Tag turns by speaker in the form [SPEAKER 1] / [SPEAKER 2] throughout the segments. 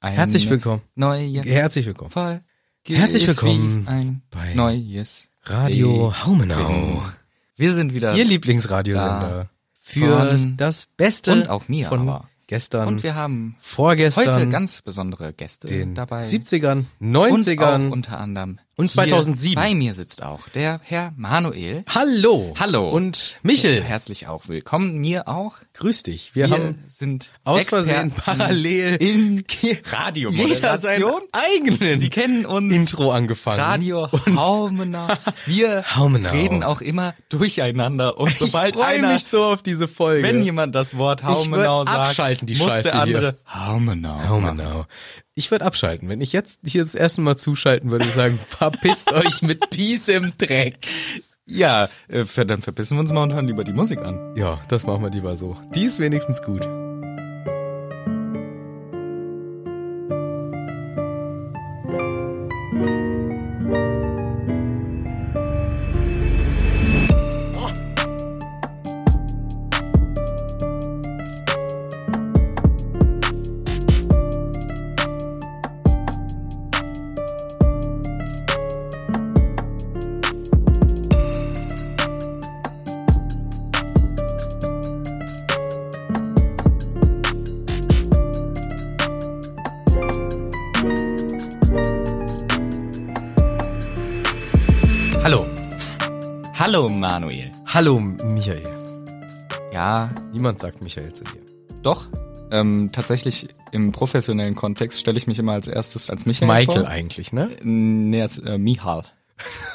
[SPEAKER 1] Eine
[SPEAKER 2] Herzlich willkommen.
[SPEAKER 1] Neue
[SPEAKER 2] Herzlich willkommen.
[SPEAKER 1] Fall.
[SPEAKER 2] Herzlich
[SPEAKER 1] Es
[SPEAKER 2] willkommen
[SPEAKER 1] lief ein
[SPEAKER 2] bei
[SPEAKER 1] neues
[SPEAKER 2] Radio
[SPEAKER 1] Leben.
[SPEAKER 2] Haumenau.
[SPEAKER 1] Wir sind wieder.
[SPEAKER 2] Ihr Lieblingsradiosender. Für
[SPEAKER 1] Von-
[SPEAKER 2] das Beste
[SPEAKER 1] und auch mir
[SPEAKER 2] von
[SPEAKER 1] aber.
[SPEAKER 2] gestern,
[SPEAKER 1] und wir haben
[SPEAKER 2] vorgestern,
[SPEAKER 1] heute ganz besondere Gäste
[SPEAKER 2] den
[SPEAKER 1] dabei.
[SPEAKER 2] 70ern,
[SPEAKER 1] und auch
[SPEAKER 2] 90ern.
[SPEAKER 1] unter anderem.
[SPEAKER 2] Und 2007.
[SPEAKER 1] Hier bei mir sitzt auch der Herr Manuel.
[SPEAKER 2] Hallo.
[SPEAKER 1] Hallo.
[SPEAKER 2] Und Michel,
[SPEAKER 1] Herzlich auch willkommen. Mir auch.
[SPEAKER 2] grüß dich. Wir, haben
[SPEAKER 1] sind
[SPEAKER 2] aus
[SPEAKER 1] Experten
[SPEAKER 2] Versehen parallel
[SPEAKER 1] in
[SPEAKER 2] jeder sein
[SPEAKER 1] Radiomoderation.
[SPEAKER 2] eigenen
[SPEAKER 1] Sie kennen uns.
[SPEAKER 2] Intro angefangen.
[SPEAKER 1] Radio Haumener. Wir
[SPEAKER 2] Haumenau.
[SPEAKER 1] reden auch immer durcheinander und sobald
[SPEAKER 2] ich freue
[SPEAKER 1] einer,
[SPEAKER 2] mich so auf diese Folge.
[SPEAKER 1] wenn jemand das Wort Haumenau
[SPEAKER 2] würd
[SPEAKER 1] sagt,
[SPEAKER 2] abschalten, die
[SPEAKER 1] muss
[SPEAKER 2] Scheiße
[SPEAKER 1] der andere Haumenau. machen.
[SPEAKER 2] Haumenau. Ich würde abschalten. Wenn ich jetzt hier das erste Mal zuschalten würde, sagen, verpisst euch mit diesem Dreck.
[SPEAKER 1] Ja, äh, ver- dann verpissen wir uns mal und hören lieber die Musik an.
[SPEAKER 2] Ja, das machen wir lieber so. Die ist wenigstens gut. Hallo.
[SPEAKER 1] Hallo Manuel.
[SPEAKER 2] Hallo, Michael.
[SPEAKER 1] Ja,
[SPEAKER 2] Niemand sagt Michael zu dir.
[SPEAKER 1] doch. Ähm, tatsächlich im professionellen Kontext stelle ich mich immer als erstes als Michael vor.
[SPEAKER 2] Michael eigentlich, ne?
[SPEAKER 1] Nee, als äh, Mihal.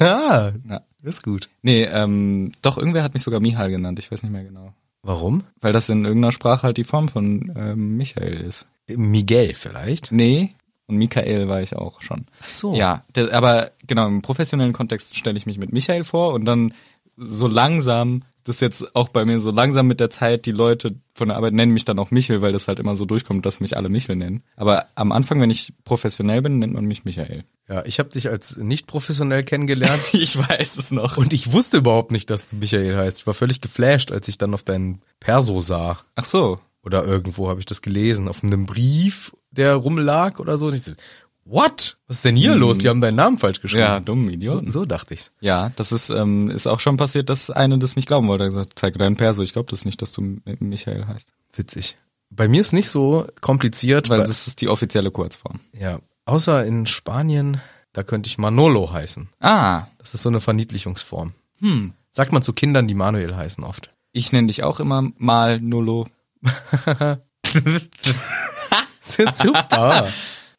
[SPEAKER 2] Ah,
[SPEAKER 1] Ja.
[SPEAKER 2] ist gut.
[SPEAKER 1] Nee, ähm, doch, irgendwer hat mich sogar Mihal genannt, ich weiß nicht mehr genau.
[SPEAKER 2] Warum?
[SPEAKER 1] Weil das in irgendeiner Sprache halt die Form von ähm, Michael ist.
[SPEAKER 2] Miguel vielleicht.
[SPEAKER 1] Nee, und Michael war ich auch schon.
[SPEAKER 2] Ach so.
[SPEAKER 1] Ja, der, aber genau, im professionellen Kontext stelle ich mich mit Michael vor und dann so langsam, das ist jetzt auch bei mir so langsam mit der Zeit, die Leute von der Arbeit nennen mich dann auch Michel, weil das halt immer so durchkommt, dass mich alle Michel nennen. Aber am Anfang, wenn ich professionell bin, nennt man mich Michael.
[SPEAKER 2] Ja, ich habe dich als nicht professionell kennengelernt
[SPEAKER 1] Ich weiß es noch.
[SPEAKER 2] und ich wusste überhaupt nicht, dass du Michael heißt. Ich war völlig geflasht, als ich dann auf deinen Perso sah.
[SPEAKER 1] Ach so.
[SPEAKER 2] oder irgendwo habe ich das gelesen, auf einem Brief, der rumlag oder so. Und ich so, what? Was ist denn hier los? Die haben deinen Namen falsch geschrieben.
[SPEAKER 1] Ja, dumm
[SPEAKER 2] so,
[SPEAKER 1] Idioten.
[SPEAKER 2] so dachte ich's.
[SPEAKER 1] Ja, das ist, ähm, ist auch schon passiert, dass eine das nicht glauben wollte. Er hat gesagt, zeig deinen Perso, ich glaube das nicht, dass du M- Michael heißt.
[SPEAKER 2] Witzig. Bei mir ist nicht so kompliziert,
[SPEAKER 1] Weil
[SPEAKER 2] weil,
[SPEAKER 1] das ist die offizielle Kurzform.
[SPEAKER 2] ja, außer in Spanien, da könnte ich Manolo heißen.
[SPEAKER 1] Ah,
[SPEAKER 2] Das ist so eine Verniedlichungsform.
[SPEAKER 1] hm.
[SPEAKER 2] Sagt man zu Kindern, die Manuel heißen oft.
[SPEAKER 1] Ich nenne dich auch immer mal Nullo.
[SPEAKER 2] Das ist super.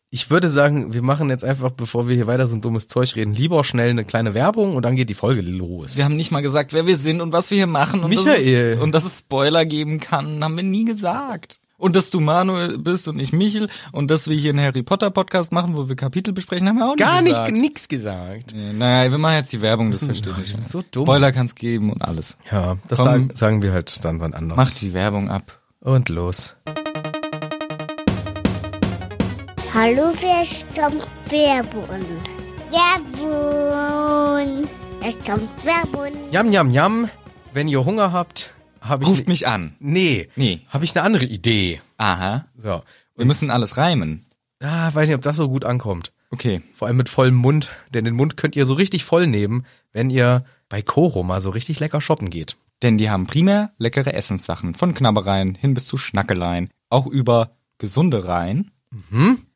[SPEAKER 2] Ich würde sagen, wir machen jetzt einfach, bevor wir hier weiter so ein dummes Zeug reden, lieber schnell eine kleine Werbung und dann geht die Folge los.
[SPEAKER 1] Wir haben nicht mal gesagt, wer wir sind und was wir hier machen. Und Dass
[SPEAKER 2] Michael.
[SPEAKER 1] es, und dass es Spoiler geben kann, haben wir nie gesagt. Und dass du Manuel bist und ich Michel und dass wir hier einen Harry Potter Podcast machen, wo wir Kapitel besprechen, haben wir auch
[SPEAKER 2] Gar
[SPEAKER 1] nie
[SPEAKER 2] nicht,
[SPEAKER 1] gesagt.
[SPEAKER 2] nix gesagt.
[SPEAKER 1] nicht. Naja, wir machen jetzt die Werbung, das versteht
[SPEAKER 2] Ach, wir
[SPEAKER 1] ich.
[SPEAKER 2] sind so
[SPEAKER 1] nicht.
[SPEAKER 2] dumm.
[SPEAKER 1] Spoiler kann's geben und alles.
[SPEAKER 2] Ja, das
[SPEAKER 1] Komm.
[SPEAKER 2] sagen, sagen wir halt dann wann anders.
[SPEAKER 1] Mach die Werbung ab.
[SPEAKER 2] Und los.
[SPEAKER 3] Hallo, wer stammt Werbun? Werbun! Es kommt Werbun!
[SPEAKER 2] Jam, jam, jam. Wenn ihr Hunger habt, habe ich. ne
[SPEAKER 1] Ruft mich an.
[SPEAKER 2] Nee.
[SPEAKER 1] Nee.
[SPEAKER 2] Habe ich eine andere Idee.
[SPEAKER 1] Aha.
[SPEAKER 2] So.
[SPEAKER 1] Wir müssen alles reimen.
[SPEAKER 2] Ah, weiß nicht, ob das so gut ankommt.
[SPEAKER 1] Okay.
[SPEAKER 2] Vor allem mit vollem Mund. Denn den Mund könnt ihr so richtig voll nehmen, wenn ihr bei Koro mal so richtig lecker shoppen geht.
[SPEAKER 1] Denn die haben primär leckere Essenssachen. Von Knabbereien hin bis zu Schnackeleien. Auch über gesunde Reihen.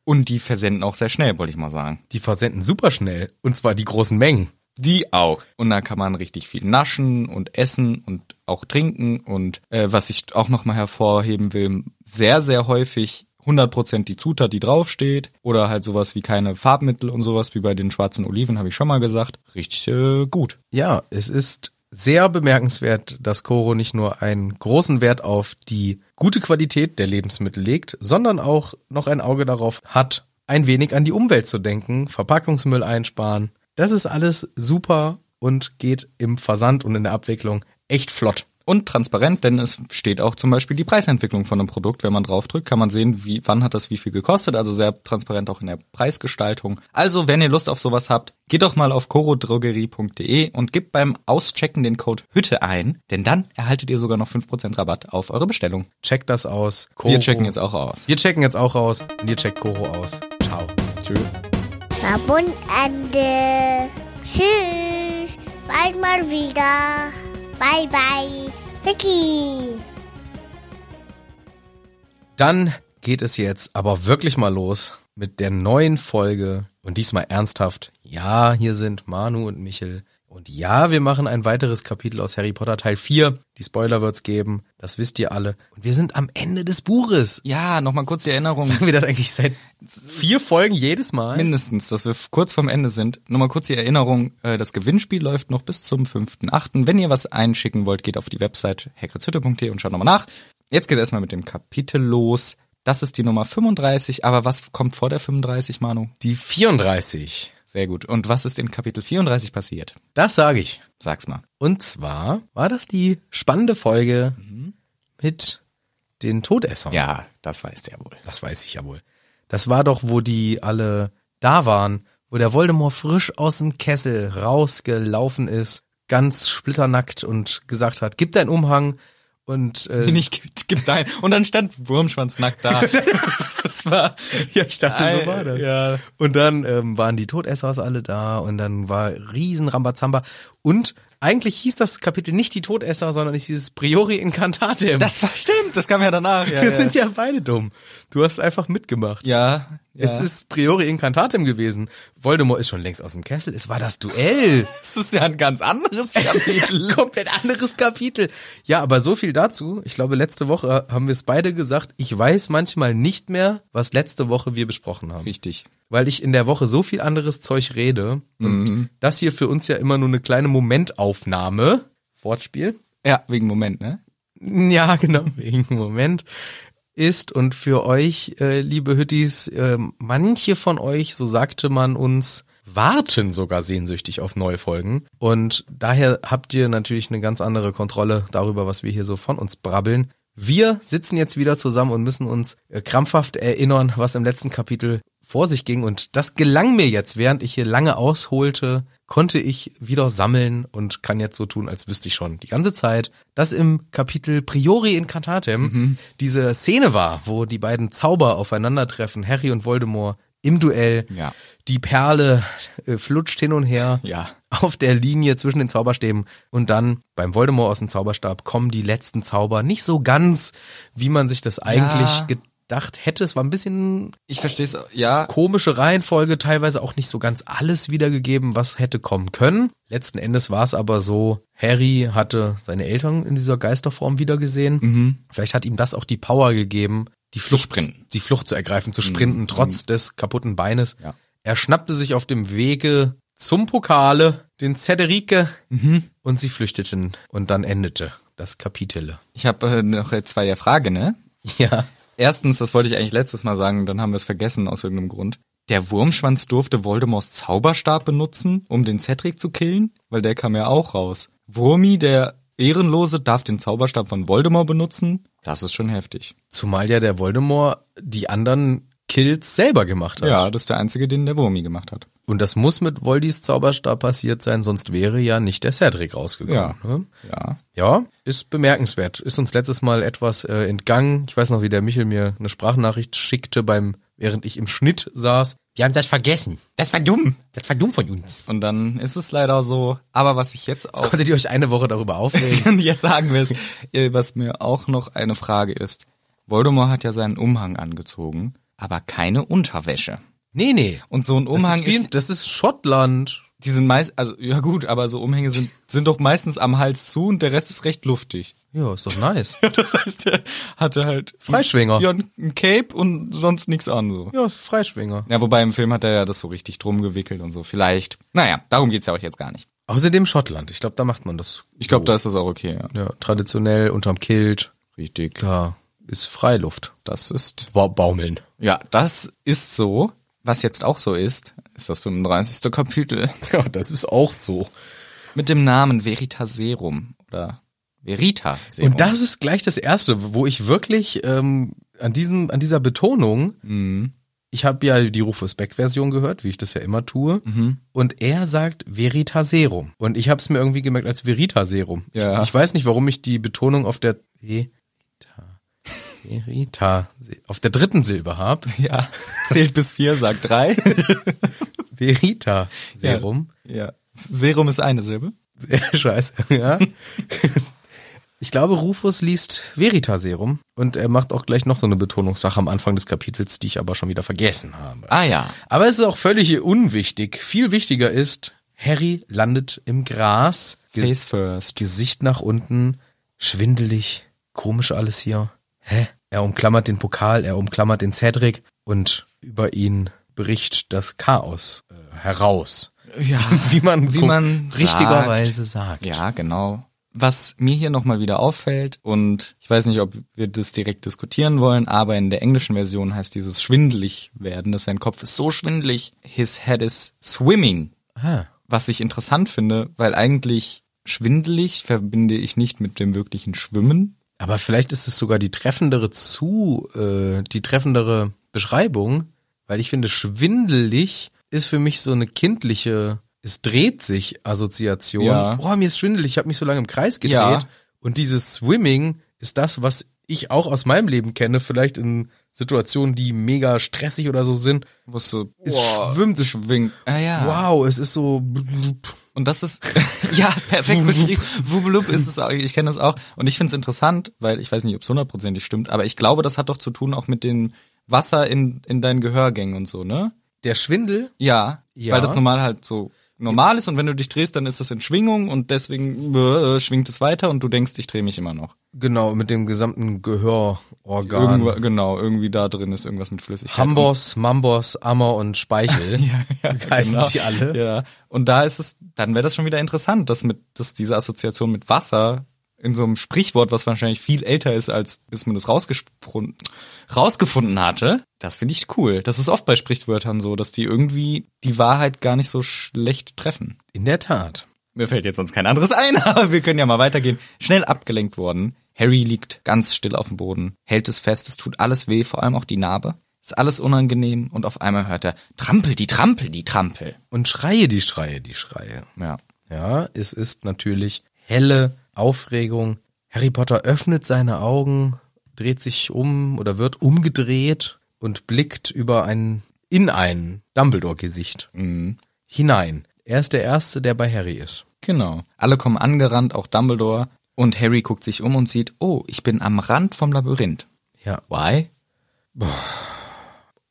[SPEAKER 1] Und die versenden auch sehr schnell, wollte ich mal sagen.
[SPEAKER 2] Die versenden super schnell. Und zwar die großen Mengen.
[SPEAKER 1] Die auch. Und da kann man richtig viel naschen und essen und auch trinken. Und äh, was ich auch nochmal hervorheben will, sehr, sehr häufig 100% die Zutat, die draufsteht. Oder halt sowas wie keine Farbmittel und sowas, wie bei den schwarzen Oliven, habe ich schon mal gesagt. Richtig äh, gut.
[SPEAKER 2] Ja, es ist sehr bemerkenswert, dass Koro nicht nur einen großen Wert auf die gute Qualität der Lebensmittel legt, sondern auch noch ein Auge darauf hat, ein wenig an die Umwelt zu denken, Verpackungsmüll einsparen. Das ist alles super und geht im Versand und in der Abwicklung echt flott.
[SPEAKER 1] und transparent, denn es steht auch zum Beispiel die Preisentwicklung von einem Produkt. Wenn man draufdrückt, kann man sehen, wie, wann hat das wie viel gekostet. Also sehr transparent auch in der Preisgestaltung. Also, wenn ihr Lust auf sowas habt, geht doch mal auf corodrogerie.de und gebt beim Auschecken den Code Hütte ein, denn dann erhaltet ihr sogar noch 5% Rabatt auf eure Bestellung.
[SPEAKER 2] Checkt das aus.
[SPEAKER 1] Wir checken jetzt auch aus.
[SPEAKER 2] Wir checken jetzt auch aus und ihr checkt Koro aus. Ciao.
[SPEAKER 1] Tschüss.
[SPEAKER 3] Verbundende. Tschüss. Bald mal wieder. Bye, bye. Vicky.
[SPEAKER 2] Dann geht es jetzt aber wirklich mal los mit der neuen Folge und diesmal ernsthaft. Ja, hier sind Manu und Michel. Und ja, wir machen ein weiteres Kapitel aus Harry Potter Teil 4. Die Spoiler wird's geben, das wisst ihr alle. Und wir sind am Ende des Buches.
[SPEAKER 1] Ja, nochmal kurz die Erinnerung.
[SPEAKER 2] Sagen wir das eigentlich seit vier Folgen jedes Mal?
[SPEAKER 1] Mindestens, dass wir f- kurz vorm Ende sind. Nochmal kurz die Erinnerung, äh, das Gewinnspiel läuft noch bis zum 5.8. Wenn ihr was einschicken wollt, geht auf die Website hackritshütte.de und schaut nochmal nach. Jetzt geht erstmal mit dem Kapitel los. Das ist die Nummer 35, aber was kommt vor der 35, Manu?
[SPEAKER 2] Die 34.
[SPEAKER 1] Sehr gut. Und was ist in Kapitel 34 passiert?
[SPEAKER 2] Das sage ich.
[SPEAKER 1] Sag's mal.
[SPEAKER 2] Und zwar war das die spannende Folge mit den Todessern.
[SPEAKER 1] Ja, das weiß der wohl.
[SPEAKER 2] Das weiß ich ja wohl. Das war doch, wo die alle da waren, wo der Voldemort frisch aus dem Kessel rausgelaufen ist, ganz splitternackt und gesagt hat, gib deinen Umhang und äh,
[SPEAKER 1] Bin ich, gib, gib dein. Und dann stand Wurmschwanz nackt da. das war,
[SPEAKER 2] ja, ich dachte,
[SPEAKER 1] Ei,
[SPEAKER 2] so war das.
[SPEAKER 1] ja.
[SPEAKER 2] Und dann ähm, waren die Todessers alle da und dann war riesen Rambazamba und eigentlich hieß das Kapitel nicht die Todesser, sondern es hieß Priori Incantatem.
[SPEAKER 1] das war stimmt, das kam ja danach. Ja,
[SPEAKER 2] Wir
[SPEAKER 1] ja.
[SPEAKER 2] sind ja beide dumm. Du hast einfach mitgemacht.
[SPEAKER 1] ja, ja.
[SPEAKER 2] Es ist Priori Incantatem gewesen. Voldemort ist schon längst aus dem Kessel. Es war das Duell.
[SPEAKER 1] Das ist ja ein ganz anderes Kapitel.
[SPEAKER 2] Komplett anderes Kapitel. Ja, aber so viel dazu. Ich glaube, letzte Woche haben wir es beide gesagt. Ich weiß manchmal nicht mehr, was letzte Woche wir besprochen haben.
[SPEAKER 1] Richtig.
[SPEAKER 2] Weil ich in der Woche so viel anderes Zeug rede. Und das hier für uns ja immer nur eine kleine Momentaufnahme. Wortspiel.
[SPEAKER 1] Ja, wegen Moment, ne?
[SPEAKER 2] Ja, genau, wegen Moment ist und für euch, äh, liebe Hüttis, äh, manche von euch, so sagte man uns, warten sogar sehnsüchtig auf neue Folgen. Und daher habt ihr natürlich eine ganz andere Kontrolle darüber, was wir hier so von uns brabbeln. Wir sitzen jetzt wieder zusammen und müssen uns äh, krampfhaft erinnern, was im letzten Kapitel vor sich ging. Und das gelang mir jetzt, während ich hier lange ausholte, konnte ich wieder sammeln und kann jetzt so tun, als wüsste ich schon die ganze Zeit, dass im Kapitel Priori in Cantatem diese Szene war, wo die beiden Zauber aufeinandertreffen, Harry und Voldemort im Duell.
[SPEAKER 1] Ja.
[SPEAKER 2] Die Perle äh, flutscht hin und her
[SPEAKER 1] Ja.
[SPEAKER 2] auf der Linie zwischen den Zauberstäben und dann beim Voldemort aus dem Zauberstab kommen die letzten Zauber nicht so ganz, wie man sich das eigentlich
[SPEAKER 1] Ja.
[SPEAKER 2] gedacht hätte. Es war ein bisschen
[SPEAKER 1] Ich verstehe es, ja.
[SPEAKER 2] komische Reihenfolge, teilweise auch nicht so ganz alles wiedergegeben, was hätte kommen können. Letzten Endes war es aber so, Harry hatte seine Eltern in dieser Geisterform wiedergesehen.
[SPEAKER 1] Mhm.
[SPEAKER 2] Vielleicht hat ihm das auch die Power gegeben, die Flucht,
[SPEAKER 1] sprinten. Mhm.
[SPEAKER 2] die Flucht zu ergreifen, zu sprinten, trotz des kaputten Beines.
[SPEAKER 1] Ja.
[SPEAKER 2] Er schnappte sich auf dem Wege zum Pokale den Cederice
[SPEAKER 1] Mhm.
[SPEAKER 2] und sie flüchteten und dann endete das Kapitel.
[SPEAKER 1] Ich habe äh, noch jetzt zwei Frage, ne?
[SPEAKER 2] Ja.
[SPEAKER 1] Erstens, das wollte ich eigentlich letztes Mal sagen, dann haben wir es vergessen aus irgendeinem Grund. Der Wurmschwanz durfte Voldemorts Zauberstab benutzen, um den Cedric zu killen, weil der kam ja auch raus. Wurmi, der Ehrenlose, darf den Zauberstab von Voldemort benutzen. Das ist schon heftig.
[SPEAKER 2] Zumal ja der Voldemort die anderen Kills selber gemacht hat.
[SPEAKER 1] Ja, das ist der einzige, den der Wurmi gemacht hat.
[SPEAKER 2] Und das muss mit Voldis Zauberstab passiert sein, sonst wäre ja nicht der Cedric rausgekommen.
[SPEAKER 1] Ja.
[SPEAKER 2] Ne?
[SPEAKER 1] Ja.
[SPEAKER 2] ja, ist bemerkenswert. Ist uns letztes Mal etwas äh, entgangen. Ich weiß noch, wie der Michel mir eine Sprachnachricht schickte, beim, während ich im Schnitt saß. Wir haben das vergessen.
[SPEAKER 1] Das war dumm.
[SPEAKER 2] Das war dumm von uns.
[SPEAKER 1] Und dann ist es leider so. Aber was ich jetzt auch
[SPEAKER 2] Konntet ihr euch eine Woche darüber aufregen?
[SPEAKER 1] Und jetzt sagen wir es, Äh, was mir auch noch eine Frage ist. Voldemort hat ja seinen Umhang angezogen, aber keine Unterwäsche.
[SPEAKER 2] nee, nee.
[SPEAKER 1] Und so ein
[SPEAKER 2] Das,
[SPEAKER 1] Umhang
[SPEAKER 2] ist, wie,
[SPEAKER 1] ist,
[SPEAKER 2] ein- das ist Schottland.
[SPEAKER 1] die sind meist, also ja gut, aber so Umhänge sind, sind doch meistens am Hals zu und der Rest ist recht luftig.
[SPEAKER 2] Ja, ist doch nice.
[SPEAKER 1] Ja, das heißt, er hatte halt
[SPEAKER 2] Freischwinger.
[SPEAKER 1] Ja, ein Cape und sonst nichts an so.
[SPEAKER 2] ja, ist Freischwinger.
[SPEAKER 1] Ja, wobei im Film hat er ja das so richtig drum gewickelt und so. Vielleicht. Naja, darum geht's ja auch jetzt gar nicht.
[SPEAKER 2] Außerdem Schottland. Ich glaube, da macht man das.
[SPEAKER 1] Ich glaube, da ist das auch okay. Ja.
[SPEAKER 2] Ja, traditionell unterm Kilt.
[SPEAKER 1] Richtig.
[SPEAKER 2] Da ist Freiluft.
[SPEAKER 1] Das ist
[SPEAKER 2] Ba Baumeln.
[SPEAKER 1] Ja, das ist so. Was jetzt auch so ist, ist das 35. Kapitel
[SPEAKER 2] Ja, das ist auch so.
[SPEAKER 1] mit dem Namen Veritaserum oder Verita. Serum.
[SPEAKER 2] Und das ist gleich das Erste, wo ich wirklich ähm, an, diesem, an dieser Betonung,
[SPEAKER 1] Mhm.
[SPEAKER 2] ich habe ja die Rufus Beck-Version gehört, wie ich das ja immer tue,
[SPEAKER 1] Mhm.
[SPEAKER 2] und er sagt Veritaserum. Und ich habe es mir irgendwie gemerkt als Veritaserum.
[SPEAKER 1] Ja.
[SPEAKER 2] Ich, ich weiß nicht, warum ich die Betonung auf der Verita, Verita, auf der dritten Silbe habe.
[SPEAKER 1] Ja, zählt bis vier, sagt drei.
[SPEAKER 2] Veritaserum.
[SPEAKER 1] Ja. Serum ist eine Silbe.
[SPEAKER 2] Scheiße, ja. Ich glaube, Rufus liest Veritaserum und er macht auch gleich noch so eine Betonungssache am Anfang des Kapitels, die ich aber schon wieder vergessen habe.
[SPEAKER 1] Ah ja.
[SPEAKER 2] Aber es ist auch völlig unwichtig. Viel wichtiger ist, Harry landet im Gras, Ge
[SPEAKER 1] Face first.
[SPEAKER 2] Gesicht nach unten, schwindelig, komisch alles hier. Hä? Er umklammert den Pokal, er umklammert den Cedric und über ihn bricht das Chaos äh, heraus.
[SPEAKER 1] Ja.
[SPEAKER 2] Wie man,
[SPEAKER 1] Wie
[SPEAKER 2] ko-
[SPEAKER 1] man
[SPEAKER 2] richtigerweise sagt.
[SPEAKER 1] Ja, genau. Was mir hier nochmal wieder auffällt, und ich weiß nicht, ob wir das direkt diskutieren wollen, aber in der englischen Version heißt dieses schwindelig werden, dass sein Kopf ist so schwindelig. His head is swimming.
[SPEAKER 2] Ah.
[SPEAKER 1] Was ich interessant finde, weil eigentlich schwindelig verbinde ich nicht mit dem wirklichen Schwimmen.
[SPEAKER 2] Aber vielleicht ist es sogar die treffendere zu, äh, die treffendere Beschreibung, weil ich finde, schwindelig ist für mich so eine kindliche, es dreht sich Assoziation.
[SPEAKER 1] Ja.
[SPEAKER 2] Boah, mir ist schwindelig, ich habe mich so lange im Kreis gedreht.
[SPEAKER 1] Ja.
[SPEAKER 2] Und dieses Swimming ist das, was ich auch aus meinem Leben kenne, vielleicht in Situationen, die mega stressig oder so sind.
[SPEAKER 1] Wo es so
[SPEAKER 2] Es schwimmt, es
[SPEAKER 1] schwingt. Ah ja.
[SPEAKER 2] Wow, es ist so.
[SPEAKER 1] Und das ist ja perfekt beschrieben. Wubelub ist es auch, ich kenne das auch. Und ich finde es interessant, weil ich weiß nicht, ob es hundertprozentig stimmt, aber ich glaube, das hat doch zu tun auch mit dem Wasser in, in deinen Gehörgängen und so, ne?
[SPEAKER 2] Der Schwindel
[SPEAKER 1] Ja,
[SPEAKER 2] Ja.
[SPEAKER 1] Weil das normal halt so normal ist und wenn du dich drehst, dann ist das in Schwingung und deswegen äh, schwingt es weiter und du denkst, ich drehe mich immer noch.
[SPEAKER 2] Genau, mit dem gesamten Gehörorgan.
[SPEAKER 1] Irgendwo, genau, irgendwie da drin ist irgendwas mit Flüssigkeit.
[SPEAKER 2] Hambos, Mambos, Ammer und Speichel.
[SPEAKER 1] Ja, ja, genau.
[SPEAKER 2] heißen die alle.
[SPEAKER 1] Ja. Und da ist es, dann wäre das schon wieder interessant, dass mit, dass diese Assoziation mit Wasser in so einem Sprichwort, was wahrscheinlich viel älter ist, als bis man das rausgefunden, rausgefunden hatte, das finde ich cool. Das ist oft bei Sprichwörtern so, dass die irgendwie die Wahrheit gar nicht so schlecht treffen.
[SPEAKER 2] In der Tat.
[SPEAKER 1] Mir fällt jetzt sonst kein anderes ein, aber wir können ja mal weitergehen. Schnell abgelenkt worden. Harry liegt ganz still auf dem Boden, hält es fest, es tut alles weh, vor allem auch die Narbe. Ist alles unangenehm und auf einmal hört er Trampel, die Trampel, die Trampel.
[SPEAKER 2] Und schreie die Schreie, die Schreie.
[SPEAKER 1] Ja.
[SPEAKER 2] Ja, es ist natürlich helle Aufregung. Harry Potter öffnet seine Augen, dreht sich um oder wird umgedreht und blickt über ein, in ein Dumbledore-Gesicht
[SPEAKER 1] Mhm.
[SPEAKER 2] hinein. Er ist der Erste, der bei Harry ist.
[SPEAKER 1] Genau. Alle kommen angerannt, auch Dumbledore. Und Harry guckt sich um und sieht, oh, ich bin am Rand vom Labyrinth.
[SPEAKER 2] Ja,
[SPEAKER 1] Why?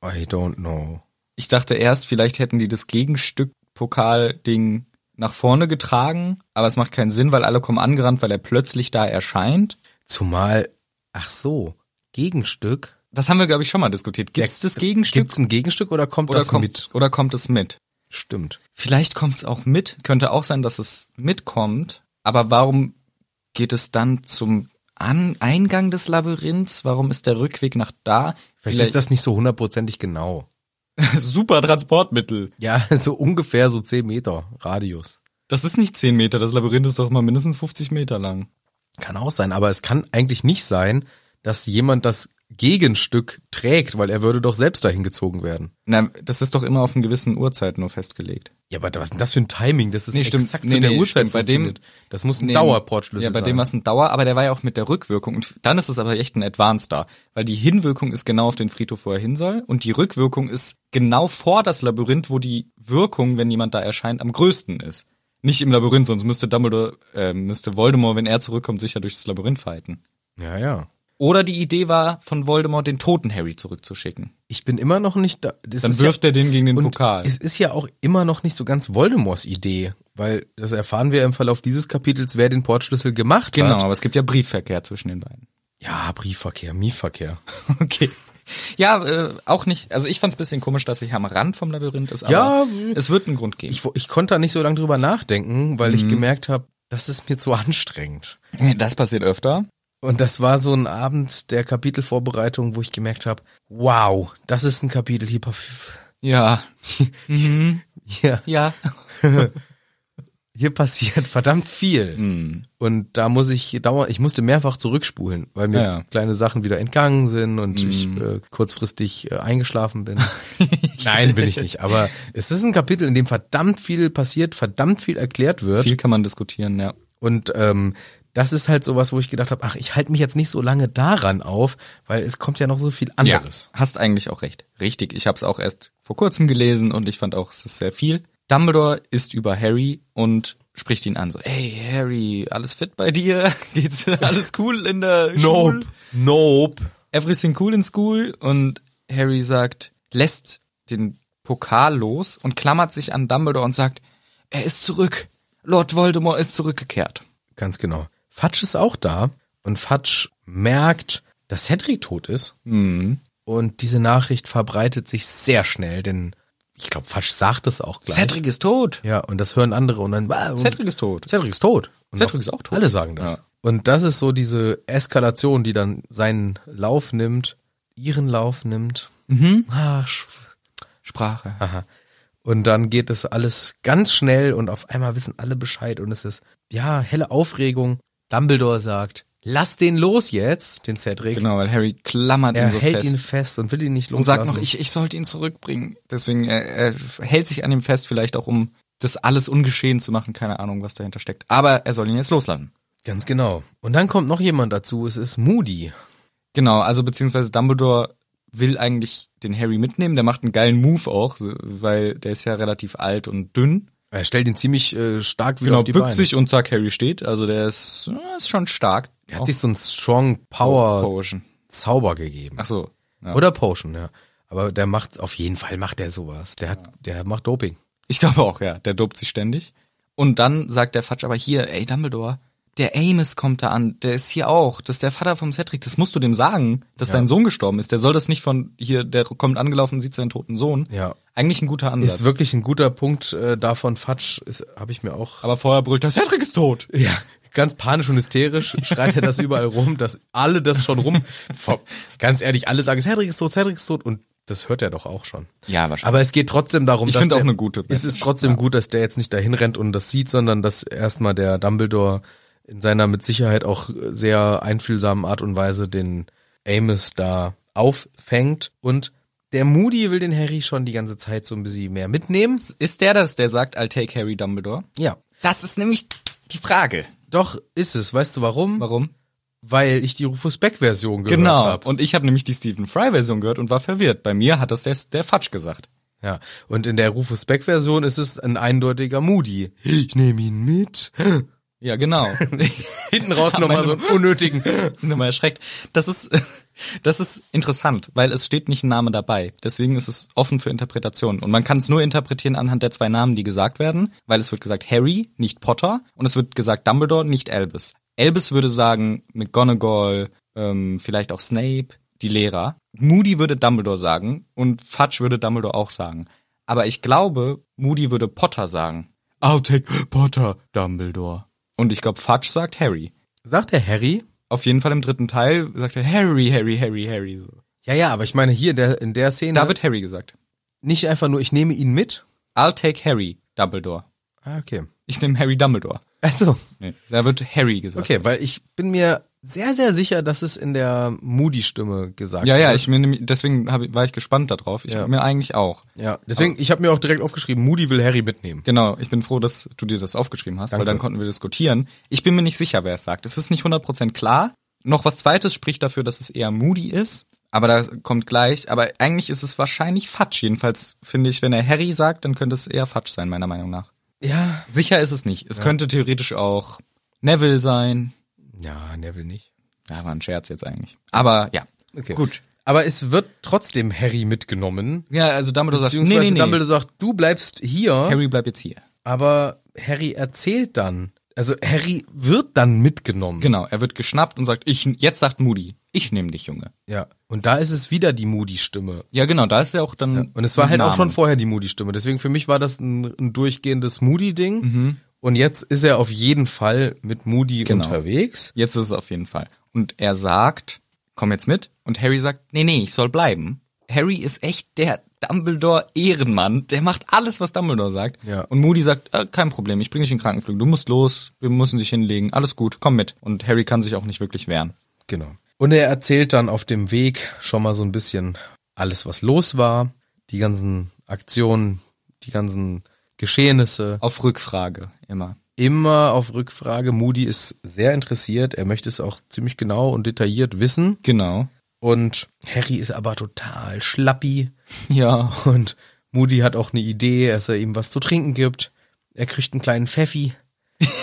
[SPEAKER 2] I don't know.
[SPEAKER 1] Ich dachte erst, vielleicht hätten die das Gegenstück Pokal-Ding nach vorne getragen, aber es macht keinen Sinn, weil alle kommen angerannt, weil er plötzlich da erscheint.
[SPEAKER 2] Zumal, ach so, Gegenstück.
[SPEAKER 1] Das haben wir, glaube ich, schon mal diskutiert. Gibt es das Gegenstück
[SPEAKER 2] Gibt's ein Gegenstück oder kommt
[SPEAKER 1] oder,
[SPEAKER 2] das
[SPEAKER 1] kommt,
[SPEAKER 2] mit?
[SPEAKER 1] oder kommt es mit?
[SPEAKER 2] Stimmt.
[SPEAKER 1] Vielleicht kommt es auch mit. Könnte auch sein, dass es mitkommt. Aber warum geht es dann zum An Eingang des Labyrinths? Warum ist der Rückweg nach da?
[SPEAKER 2] Vielleicht ist das nicht so hundertprozentig genau.
[SPEAKER 1] super Transportmittel.
[SPEAKER 2] Ja, so ungefähr so 10 Meter Radius.
[SPEAKER 1] Das ist nicht 10 Meter. Das Labyrinth ist doch mal mindestens 50 Meter lang.
[SPEAKER 2] Kann auch sein, aber es kann eigentlich nicht sein, dass jemand das Gegenstück trägt, weil er würde doch selbst dahin gezogen werden.
[SPEAKER 1] Na, das ist doch immer auf einen gewissen Uhrzeit nur festgelegt.
[SPEAKER 2] Ja, aber was ist denn das für ein Timing? Das ist
[SPEAKER 1] Nee, stimmt.
[SPEAKER 2] exakt
[SPEAKER 1] Nee,
[SPEAKER 2] zu der
[SPEAKER 1] nee,
[SPEAKER 2] Uhrzeit
[SPEAKER 1] stimmt. Bei dem-
[SPEAKER 2] funktioniert. Das muss ein
[SPEAKER 1] Nee,
[SPEAKER 2] Dauerportschlüssel
[SPEAKER 1] Ja, bei
[SPEAKER 2] sein.
[SPEAKER 1] dem war es ein Dauer, aber der war ja auch mit der Rückwirkung. Und dann ist es aber echt ein Advance da, weil die Hinwirkung ist genau auf den Friedhof, wo er hin soll. Und die Rückwirkung ist genau vor das Labyrinth, wo die Wirkung, wenn jemand da erscheint, am größten ist. Nicht im Labyrinth, sonst müsste Dumbledore, äh, müsste Voldemort, wenn er zurückkommt, sicher durch das Labyrinth fighten.
[SPEAKER 2] ja, ja.
[SPEAKER 1] Oder die Idee war, von Voldemort den toten Harry zurückzuschicken.
[SPEAKER 2] Ich bin immer noch nicht da. Das
[SPEAKER 1] Dann
[SPEAKER 2] ist
[SPEAKER 1] wirft er den gegen den
[SPEAKER 2] und
[SPEAKER 1] Pokal.
[SPEAKER 2] Es ist ja auch immer noch nicht so ganz Voldemorts Idee, weil das erfahren wir im Verlauf dieses Kapitels, wer den Portschlüssel gemacht
[SPEAKER 1] Genau,
[SPEAKER 2] hat.
[SPEAKER 1] aber es gibt ja Briefverkehr zwischen den beiden.
[SPEAKER 2] Ja, Briefverkehr, Mietverkehr.
[SPEAKER 1] Okay. Ja, äh, auch nicht. Also ich fand's ein bisschen komisch, dass ich am Rand vom Labyrinth ist, aber
[SPEAKER 2] Ja,
[SPEAKER 1] es wird einen Grund geben.
[SPEAKER 2] Ich, wo- ich konnte da nicht so lange drüber nachdenken, weil
[SPEAKER 1] Mhm.
[SPEAKER 2] ich gemerkt habe, das ist mir zu anstrengend.
[SPEAKER 1] das passiert öfter.
[SPEAKER 2] Und das war so ein Abend der Kapitelvorbereitung, wo ich gemerkt habe, wow, das ist ein Kapitel hier. paff-
[SPEAKER 1] Ja.
[SPEAKER 2] Hier,
[SPEAKER 1] Ja.
[SPEAKER 2] hier passiert verdammt viel.
[SPEAKER 1] Mhm.
[SPEAKER 2] Und da muss ich dauer, ich musste mehrfach zurückspulen, weil mir
[SPEAKER 1] Ja. Mhm.
[SPEAKER 2] kleine Sachen wieder entgangen sind und ich äh, kurzfristig äh, eingeschlafen bin. Nein, bin ich nicht. Aber es ist ein Kapitel, in dem verdammt viel passiert, verdammt viel erklärt wird.
[SPEAKER 1] Viel kann man diskutieren, ja.
[SPEAKER 2] Und ähm, das ist halt sowas, wo ich gedacht habe, ach, ich halte mich jetzt nicht so lange daran auf, weil es kommt ja noch so viel anderes.
[SPEAKER 1] Ja, hast eigentlich auch recht. Richtig, ich habe es auch erst vor kurzem gelesen und ich fand auch, es ist sehr viel. Dumbledore ist über Harry und spricht ihn an so, hey Harry, alles fit bei dir? Geht's alles cool in der Schule?
[SPEAKER 2] Nope.
[SPEAKER 1] Everything cool in school? Und Harry sagt, lässt den Pokal los und klammert sich an Dumbledore und sagt, er ist zurück. Lord Voldemort ist zurückgekehrt.
[SPEAKER 2] Ganz genau. Fatsch ist auch da und Fatsch merkt, dass Hedwig tot ist. Und diese Nachricht verbreitet sich sehr schnell, denn ich glaube, Fatsch sagt es auch gleich.
[SPEAKER 1] Cedric ist tot.
[SPEAKER 2] Ja, und das hören andere und dann.
[SPEAKER 1] Cedric ist tot.
[SPEAKER 2] Cedric ist tot. Und
[SPEAKER 1] Cedric
[SPEAKER 2] noch-
[SPEAKER 1] ist auch tot.
[SPEAKER 2] Alle sagen das.
[SPEAKER 1] Ja.
[SPEAKER 2] Und das ist so diese Eskalation, die dann seinen Lauf nimmt, ihren Lauf nimmt. Mhm. Ah, sch-
[SPEAKER 1] Sprache.
[SPEAKER 2] aha. Und dann geht es alles ganz schnell und auf einmal wissen alle Bescheid und es ist, ja, helle Aufregung. Dumbledore sagt, lass den los jetzt, den Cedric.
[SPEAKER 1] Genau, weil Harry klammert
[SPEAKER 2] Er
[SPEAKER 1] ihn so
[SPEAKER 2] hält
[SPEAKER 1] fest.
[SPEAKER 2] ihn fest und will ihn nicht
[SPEAKER 1] und
[SPEAKER 2] loslassen.
[SPEAKER 1] sagt noch, ich, ich sollte ihn zurückbringen. Deswegen, er, er hält sich an ihm fest, vielleicht auch um das alles ungeschehen zu machen. Keine Ahnung, was dahinter steckt. Aber er soll ihn jetzt loslassen.
[SPEAKER 2] Ganz genau. Und dann kommt noch jemand dazu, es ist Moody.
[SPEAKER 1] Genau, also beziehungsweise Dumbledore will eigentlich den Harry mitnehmen. Der macht einen geilen Move auch, so- weil der ist ja relativ alt und dünn.
[SPEAKER 2] Er stellt ihn ziemlich äh, stark wieder
[SPEAKER 1] Genau,
[SPEAKER 2] auf die
[SPEAKER 1] bückt
[SPEAKER 2] Beine.
[SPEAKER 1] sich und zack, Harry steht. Also der ist, äh, ist schon stark.
[SPEAKER 2] Er hat sich so ein Strong
[SPEAKER 1] Oh,
[SPEAKER 2] Power
[SPEAKER 1] Potion.
[SPEAKER 2] Zauber gegeben.
[SPEAKER 1] Ach so. Ja.
[SPEAKER 2] Oder Potion, ja. Aber der macht, auf jeden Fall macht der sowas. Der hat, der macht Doping.
[SPEAKER 1] Ich glaube auch, ja. Der dopt sich ständig. Und dann sagt der Fatsch aber hier, ey Dumbledore, der Amos kommt da an, der ist hier auch, das ist der Vater vom Cedric, das musst du dem sagen, dass sein Sohn gestorben ist. Der soll das nicht von hier, der kommt angelaufen, sieht seinen toten Sohn.
[SPEAKER 2] Ja.
[SPEAKER 1] Eigentlich ein guter Ansatz.
[SPEAKER 2] Ist wirklich ein guter Punkt äh, davon. Fatsch, habe ich mir auch.
[SPEAKER 1] aber vorher brüllt er, Cedric ist tot.
[SPEAKER 2] Ja, ganz panisch und hysterisch schreit er das überall rum, dass alle das schon rum. Ver- ganz ehrlich, alle sagen, Cedric ist tot, Cedric ist tot. Und das hört er doch auch schon.
[SPEAKER 1] Ja, wahrscheinlich.
[SPEAKER 2] Aber es geht trotzdem darum,
[SPEAKER 1] Ich
[SPEAKER 2] dass
[SPEAKER 1] finde auch
[SPEAKER 2] der-
[SPEAKER 1] eine gute
[SPEAKER 2] Es ist trotzdem gut, dass der jetzt nicht dahin rennt und das sieht, sondern dass erstmal der Dumbledore in seiner mit Sicherheit auch sehr einfühlsamen Art und Weise den Amos da auffängt und der Moody will den Harry schon die ganze Zeit so ein bisschen mehr mitnehmen.
[SPEAKER 1] Ist der das, der sagt, I'll take Harry Dumbledore?
[SPEAKER 2] Ja.
[SPEAKER 1] Das ist nämlich die Frage.
[SPEAKER 2] Doch ist es, weißt du warum?
[SPEAKER 1] Warum?
[SPEAKER 2] Weil ich die Rufus Beck Version gehört
[SPEAKER 1] Genau.
[SPEAKER 2] habe.
[SPEAKER 1] Und ich habe nämlich die Stephen Fry Version gehört und war verwirrt. Bei mir hat das der, der Fatsch gesagt.
[SPEAKER 2] Ja, und in der Rufus Beck Version ist es ein eindeutiger Moody. Ich nehme ihn mit.
[SPEAKER 1] Ja, genau.
[SPEAKER 2] Hinten raus nochmal so einen unnötigen
[SPEAKER 1] bin immer erschreckt. Das ist, das ist interessant, weil es steht nicht ein Name dabei. Deswegen ist es offen für Interpretationen. Und man kann es nur interpretieren anhand der zwei Namen, die gesagt werden, weil es wird gesagt Harry, nicht Potter, und es wird gesagt Dumbledore, nicht Albus. Albus würde sagen McGonagall, ähm, vielleicht auch Snape, die Lehrer. Moody würde Dumbledore sagen und Fudge würde Dumbledore auch sagen. Aber ich glaube, Moody würde Potter sagen. I'll take Potter, Dumbledore. Und ich glaube, Fudge sagt Harry
[SPEAKER 2] Sagt der Harry?
[SPEAKER 1] auf jeden Fall im dritten Teil sagt er Harry, Harry, Harry, Harry. So.
[SPEAKER 2] Ja, ja, aber ich meine hier in der, in der Szene
[SPEAKER 1] Da wird Harry gesagt.
[SPEAKER 2] nicht einfach nur, ich nehme ihn mit.
[SPEAKER 1] I'll take Harry, Dumbledore.
[SPEAKER 2] Ah, okay.
[SPEAKER 1] Ich nehme Harry Dumbledore.
[SPEAKER 2] Also,
[SPEAKER 1] Nee, da wird Harry gesagt.
[SPEAKER 2] okay, weil ich bin mir sehr, sehr sicher, dass es in der Moody-Stimme gesagt
[SPEAKER 1] Ja, ja,
[SPEAKER 2] wird.
[SPEAKER 1] ich mir nämlich- deswegen hab, ich- war ich gespannt darauf. Ich
[SPEAKER 2] Ja.
[SPEAKER 1] mir eigentlich auch.
[SPEAKER 2] Ja, deswegen, ich habe mir auch direkt aufgeschrieben, Moody will Harry mitnehmen.
[SPEAKER 1] Genau, ich bin froh, dass du dir das aufgeschrieben hast,
[SPEAKER 2] Danke.
[SPEAKER 1] weil dann konnten wir diskutieren. Ich bin mir nicht sicher, wer es sagt. Es ist nicht 100% klar. Noch was zweites spricht dafür, dass es eher Moody ist, aber da kommt gleich, aber eigentlich ist es wahrscheinlich Fatsch. Jedenfalls finde ich, wenn er Harry sagt, dann könnte es eher Fatsch sein, meiner Meinung nach.
[SPEAKER 2] Ja.
[SPEAKER 1] Sicher ist es nicht. Es könnte theoretisch auch Neville sein.
[SPEAKER 2] Ja, Neville nicht.
[SPEAKER 1] Ja, war ein Scherz jetzt eigentlich. Aber ja.
[SPEAKER 2] Okay.
[SPEAKER 1] Gut.
[SPEAKER 2] Aber es wird trotzdem Harry mitgenommen.
[SPEAKER 1] Ja, also Dumbledore sagt, nee,
[SPEAKER 2] Beziehungsweise
[SPEAKER 1] nee, nee.
[SPEAKER 2] Dumbledore sagt, du bleibst hier,
[SPEAKER 1] Harry bleibt jetzt hier.
[SPEAKER 2] aber Harry erzählt dann. Also Harry wird dann mitgenommen.
[SPEAKER 1] Genau, er wird geschnappt und sagt, ich, jetzt sagt Moody, ich nehme dich, Junge.
[SPEAKER 2] Ja. Und da ist es wieder die Moody-Stimme.
[SPEAKER 1] Ja, genau, da ist er auch dann.
[SPEAKER 2] Und es war
[SPEAKER 1] mit
[SPEAKER 2] halt auch
[SPEAKER 1] Namen.
[SPEAKER 2] schon vorher die Moody-Stimme. Deswegen für mich war das ein, ein durchgehendes Moody-Ding. Und jetzt ist er auf jeden Fall mit Moody
[SPEAKER 1] Mhm. Genau.
[SPEAKER 2] unterwegs.
[SPEAKER 1] Jetzt ist es auf jeden Fall. Und er sagt, komm jetzt mit. Und Harry sagt, nee, nee, ich soll bleiben. Harry ist echt der Dumbledore-Ehrenmann. Der macht alles, was Dumbledore sagt.
[SPEAKER 2] Ja.
[SPEAKER 1] Und Moody sagt, äh, kein Problem, ich bringe dich in den Krankenflug. Du musst los, wir müssen dich hinlegen. Alles gut, komm mit. Und Harry kann sich auch nicht wirklich wehren.
[SPEAKER 2] Genau. Und er erzählt dann auf dem Weg schon mal so ein bisschen alles, was los war, die ganzen Aktionen, die ganzen Geschehnisse.
[SPEAKER 1] Auf Rückfrage immer.
[SPEAKER 2] Immer auf Rückfrage. Moody ist sehr interessiert. Er möchte es auch ziemlich genau und detailliert wissen.
[SPEAKER 1] Genau.
[SPEAKER 2] Und Harry ist aber total schlappi.
[SPEAKER 1] Ja.
[SPEAKER 2] Und Moody hat auch eine Idee, dass er ihm was zu trinken gibt. Er kriegt einen kleinen Pfeffi,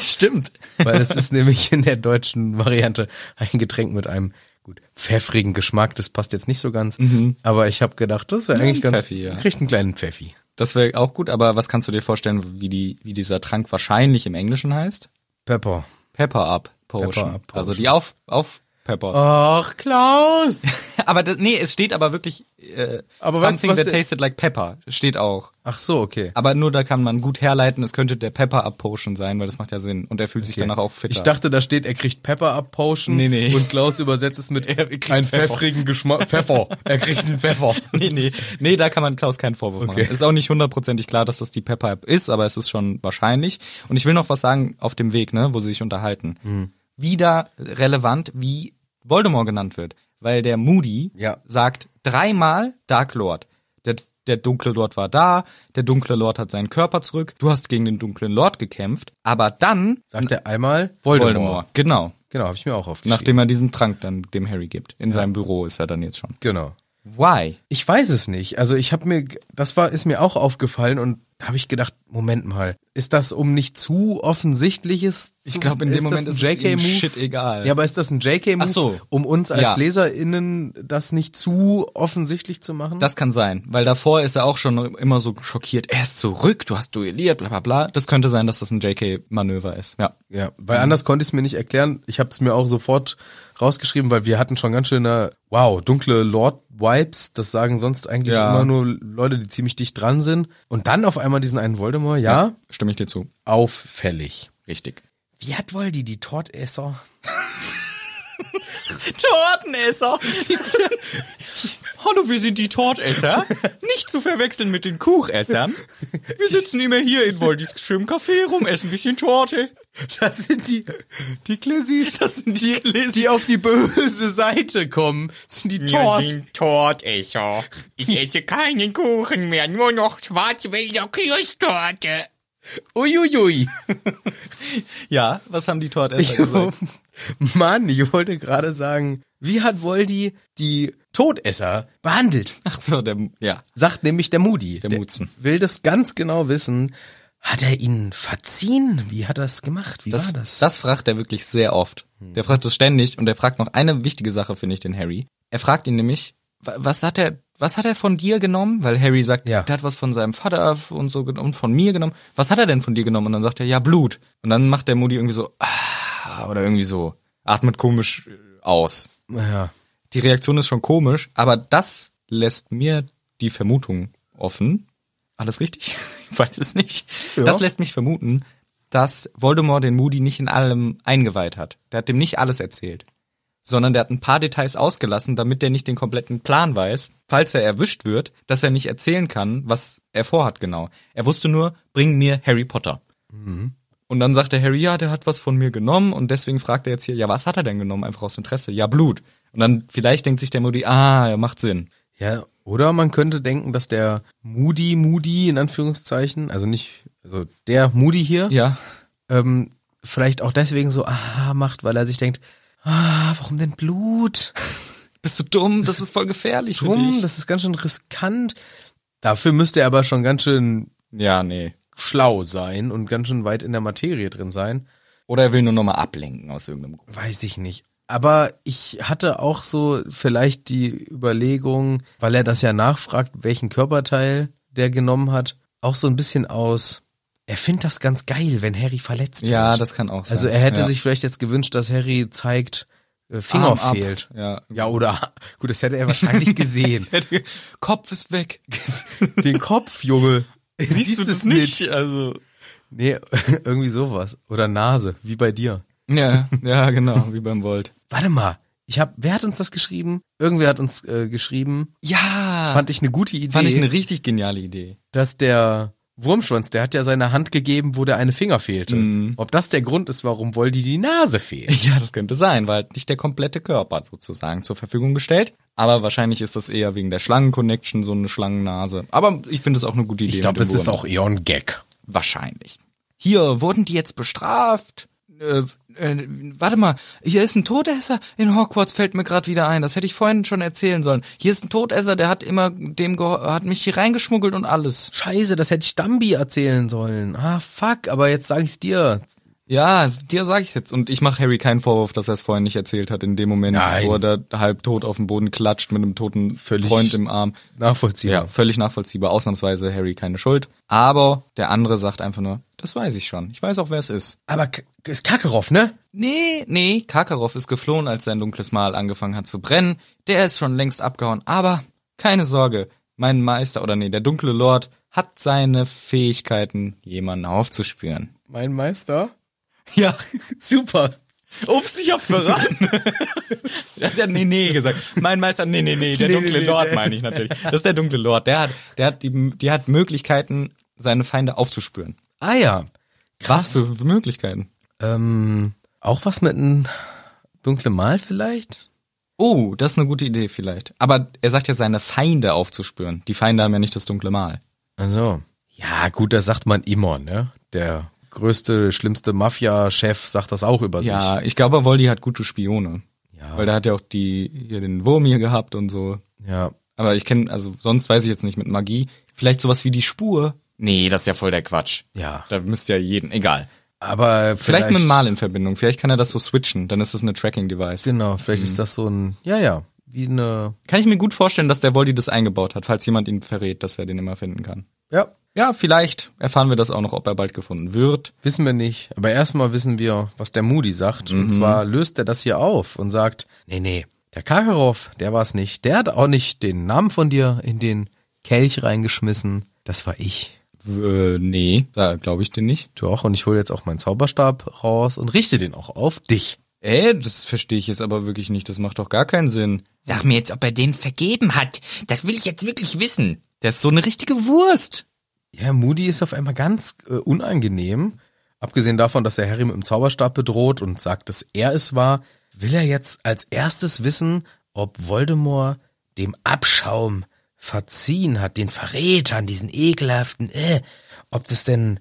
[SPEAKER 1] Stimmt.
[SPEAKER 2] weil es ist nämlich in der deutschen Variante ein Getränk mit einem gut pfeffrigen Geschmack. Das passt jetzt nicht so ganz. Aber ich habe gedacht, das wäre eigentlich
[SPEAKER 1] ein
[SPEAKER 2] ganz.
[SPEAKER 1] Pfeffi, ja.
[SPEAKER 2] Er kriegt einen kleinen Pfeffi.
[SPEAKER 1] Das wäre auch gut, aber was kannst du dir vorstellen, wie, die, wie dieser Trank wahrscheinlich im Englischen heißt?
[SPEAKER 2] Pepper.
[SPEAKER 1] Pepper Up Potion.
[SPEAKER 2] Pepper Up Potion.
[SPEAKER 1] Also die auf, auf Pepper.
[SPEAKER 2] Ach, Klaus!
[SPEAKER 1] Aber das, nee, es steht aber wirklich äh,
[SPEAKER 2] Aber weißt du,
[SPEAKER 1] Something
[SPEAKER 2] was
[SPEAKER 1] that
[SPEAKER 2] der-
[SPEAKER 1] tasted like pepper steht auch.
[SPEAKER 2] Ach so, okay.
[SPEAKER 1] Aber nur da kann man gut herleiten, es könnte der Pepper Up Potion sein, weil das macht ja Sinn. Und er fühlt sich danach auch fitter.
[SPEAKER 2] Ich dachte, da steht, er kriegt Pepper Up Potion
[SPEAKER 1] Nee, nee.
[SPEAKER 2] und Klaus übersetzt es mit
[SPEAKER 1] Er kriegt
[SPEAKER 2] einen
[SPEAKER 1] Pfeffer.
[SPEAKER 2] pfeffrigen Geschmack. Pfeffer. Er kriegt einen Pfeffer.
[SPEAKER 1] Nee, nee, nee, da kann man Klaus keinen Vorwurf
[SPEAKER 2] Okay.
[SPEAKER 1] machen. Ist auch nicht hundertprozentig klar, dass das die Pepper App ist, aber es ist schon wahrscheinlich. Und ich will noch was sagen auf dem Weg, ne, wo sie sich unterhalten.
[SPEAKER 2] Mhm.
[SPEAKER 1] Wieder relevant, wie Voldemort genannt wird, weil der Moody
[SPEAKER 2] Ja.
[SPEAKER 1] sagt dreimal Dark Lord. Der, der dunkle Lord war da, der dunkle Lord hat seinen Körper zurück, du hast gegen den dunklen Lord gekämpft, aber dann
[SPEAKER 2] Sagt er einmal Voldemort.
[SPEAKER 1] Genau.
[SPEAKER 2] Genau, habe ich mir auch aufgeschrieben.
[SPEAKER 1] Nachdem er diesen Trank dann dem Harry gibt. In seinem Büro ist er dann jetzt schon.
[SPEAKER 2] Genau.
[SPEAKER 1] Why?
[SPEAKER 2] Ich weiß es nicht. Also ich habe mir, das war, ist mir auch aufgefallen und da habe ich gedacht, Moment mal, ist das um nicht zu offensichtliches?
[SPEAKER 1] Ich glaub, in dem Moment
[SPEAKER 2] das
[SPEAKER 1] ist
[SPEAKER 2] ein
[SPEAKER 1] es ihm
[SPEAKER 2] JK-Move?
[SPEAKER 1] shit egal.
[SPEAKER 2] Ja, aber ist das ein JK-Move,
[SPEAKER 1] Ach so.
[SPEAKER 2] um uns als
[SPEAKER 1] Ja.
[SPEAKER 2] LeserInnen das nicht zu offensichtlich zu machen?
[SPEAKER 1] Das kann sein, weil davor ist er auch schon immer so schockiert. Er ist zurück, du hast duelliert, bla bla bla. Das könnte sein, dass das ein JK-Manöver ist. Ja.
[SPEAKER 2] ja, weil anders konnte ich es mir nicht erklären. Ich habe es mir auch sofort rausgeschrieben, weil wir hatten schon ganz schöne, wow, dunkle Lord-Vibes. Das sagen sonst eigentlich
[SPEAKER 1] Ja.
[SPEAKER 2] immer nur Leute, die ziemlich dicht dran sind. Und dann auf einmal diesen einen Voldemort, ja.
[SPEAKER 1] Stimme ich dir zu.
[SPEAKER 2] auffällig.
[SPEAKER 1] Richtig.
[SPEAKER 2] Wie hat wohl die die Tortesser?
[SPEAKER 1] Tortenesser! Hallo, wir sind die Tortesser. Nicht zu verwechseln mit den Kuchessern. Wir sitzen immer hier in Woldis schönem Café rum, essen ein bisschen Torte.
[SPEAKER 2] Das sind die die Klessis,
[SPEAKER 1] Das sind die, die,
[SPEAKER 2] die auf die böse Seite kommen. Das sind die Tort.
[SPEAKER 4] Tortesser. Ich esse keinen Kuchen mehr, nur noch Schwarzwälder Kirschtorte.
[SPEAKER 2] Uiuiui.
[SPEAKER 1] Ja, was haben die Tortesser gesagt?
[SPEAKER 2] Mann, ich wollte gerade sagen, wie hat Voldi die Todesser behandelt?
[SPEAKER 1] Ach so, der, ja.
[SPEAKER 2] Sagt nämlich der Moody. Der,
[SPEAKER 1] Mutzen.
[SPEAKER 2] Will das ganz genau wissen. Hat er ihnen verziehen? Wie hat er das gemacht? Wie war das? Hm.
[SPEAKER 1] Das fragt er wirklich sehr oft. Der fragt das ständig und er fragt noch eine wichtige Sache, finde ich, den Harry. Er fragt ihn nämlich, wa- was hat er, was hat er von dir genommen? Weil Harry sagt,
[SPEAKER 2] Ja.
[SPEAKER 1] der hat was von seinem Vater und so genommen, von mir genommen. Was hat er denn von dir genommen? Und dann sagt er, ja, Blut. Und dann macht der Moody irgendwie so, ah, oder irgendwie so, atmet komisch äh, aus.
[SPEAKER 2] ja.
[SPEAKER 1] Die Reaktion ist schon komisch, aber das lässt mir die Vermutung offen. Alles richtig? Ich weiß es nicht.
[SPEAKER 2] Ja.
[SPEAKER 1] Das lässt mich vermuten, dass Voldemort den Moody nicht in allem eingeweiht hat. Der hat dem nicht alles erzählt. Sondern der hat ein paar Details ausgelassen, damit der nicht den kompletten Plan weiß, falls er erwischt wird, dass er nicht erzählen kann, was er vorhat genau. Er wusste nur, bring mir Harry Potter. Und dann sagt der Harry, ja, der hat was von mir genommen und deswegen fragt er jetzt hier, ja, was hat er denn genommen? Einfach aus Interesse. Ja, Blut. Und dann vielleicht denkt sich der Moody, ah, ja, macht Sinn.
[SPEAKER 2] Ja, oder man könnte denken, dass der Moody Moody in Anführungszeichen, also nicht, also der Moody hier,
[SPEAKER 1] Ja.
[SPEAKER 2] ähm, vielleicht auch deswegen so ah macht, weil er sich denkt, ah, warum denn Blut?
[SPEAKER 1] Bist du dumm? Das ist voll gefährlich für
[SPEAKER 2] Drum,
[SPEAKER 1] dich.
[SPEAKER 2] das ist ganz schön riskant. Dafür müsste er aber schon ganz schön
[SPEAKER 1] Ja, nee.
[SPEAKER 2] schlau sein und ganz schön weit in der Materie drin sein.
[SPEAKER 1] Oder er will nur nochmal ablenken aus irgendeinem Grund.
[SPEAKER 2] Weiß ich nicht. Aber ich hatte auch so vielleicht die Überlegung, weil er das ja nachfragt, welchen Körperteil der genommen hat, auch so ein bisschen aus, er findet das ganz geil, wenn Harry verletzt wird.
[SPEAKER 1] Ja, das kann auch sein.
[SPEAKER 2] Also er hätte
[SPEAKER 1] ja.
[SPEAKER 2] sich vielleicht jetzt gewünscht, dass Harry zeigt, äh, Finger
[SPEAKER 1] Arm ab.
[SPEAKER 2] fehlt.
[SPEAKER 1] Ja.
[SPEAKER 2] ja, oder gut, das hätte er wahrscheinlich gesehen.
[SPEAKER 1] Kopf ist weg.
[SPEAKER 2] Den Kopf, Junge.
[SPEAKER 1] Siehst, du das nicht? Also.
[SPEAKER 2] Nee, irgendwie sowas. Oder Nase, wie bei dir.
[SPEAKER 1] Ja, ja, genau, wie beim Volt.
[SPEAKER 2] Warte mal, Ich habe, wer hat uns das geschrieben? Irgendwer hat uns äh, geschrieben.
[SPEAKER 1] Ja,
[SPEAKER 2] Ah. Fand ich eine gute Idee,
[SPEAKER 1] fand ich eine richtig geniale Idee.
[SPEAKER 2] dass der Wurmschwanz, der hat ja seine Hand gegeben, wo der eine Finger fehlte.
[SPEAKER 1] Mhm.
[SPEAKER 2] Ob das der Grund ist, warum Voldy die Nase fehlt?
[SPEAKER 1] Ja, das könnte sein, weil halt nicht der komplette Körper sozusagen zur Verfügung gestellt. Aber wahrscheinlich ist das eher wegen der Schlangen-Connection so eine Schlangenase. Aber ich finde es auch eine gute Idee.
[SPEAKER 2] Ich glaube,
[SPEAKER 1] mit
[SPEAKER 2] es
[SPEAKER 1] dem
[SPEAKER 2] ist
[SPEAKER 1] Wurm.
[SPEAKER 2] auch eher ein Gag.
[SPEAKER 1] Wahrscheinlich. Hier, wurden die jetzt bestraft? Äh, äh, warte mal, hier ist ein Todesser in Hogwarts, fällt mir gerade wieder ein. Das hätte ich vorhin schon erzählen sollen. Hier ist ein Todesser, der hat immer dem geho- hat mich hier reingeschmuggelt und alles.
[SPEAKER 2] Scheiße, das hätte ich Dambi erzählen sollen. Ah, fuck, aber jetzt sage ich's dir.
[SPEAKER 1] Ja, also dir sage ich's jetzt. Und ich mache Harry keinen Vorwurf, dass er es vorhin nicht erzählt hat, in dem Moment,
[SPEAKER 2] Nein.
[SPEAKER 1] wo er da halbtot auf dem Boden klatscht mit einem toten
[SPEAKER 2] Völlig
[SPEAKER 1] Freund im Arm. Ja,
[SPEAKER 2] Nachvollziehbar.
[SPEAKER 1] völlig nachvollziehbar. Ausnahmsweise Harry keine Schuld. Aber der andere sagt einfach nur, das weiß ich schon. Ich weiß auch, wer es ist.
[SPEAKER 2] Aber K- ist Kakarov, ne?
[SPEAKER 1] Nee, nee, Karkaroff ist geflohen, als sein dunkles Mal angefangen hat zu brennen. Der ist schon längst abgehauen. Aber keine Sorge, mein Meister oder nee, der dunkle Lord hat seine Fähigkeiten, jemanden aufzuspüren.
[SPEAKER 2] Mein Meister?
[SPEAKER 1] Ja,
[SPEAKER 2] Super.
[SPEAKER 1] Ups, ich hab's verraten. das ist ja nee, nee gesagt. Mein Meister, nee, nee, nee, der
[SPEAKER 2] Nee,
[SPEAKER 1] dunkle
[SPEAKER 2] nee, nee,
[SPEAKER 1] Lord
[SPEAKER 2] nee.
[SPEAKER 1] meine ich natürlich. Das ist der dunkle Lord. Der hat, der hat die, die hat Möglichkeiten, seine Feinde aufzuspüren.
[SPEAKER 2] Ah ja.
[SPEAKER 1] Was
[SPEAKER 2] Krass.
[SPEAKER 1] für Möglichkeiten?
[SPEAKER 2] Ähm, auch was mit einem dunklen Mal vielleicht?
[SPEAKER 1] Oh, das ist eine gute Idee vielleicht. Aber er sagt ja, seine Feinde aufzuspüren. Die Feinde haben ja nicht das dunkle Mal.
[SPEAKER 2] Also. Ja, gut, das sagt man immer, ne? Der größte, schlimmste Mafia-Chef sagt das auch über
[SPEAKER 1] Ja, ich glaube, Voldy hat gute Spione.
[SPEAKER 2] sich. Ja.
[SPEAKER 1] Weil da hat ja auch die, hier den Wurm hier gehabt und so.
[SPEAKER 2] ja.
[SPEAKER 1] Aber ich kenne, also sonst weiß ich jetzt nicht mit Magie. Vielleicht sowas wie die Spur. Nee, das ist ja voll der Quatsch.
[SPEAKER 2] Ja.
[SPEAKER 1] Da müsst ihr jeden, egal.
[SPEAKER 2] Aber vielleicht,
[SPEAKER 1] Vielleicht, mit dem Mal in Verbindung. Vielleicht kann er das so switchen. Dann ist das eine Tracking-Device.
[SPEAKER 2] Genau, vielleicht
[SPEAKER 1] Mhm.
[SPEAKER 2] ist das so ein, ja, ja, wie eine,
[SPEAKER 1] Kann ich mir gut vorstellen, dass der Voldy das eingebaut hat, falls jemand ihn verrät, dass er den immer finden kann.
[SPEAKER 2] ja,
[SPEAKER 1] Ja, vielleicht erfahren wir das auch noch, ob er bald gefunden wird.
[SPEAKER 2] wissen wir nicht. Aber erstmal wissen wir, was der Moody sagt.
[SPEAKER 1] Mhm.
[SPEAKER 2] Und zwar löst er das hier auf und sagt, nee, nee, der Kakarov, der war es nicht. Der hat auch nicht den Namen von dir in den Kelch reingeschmissen. Das war ich.
[SPEAKER 1] Äh, nee, da glaube ich den nicht.
[SPEAKER 2] Doch, und ich hole jetzt auch meinen Zauberstab raus und richte den auch auf dich.
[SPEAKER 1] Äh, das verstehe ich jetzt aber wirklich nicht. Das macht doch gar keinen Sinn.
[SPEAKER 4] Sag mir jetzt, ob er den vergeben hat. Das will ich jetzt wirklich wissen.
[SPEAKER 1] Der ist so eine richtige Wurst.
[SPEAKER 2] Ja, Moody ist auf einmal ganz äh, unangenehm. Abgesehen davon, dass er Harry mit dem Zauberstab bedroht und sagt, dass er es war, will er jetzt als erstes wissen, ob Voldemort dem Abschaum verziehen hat, den Verrätern, diesen ekelhaften, äh, ob das denn,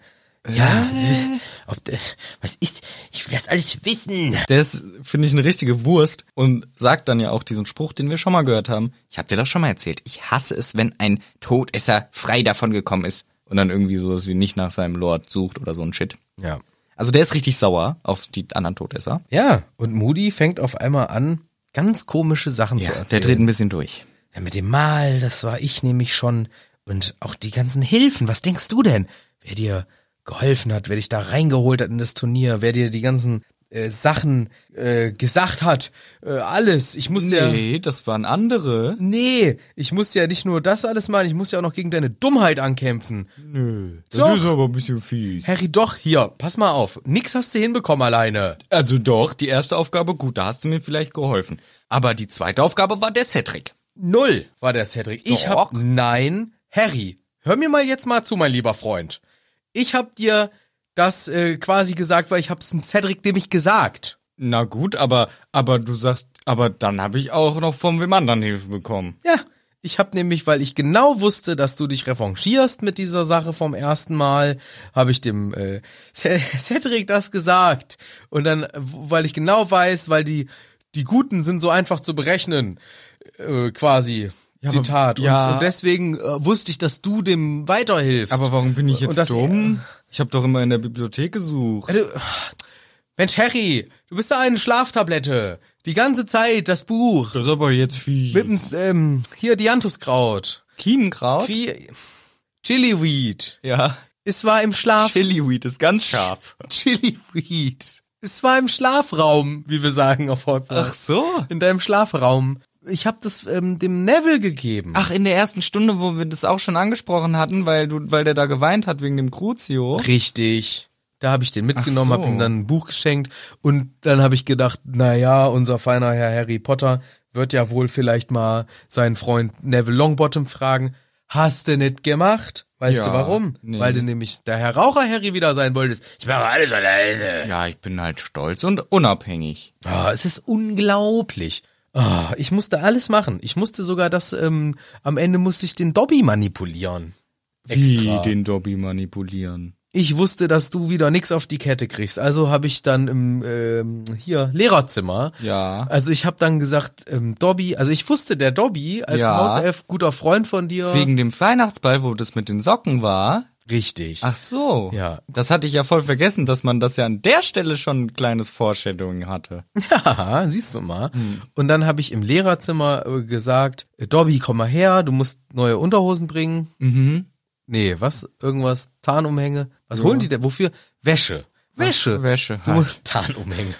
[SPEAKER 2] ja, äh, ob, äh, was ist, ich will das alles wissen.
[SPEAKER 1] Der ist, finde ich, eine richtige Wurst und sagt dann ja auch diesen Spruch, den wir schon mal gehört haben.
[SPEAKER 4] Ich hab dir doch schon mal erzählt. Ich hasse es, wenn ein Todesser frei davongekommen ist.
[SPEAKER 1] Und dann irgendwie sowas wie nicht nach seinem Lord sucht oder so ein Shit.
[SPEAKER 2] Ja.
[SPEAKER 1] Also der ist richtig sauer auf die anderen Todesser.
[SPEAKER 2] Ja, und Moody fängt auf einmal an, ganz komische Sachen zu
[SPEAKER 1] Ja,
[SPEAKER 2] erzählen.
[SPEAKER 1] der dreht ein bisschen durch.
[SPEAKER 2] Ja, mit dem Mal, das war ich nämlich schon. Und auch die ganzen Hilfen, was denkst du denn? Wer dir geholfen hat, wer dich da reingeholt hat in das Turnier, wer dir die ganzen äh, Sachen äh, gesagt hat, äh, alles. Ich musste ja.
[SPEAKER 1] Nee, das waren andere.
[SPEAKER 2] Nee, ich musste ja nicht nur das alles machen, ich musste ja auch noch gegen deine Dummheit ankämpfen.
[SPEAKER 1] Nö, das
[SPEAKER 2] Doch.
[SPEAKER 1] ist aber ein bisschen fies.
[SPEAKER 2] Harry, doch, hier, pass mal auf. Nix hast du hinbekommen alleine.
[SPEAKER 1] Also doch, die erste Aufgabe, gut, da hast du mir vielleicht geholfen. Aber die zweite Aufgabe war der Cedric.
[SPEAKER 2] Null war der Cedric. Ich hab. Nein, Harry, hör mir mal jetzt mal zu, mein lieber Freund. Ich hab dir das äh, quasi gesagt, weil ich hab's dem Cedric nämlich gesagt.
[SPEAKER 1] Na gut, aber, aber du sagst, aber dann habe ich auch noch von wem anderen Hilfe bekommen.
[SPEAKER 2] Ja, ich hab nämlich, weil ich genau wusste, dass du dich revanchierst mit dieser Sache vom ersten Mal, habe ich dem äh, Ce- Cedric das gesagt. Und dann, äh, weil ich genau weiß, weil die die Guten sind so einfach zu berechnen, äh, quasi.
[SPEAKER 1] aber-
[SPEAKER 2] Zitat.
[SPEAKER 1] ja.
[SPEAKER 2] und, und deswegen äh, wusste ich, dass du dem weiterhilfst.
[SPEAKER 1] Aber warum bin ich jetzt
[SPEAKER 2] Und das-
[SPEAKER 1] dumm? Ich habe doch immer in der Bibliothek gesucht.
[SPEAKER 2] Ja, du- Mensch, Harry, du bist da eine Schlaftablette. Die ganze Zeit, das Buch.
[SPEAKER 1] Das ist aber jetzt fies.
[SPEAKER 2] Mit dem, ähm, hier, Dianthuskraut.
[SPEAKER 1] Kiemenkraut?
[SPEAKER 2] Kri- Chiliweed.
[SPEAKER 1] ja.
[SPEAKER 2] Es war im Schlaf...
[SPEAKER 1] Chiliweed ist ganz scharf.
[SPEAKER 2] Chiliweed. Es war im Schlafraum, wie wir sagen auf Hogwarts.
[SPEAKER 1] so.
[SPEAKER 2] In deinem Schlafraum. Ich hab das ähm, dem Neville gegeben.
[SPEAKER 1] Ach, in der ersten Stunde, wo wir das auch schon angesprochen hatten, weil du, weil der da geweint hat wegen dem Crucio.
[SPEAKER 2] richtig. Da habe ich den mitgenommen,
[SPEAKER 1] Oh. Ach so.
[SPEAKER 2] habe ihm dann ein Buch geschenkt und dann habe ich gedacht, na ja, unser feiner Herr Harry Potter wird ja wohl vielleicht mal seinen Freund Neville Longbottom fragen, hast du nicht gemacht? Weißt
[SPEAKER 1] Ja,
[SPEAKER 2] du warum?
[SPEAKER 1] nee.
[SPEAKER 2] Weil du nämlich der Herr Raucher Harry wieder sein wolltest. Ich mache alles alleine.
[SPEAKER 1] Ja, ich bin halt stolz und unabhängig.
[SPEAKER 2] Ah, es ist unglaublich. Ah, ich musste alles machen. Ich musste sogar das, ähm, am Ende musste ich den Dobby manipulieren. Extra.
[SPEAKER 1] Wie den Dobby manipulieren.
[SPEAKER 2] Ich wusste, dass du wieder nix auf die Kette kriegst. Also habe ich dann im ähm, hier Lehrerzimmer.
[SPEAKER 1] Ja.
[SPEAKER 2] Also ich habe dann gesagt, ähm, Dobby. Also ich wusste, der Dobby als
[SPEAKER 1] Ja.
[SPEAKER 2] Hauself guter Freund von dir.
[SPEAKER 1] Wegen dem Weihnachtsball, wo das mit den Socken war.
[SPEAKER 2] Richtig.
[SPEAKER 1] Ach so.
[SPEAKER 2] Ja.
[SPEAKER 1] Das hatte ich ja voll vergessen, dass man das ja an der Stelle schon ein kleines Vorstellung hatte.
[SPEAKER 2] Haha, siehst du mal.
[SPEAKER 1] Hm.
[SPEAKER 2] Und dann habe ich im Lehrerzimmer äh, gesagt, Dobby, komm mal her, du musst neue Unterhosen bringen.
[SPEAKER 1] Mhm.
[SPEAKER 2] Nee, was? Irgendwas? Tarnumhänge? Was holen die denn? Wofür? Wäsche. Wäsche.
[SPEAKER 1] Wäsche,
[SPEAKER 2] Du
[SPEAKER 1] halt.
[SPEAKER 2] musst, Tarnumhänge.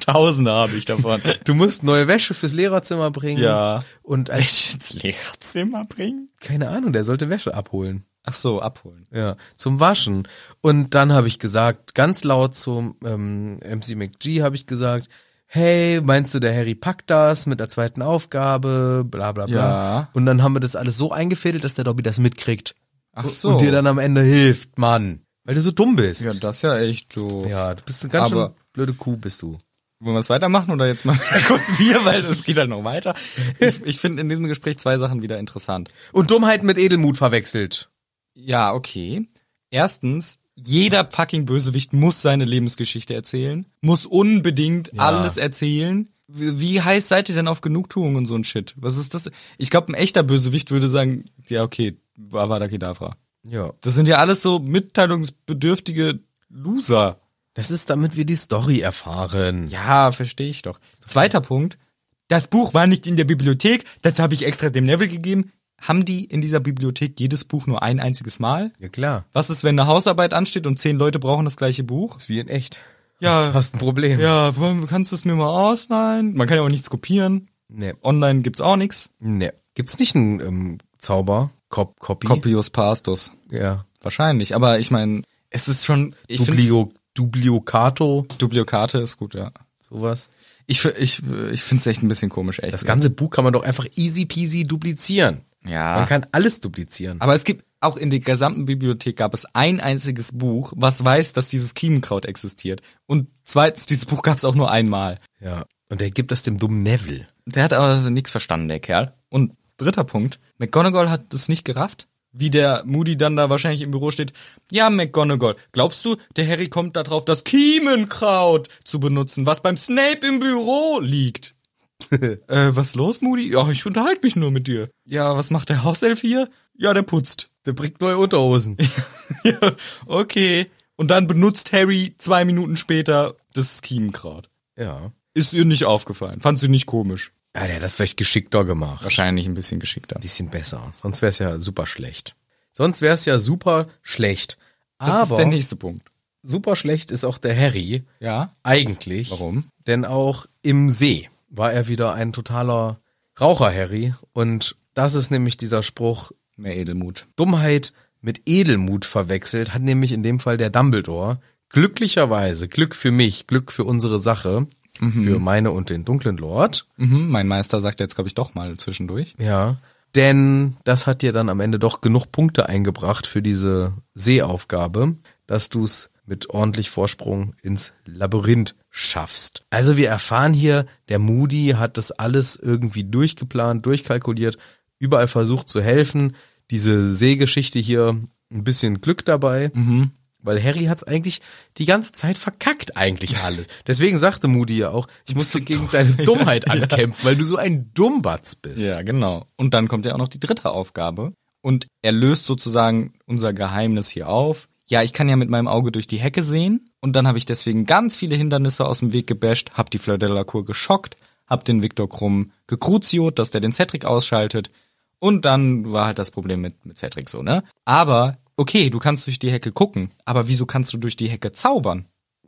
[SPEAKER 1] Tausende habe ich davon.
[SPEAKER 2] Du musst neue Wäsche fürs Lehrerzimmer bringen.
[SPEAKER 1] Ja.
[SPEAKER 2] Und als,
[SPEAKER 1] ins Lehrerzimmer bringen?
[SPEAKER 2] keine Ahnung, der sollte Wäsche abholen.
[SPEAKER 1] Ach so, abholen.
[SPEAKER 2] Ja, zum Waschen. Und dann habe ich gesagt, ganz laut zum ähm, MC McG habe ich gesagt, hey, meinst du, der Harry packt das mit der zweiten Aufgabe, bla bla bla.
[SPEAKER 1] Ja.
[SPEAKER 2] Und dann haben wir das alles so eingefädelt, dass der Dobby das mitkriegt.
[SPEAKER 1] Ach
[SPEAKER 2] Und-
[SPEAKER 1] so.
[SPEAKER 2] Und dir dann am Ende hilft, Mann. Weil du so dumm bist.
[SPEAKER 1] Ja, das ist ja echt doof.
[SPEAKER 2] Ja, du bist eine ganz
[SPEAKER 1] Aber-
[SPEAKER 2] schön blöde Kuh, bist du.
[SPEAKER 1] Wollen wir es weitermachen oder jetzt mal kurz Bier, weil es geht halt noch weiter. Ich, ich finde in diesem Gespräch zwei Sachen wieder interessant.
[SPEAKER 2] Und Dummheit mit Edelmut verwechselt.
[SPEAKER 1] Ja, okay. Erstens, jeder fucking Bösewicht muss seine Lebensgeschichte erzählen, muss unbedingt alles erzählen. Wie wie heiß seid ihr denn auf Genugtuung und so ein Shit? Was ist das? Ich glaube, ein echter Bösewicht würde sagen, ja, okay, war war der Kedavra.
[SPEAKER 2] Ja.
[SPEAKER 1] Das sind ja alles so mitteilungsbedürftige Loser.
[SPEAKER 2] Das ist, damit wir die Story erfahren.
[SPEAKER 1] Ja, verstehe ich doch. Zweiter Punkt. Das Buch war nicht in der Bibliothek, das habe ich extra dem Neville gegeben. Haben die in dieser Bibliothek jedes Buch nur ein einziges Mal?
[SPEAKER 2] Ja, klar.
[SPEAKER 1] Was ist, wenn eine Hausarbeit ansteht und zehn Leute brauchen das gleiche Buch?
[SPEAKER 2] Ist wie in echt.
[SPEAKER 1] Ja.
[SPEAKER 2] Hast, hast ein Problem.
[SPEAKER 1] Ja, wollen- kannst du es mir mal ausleihen? Man kann ja auch nichts kopieren.
[SPEAKER 2] Nee.
[SPEAKER 1] Online gibt's auch nichts.
[SPEAKER 2] nee. Gibt's nicht einen ähm, Zauber? Cop Copy?
[SPEAKER 1] Copius pastus.
[SPEAKER 2] Ja.
[SPEAKER 1] Wahrscheinlich, aber ich meine, es ist schon. Ich
[SPEAKER 2] Dublio, Dubliocato?
[SPEAKER 1] find's- Dubliokate ist gut, ja.
[SPEAKER 2] Sowas.
[SPEAKER 1] Ich, fi- ich, ich finde es echt ein bisschen komisch, echt.
[SPEAKER 2] Das ganze Buch kann man doch einfach easy peasy duplizieren.
[SPEAKER 1] Ja.
[SPEAKER 2] Man kann alles duplizieren.
[SPEAKER 1] Aber es gibt auch in der gesamten Bibliothek gab es ein einziges Buch, was weiß, dass dieses Kiemenkraut existiert. Und zweitens, dieses Buch gab es auch nur einmal.
[SPEAKER 2] Ja. Und er gibt das dem dummen Neville.
[SPEAKER 1] Der hat aber nichts verstanden, der Kerl. Und dritter Punkt, McGonagall hat es nicht gerafft, wie der Moody dann da wahrscheinlich im Büro steht. Ja, McGonagall, glaubst du, der Harry kommt darauf, das Kiemenkraut zu benutzen, was beim Snape im Büro liegt? äh, was los, Moody? Ja, ich unterhalte mich nur mit dir. Ja, was macht der Hauself hier? Ja, der putzt.
[SPEAKER 2] Der bringt neue Unterhosen.
[SPEAKER 1] ja, okay. Und dann benutzt Harry zwei Minuten später das Kiemenkraut.
[SPEAKER 2] ja.
[SPEAKER 1] Ist ihr nicht aufgefallen. Fand sie nicht komisch.
[SPEAKER 2] Ja, der hat das vielleicht geschickter gemacht.
[SPEAKER 1] Wahrscheinlich ein bisschen geschickter.
[SPEAKER 2] bisschen besser. Sonst wäre es ja super schlecht. Sonst wäre es ja super schlecht.
[SPEAKER 1] Das
[SPEAKER 2] Aber
[SPEAKER 1] ist der nächste Punkt.
[SPEAKER 2] super schlecht ist auch der Harry
[SPEAKER 1] Ja.
[SPEAKER 2] eigentlich.
[SPEAKER 1] Warum?
[SPEAKER 2] Denn auch im See war er wieder ein totaler Raucher Harry und das ist nämlich dieser Spruch
[SPEAKER 1] Mehr Edelmut.
[SPEAKER 2] Dummheit mit Edelmut verwechselt, hat nämlich in dem Fall der Dumbledore glücklicherweise Glück für mich, Glück für unsere Sache, für meine und den dunklen Lord.
[SPEAKER 1] Mhm, mein Meister sagt jetzt, glaube ich, doch mal zwischendurch.
[SPEAKER 2] Ja. Denn das hat dir dann am Ende doch genug Punkte eingebracht für diese Seeaufgabe, dass du es mit ordentlich Vorsprung ins Labyrinth schaffst. Also wir erfahren hier, der Moody hat das alles irgendwie durchgeplant, durchkalkuliert, überall versucht zu helfen. Diese Seegeschichte hier, ein bisschen Glück dabei. Weil Harry hat's eigentlich die ganze Zeit verkackt, eigentlich alles. Deswegen sagte Moody ja auch, ich musste gegen deine Dummheit ankämpfen, weil du so ein Dummbatz bist.
[SPEAKER 1] Ja, genau. Und dann kommt ja auch noch die dritte Aufgabe. Und er löst sozusagen unser Geheimnis hier auf. Ja, ich kann ja mit meinem Auge durch die Hecke sehen. Und dann habe ich deswegen ganz viele Hindernisse aus dem Weg gebasht, hab die Fleur de la Cour geschockt, hab den Viktor Krumm gekruziot, dass der den Cedric ausschaltet. Und dann war halt das Problem mit, mit Cedric so, ne? Aber, okay, du kannst durch die Hecke gucken. Aber wieso kannst du durch die Hecke zaubern?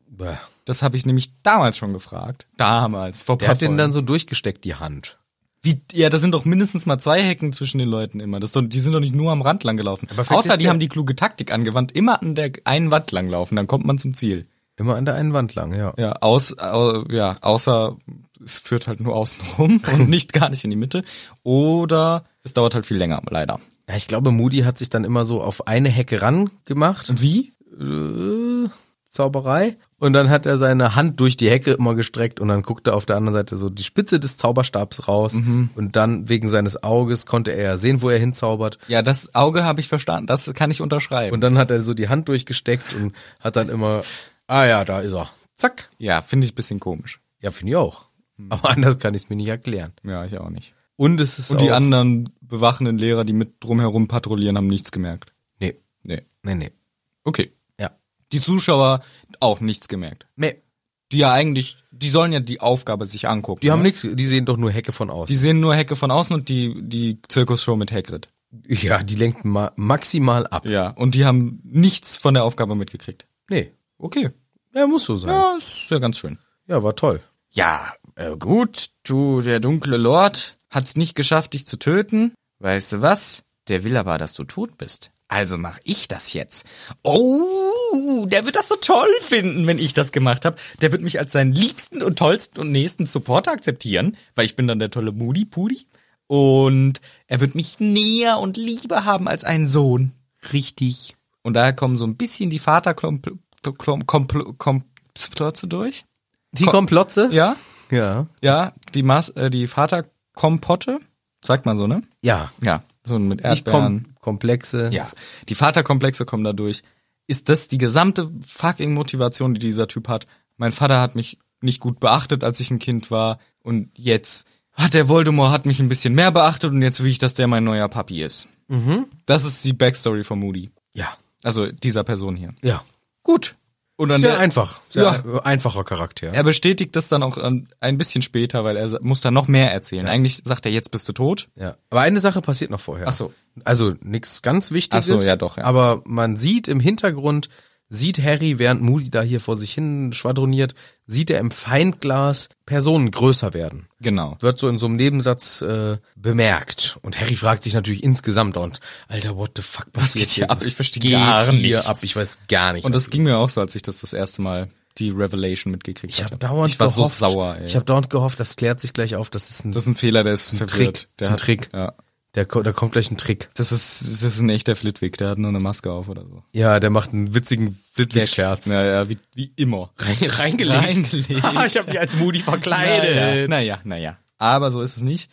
[SPEAKER 2] Bäh.
[SPEAKER 1] Das habe ich nämlich damals schon gefragt. Damals, vor
[SPEAKER 2] Der hat den
[SPEAKER 1] Folgen.
[SPEAKER 2] dann so durchgesteckt, die Hand.
[SPEAKER 1] Wie, ja, da sind doch mindestens mal zwei Hecken zwischen den Leuten immer. Das ist doch, die sind doch nicht nur am Rand lang gelaufen.
[SPEAKER 2] Aber vielleicht
[SPEAKER 1] Außer
[SPEAKER 2] ist
[SPEAKER 1] die
[SPEAKER 2] der-
[SPEAKER 1] haben die kluge Taktik angewandt, immer an der einen Wand lang laufen, dann kommt man zum Ziel.
[SPEAKER 2] Immer an der einen Wand lang, ja.
[SPEAKER 1] Ja, aus, au, ja, außer es führt halt nur außen rum und nicht gar nicht in die Mitte. Oder es dauert halt viel länger, leider.
[SPEAKER 2] ja. Ich glaube, Moody hat sich dann immer so auf eine Hecke ran gemacht.
[SPEAKER 1] Und wie?
[SPEAKER 2] Äh, Zauberei. Und dann hat er seine Hand durch die Hecke immer gestreckt und dann guckte auf der anderen Seite so die Spitze des Zauberstabs raus. Und dann wegen seines Auges konnte er ja sehen, wo er hinzaubert.
[SPEAKER 1] Ja, das Auge habe ich verstanden. Das kann ich unterschreiben.
[SPEAKER 2] Und dann hat er so die Hand durchgesteckt und hat dann immer, ah ja, da ist er. Zack.
[SPEAKER 1] ja, finde ich ein bisschen komisch.
[SPEAKER 2] Ja, finde ich auch. Aber anders kann ich es mir nicht erklären.
[SPEAKER 1] Ja, ich auch nicht.
[SPEAKER 2] Und es ist
[SPEAKER 1] Und die
[SPEAKER 2] auch,
[SPEAKER 1] anderen bewachenden Lehrer, die mit drumherum patrouillieren, haben nichts gemerkt.
[SPEAKER 2] Nee,
[SPEAKER 1] Nee.
[SPEAKER 2] nee, nee.
[SPEAKER 1] Okay.
[SPEAKER 2] Ja.
[SPEAKER 1] Die Zuschauer auch nichts gemerkt.
[SPEAKER 2] Nee.
[SPEAKER 1] Die ja eigentlich, die sollen ja die Aufgabe sich angucken.
[SPEAKER 2] Die haben
[SPEAKER 1] ne?
[SPEAKER 2] nichts, die sehen doch nur Hecke von aus.
[SPEAKER 1] Die sehen nur Hecke von außen und die, die Zirkusshow mit Hagrid.
[SPEAKER 2] ja, die lenken ma maximal ab.
[SPEAKER 1] Ja. Und die haben nichts von der Aufgabe mitgekriegt.
[SPEAKER 2] Nee.
[SPEAKER 1] Okay.
[SPEAKER 2] Ja, muss so sein.
[SPEAKER 1] Ja, ist ja ganz schön.
[SPEAKER 2] ja war toll.
[SPEAKER 1] Ja, äh, gut, du, der dunkle Lord, hat's nicht geschafft, dich zu töten. Weißt du was? Der will aber, dass du tot bist. Also mach ich das jetzt. Oh, der wird das so toll finden, wenn ich das gemacht habe. Der wird mich als seinen liebsten und tollsten und nächsten Supporter akzeptieren, weil ich bin dann der tolle Moody Pudi. Und er wird mich näher und lieber haben als einen Sohn. Richtig. Und daher kommen so ein bisschen die Vaterkomplotze durch.
[SPEAKER 2] Die Komplotze?
[SPEAKER 1] Ja?
[SPEAKER 2] Ja.
[SPEAKER 1] Ja, die Mas äh, die Vaterkompotte, sagt man so, ne?
[SPEAKER 2] Ja.
[SPEAKER 1] Ja, so mit
[SPEAKER 2] Nicht
[SPEAKER 1] Erdbeeren.
[SPEAKER 2] kom komplexe.
[SPEAKER 1] ja, die Vaterkomplexe kommen dadurch. Ist das die gesamte fucking Motivation, die dieser Typ hat? Mein Vater hat mich nicht gut beachtet, als ich ein Kind war und jetzt hat der Voldemort hat mich ein bisschen mehr beachtet und jetzt will ich, dass der mein neuer Papi ist. Das ist die Backstory von Moody.
[SPEAKER 2] Ja.
[SPEAKER 1] Also dieser Person hier.
[SPEAKER 2] Ja. Gut.
[SPEAKER 1] Und dann
[SPEAKER 2] Sehr
[SPEAKER 1] der-
[SPEAKER 2] einfach. Sehr
[SPEAKER 1] ne- Ja.
[SPEAKER 2] äh, einfacher Charakter.
[SPEAKER 1] Er bestätigt das dann auch ähm, ein bisschen später, weil er sa- muss dann noch mehr erzählen. Eigentlich sagt er, jetzt bist du tot.
[SPEAKER 2] Ja. Aber eine Sache passiert noch vorher.
[SPEAKER 1] Ach so.
[SPEAKER 2] Also nichts ganz Wichtiges.
[SPEAKER 1] Ach so, ja, doch, ja.
[SPEAKER 2] Aber man sieht im Hintergrund, sieht Harry, während Moody da hier vor sich hin schwadroniert, sieht er im Feindglas Personen größer werden.
[SPEAKER 1] Genau.
[SPEAKER 2] Wird so in so einem Nebensatz äh, bemerkt. Und Harry fragt sich natürlich insgesamt und Alter, what the fuck passiert
[SPEAKER 1] geht hier ab?
[SPEAKER 2] Was
[SPEAKER 1] Ich verstehe
[SPEAKER 2] geht
[SPEAKER 1] gar
[SPEAKER 2] hier
[SPEAKER 1] nichts.
[SPEAKER 2] ab. Ich weiß gar nicht.
[SPEAKER 1] Und
[SPEAKER 2] was
[SPEAKER 1] das ging mir auch so, als ich das das erste Mal die Revelation mitgekriegt
[SPEAKER 2] Ich
[SPEAKER 1] hatte.
[SPEAKER 2] habe dauernd
[SPEAKER 1] ich war
[SPEAKER 2] gehofft,
[SPEAKER 1] so sauer, ey.
[SPEAKER 2] Ich habe dauernd gehofft, das klärt sich gleich auf. Das ist ein,
[SPEAKER 1] das ist ein Fehler, der ist ein Der
[SPEAKER 2] Trick. Das ist ein
[SPEAKER 1] hat-
[SPEAKER 2] Trick.
[SPEAKER 1] Ja.
[SPEAKER 2] der, ko- da kommt gleich ein Trick.
[SPEAKER 1] Das ist das ist ein echter Flitwick, der hat nur eine Maske auf oder so.
[SPEAKER 2] Ja, der macht einen witzigen Flitwick-Scherz.
[SPEAKER 1] Ja, ja, wie, wie immer.
[SPEAKER 2] Reingelegt.
[SPEAKER 1] Reingelegt.
[SPEAKER 2] Ah, ich habe mich als Moody verkleidet.
[SPEAKER 1] Naja, naja, naja. Aber so ist es nicht.